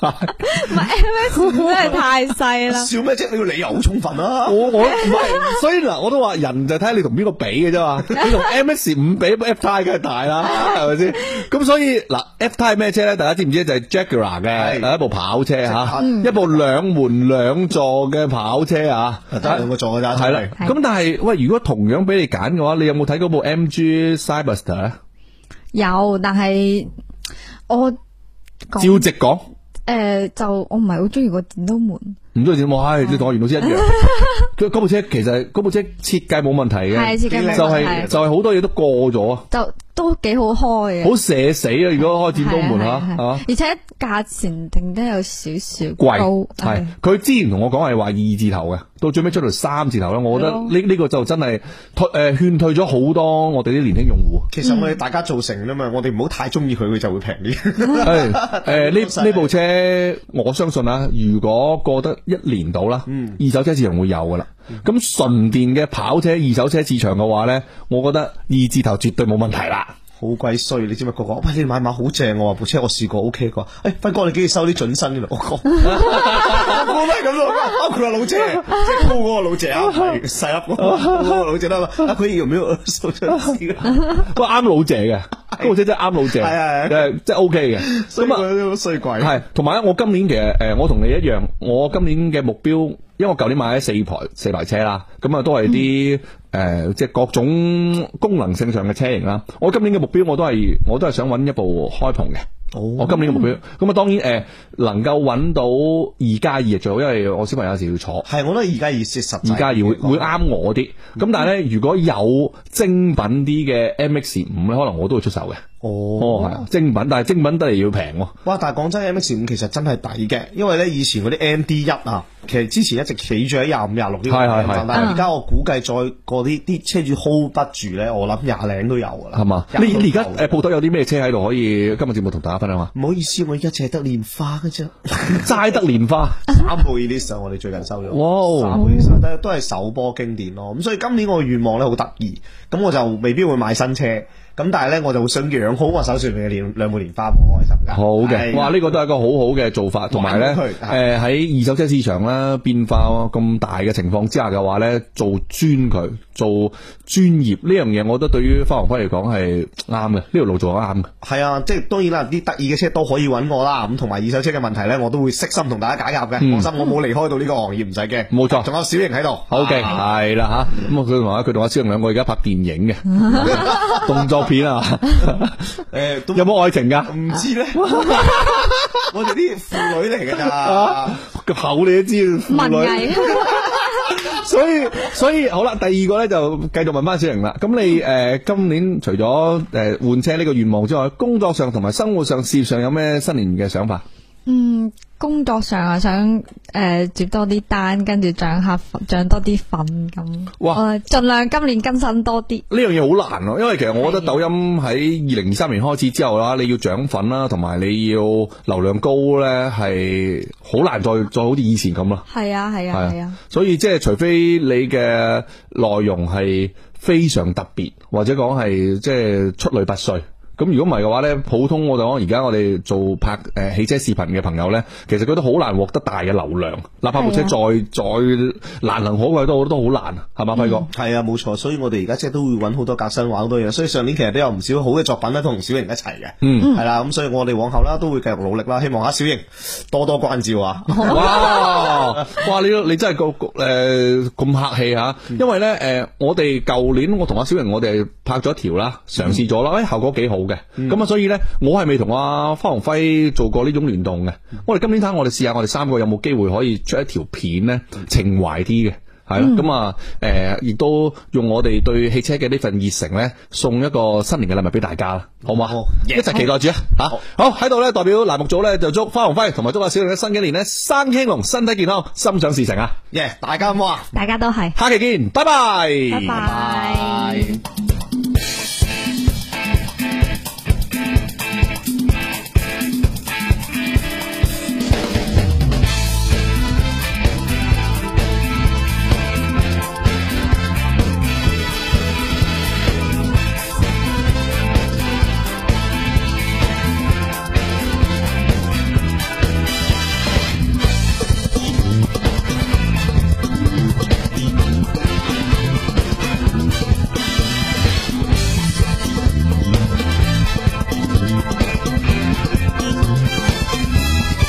Speaker 14: 大。
Speaker 15: 唔係 M S 真係太細 啦。
Speaker 16: 笑咩啫？你個理由好充分啊！
Speaker 14: 我我唔係，所以嗱，我都話人就睇下你同邊個比嘅啫嘛。你同 M S 五比，F 胎梗係大啦，係咪先？咁所以嗱，F 胎咩車咧？大家知唔知？就係 Jaguar 嘅，係一部跑車嚇，
Speaker 16: 嗯
Speaker 14: 一部兩門兩座嘅跑車啊，
Speaker 16: 得兩個座㗎咋
Speaker 14: 係啦
Speaker 16: 真，係
Speaker 14: 咁但係喂，如果同樣俾你揀嘅話，你有冇睇嗰部 M G Cyberster 啊咧？
Speaker 15: 有，但係我
Speaker 14: 照
Speaker 15: 講
Speaker 14: 直講。
Speaker 15: 诶、就我唔係好中意個電刀門。
Speaker 14: 唔知點，哇！你同我袁老師 一樣。佢嗰部車其實嗰部車設計冇問題嘅，
Speaker 15: 係設計冇問題
Speaker 14: 就係就係好多嘢都過咗，啊，
Speaker 15: 就都幾好開嘅，
Speaker 14: 好射死啊！如果開戰刀門
Speaker 15: 係
Speaker 14: 嚇
Speaker 15: 啊係啊係啊
Speaker 14: 嚇。
Speaker 15: 而且價錢定得有少少
Speaker 14: 貴
Speaker 15: 高，
Speaker 14: 係佢之前同我講係話二字頭嘅，到最尾出到三字頭啦。我覺得
Speaker 15: 係咯
Speaker 14: 呢呢個就真係推誒勸退咗好多我哋啲年輕用戶。
Speaker 16: 其實我哋大家造成啊嘛，我哋唔好太中意佢，佢就會平
Speaker 14: 係
Speaker 16: 啲。
Speaker 14: 誒呢呢部車，我相信啊，如果過得一年到啦，
Speaker 16: 嗯
Speaker 14: 二手車市場會有噶啦。咁純電嘅跑車二手車市場嘅話呢，我覺得二字頭絕對冇問題啦。
Speaker 16: 好鬼衰，你知唔知？個個喂你買馬好正喎，我話部車我試過 O K 啩。誒，斌哎哥你幾時收啲準新嘅？我講 我都係咁咯，包括阿 老姐，即係高嗰個老姐啊，唔係細粒嗰個高嗰個老姐啦嘛。啊佢有冇有收準絲
Speaker 14: 不過啱老姐嘅，嗰部車真係啱老姐，
Speaker 16: 係
Speaker 14: 誒即係 O K 嘅。啊
Speaker 16: 所以佢都衰鬼。
Speaker 14: 係，同埋咧，我今年其實誒，我同你一樣，我今年嘅目標，因為我舊年買咗四台四台車啦，咁啊都係啲
Speaker 16: 嗯
Speaker 14: 誒，即係各種功能性上嘅車型啦。我今年嘅目標我都係我都係想揾一部開篷嘅。
Speaker 16: 哦
Speaker 14: 我今年嘅目標，咁啊當然誒、呃能夠揾到二加二最好，因為我小朋友有時要坐。
Speaker 16: 係，我覺得二加二先實際
Speaker 14: 二加二會會啱我啲。咁但係
Speaker 16: 嗯
Speaker 14: 咧，如果有精品啲嘅 MX 五咧，可能我都會出手嘅。
Speaker 16: 哦，
Speaker 14: 係啊，精品，但係精品得嚟要平喎。
Speaker 16: 哇！但係講真，M X 五其實真係抵嘅，因為咧以前嗰啲 M D 一啊，其實之前一直企住喺廿五、廿六呢個
Speaker 14: 係係
Speaker 16: 位
Speaker 14: 係
Speaker 16: 但係而家我估計再過啲啲車主 hold 不住咧，我諗廿零都有㗎啦。
Speaker 14: 係嘛？你你而家誒鋪頭有啲咩車喺度可以今日節目同大家分享 下？
Speaker 16: 唔好意思，我而家淨係得蓮花嘅啫，
Speaker 14: 齋得蓮花。
Speaker 16: 三倍 list 啊我哋最近收咗。
Speaker 14: 哇！
Speaker 16: 三倍 list 啊都都係首波經典咯。咁所以今年我嘅願望咧好得意，咁我就未必會買新車，咁但係咧我就會想養好啊我手上面嘅兩兩部蓮花，我好開心㗎。
Speaker 14: 好嘅，
Speaker 16: 係啊
Speaker 14: 哇！呢個都係一個好好嘅做法，同埋
Speaker 16: 玩
Speaker 14: 呢，
Speaker 16: 佢
Speaker 14: 誒喺二手車市場啦變化咁大嘅情況之下嘅話呢，做專佢做專業呢樣嘢，我覺得對於花王輝嚟講係啱嘅，呢條路做得啱嘅。
Speaker 16: 係啊，即係當然啦，啲得意嘅車都可以揾我啦。咁同埋二手車嘅問題咧，我都會悉心同大家解答嘅。
Speaker 14: 嗯
Speaker 16: 放心，我冇離開到呢個行業，唔使 驚。
Speaker 14: 冇錯，
Speaker 16: 仲有小型喺度。
Speaker 14: 好嘅，係啦吓，咁啊佢同埋佢同阿蕭敬兩個而家拍電 影嘅動作片啊，
Speaker 16: 誒
Speaker 14: 有冇愛情噶？
Speaker 16: 唔知咧，我哋啲婦女嚟㗎咋
Speaker 14: 啊。個口你都知，婦
Speaker 15: 文
Speaker 14: 女。
Speaker 15: 藝。
Speaker 14: 所以所以好啦，第二個咧就繼續問翻小玲啦。咁你
Speaker 15: 嗯
Speaker 14: 誒、呃今年除咗誒換車呢個願望之外，工作上同埋生活上、事業上有咩新年嘅想法？
Speaker 15: 嗯，工作上啊，想诶、呃接多啲單，跟住漲客漲多啲粉咁。
Speaker 14: 哇
Speaker 15: 我盡量今年更新多啲。
Speaker 14: 呢樣嘢好難咯，因為其實我覺得抖音喺二零二三年開始之後啦，你要漲粉啦，同埋你要流量高咧，係好難再再好似以前咁啦。
Speaker 15: 係啊，係啊，係啊。
Speaker 14: 所以即係除非你嘅內容係非常特別，或者講係即係出類拔萃。咁如果唔係嘅話呢，普通我就講而家我哋做拍誒、呃汽車視頻嘅朋友呢，其實佢都好難獲得大嘅流量，哪
Speaker 16: 啊
Speaker 14: 怕部車再再難能可貴都都好難，係嘛，輝哥？
Speaker 16: 係啊，冇錯，所以我哋而家即係都會揾好多革新，玩好多嘢。所以上年其實都有唔少好嘅作品咧，都同小瑩一齊嘅。
Speaker 14: 嗯
Speaker 16: 係啦，咁所以我哋往後啦都會繼續努力啦，希望啊小瑩多多關照 啊。
Speaker 14: 哇！ 哇！你你真係個誒咁客氣嚇，因為咧誒、我哋舊年我同阿小瑩我哋拍咗一條啦，嘗試咗啦，誒、效果幾好嘅。咁啊、所以咧，我係未同阿花鴻輝做過呢種聯動嘅。我哋今年睇下，我哋試下我哋三個有冇機會可以出一條片咧，情懷啲嘅。係啦，咁啊，誒，亦都用我哋對汽車嘅呢份熱誠咧，送一個新年嘅禮物俾大家啦，好唔好啊？一齊期待住啊！嚇，好喺度咧，代表欄目組咧就祝花鴻輝同埋祝阿小玲嘅新嘅一年咧生興隆、身體健康、心想事成啊！
Speaker 16: 耶！大家好啊，
Speaker 15: 大家都係。
Speaker 14: 下期見，拜拜，
Speaker 15: 拜拜。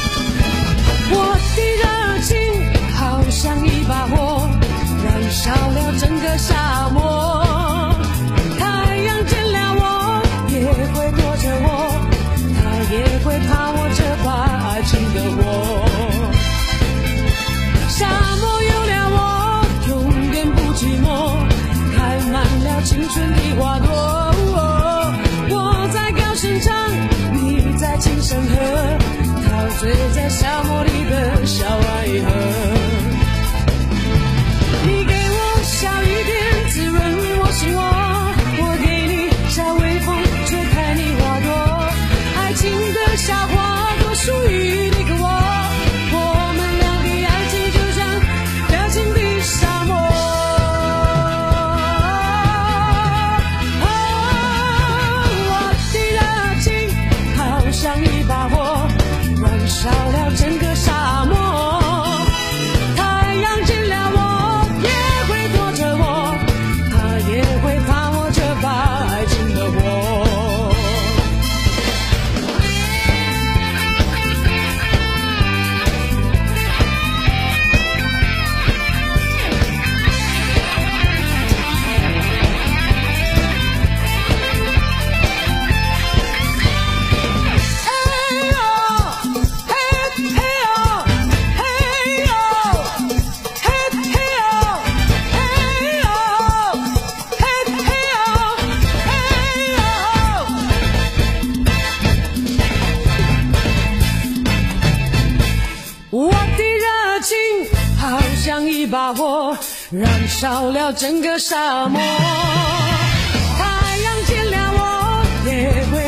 Speaker 4: 我的热情好像一把火，燃烧了整个沙漠。太阳见了我，也会躲着我，它也会怕我这把爱情的火。沙漠有了我，永远不寂寞，开满了青春的花朵。我在高声唱，你在轻声和，陶醉在沙漠里的小爱河。你给我少一点滋润我心窝，我给你少微风吹开你花朵，爱情的小花朵属于你和我，我们俩的爱情就像飘进的沙漠。哦我把握，燃烧了整个沙漠。太阳见谅我，也会。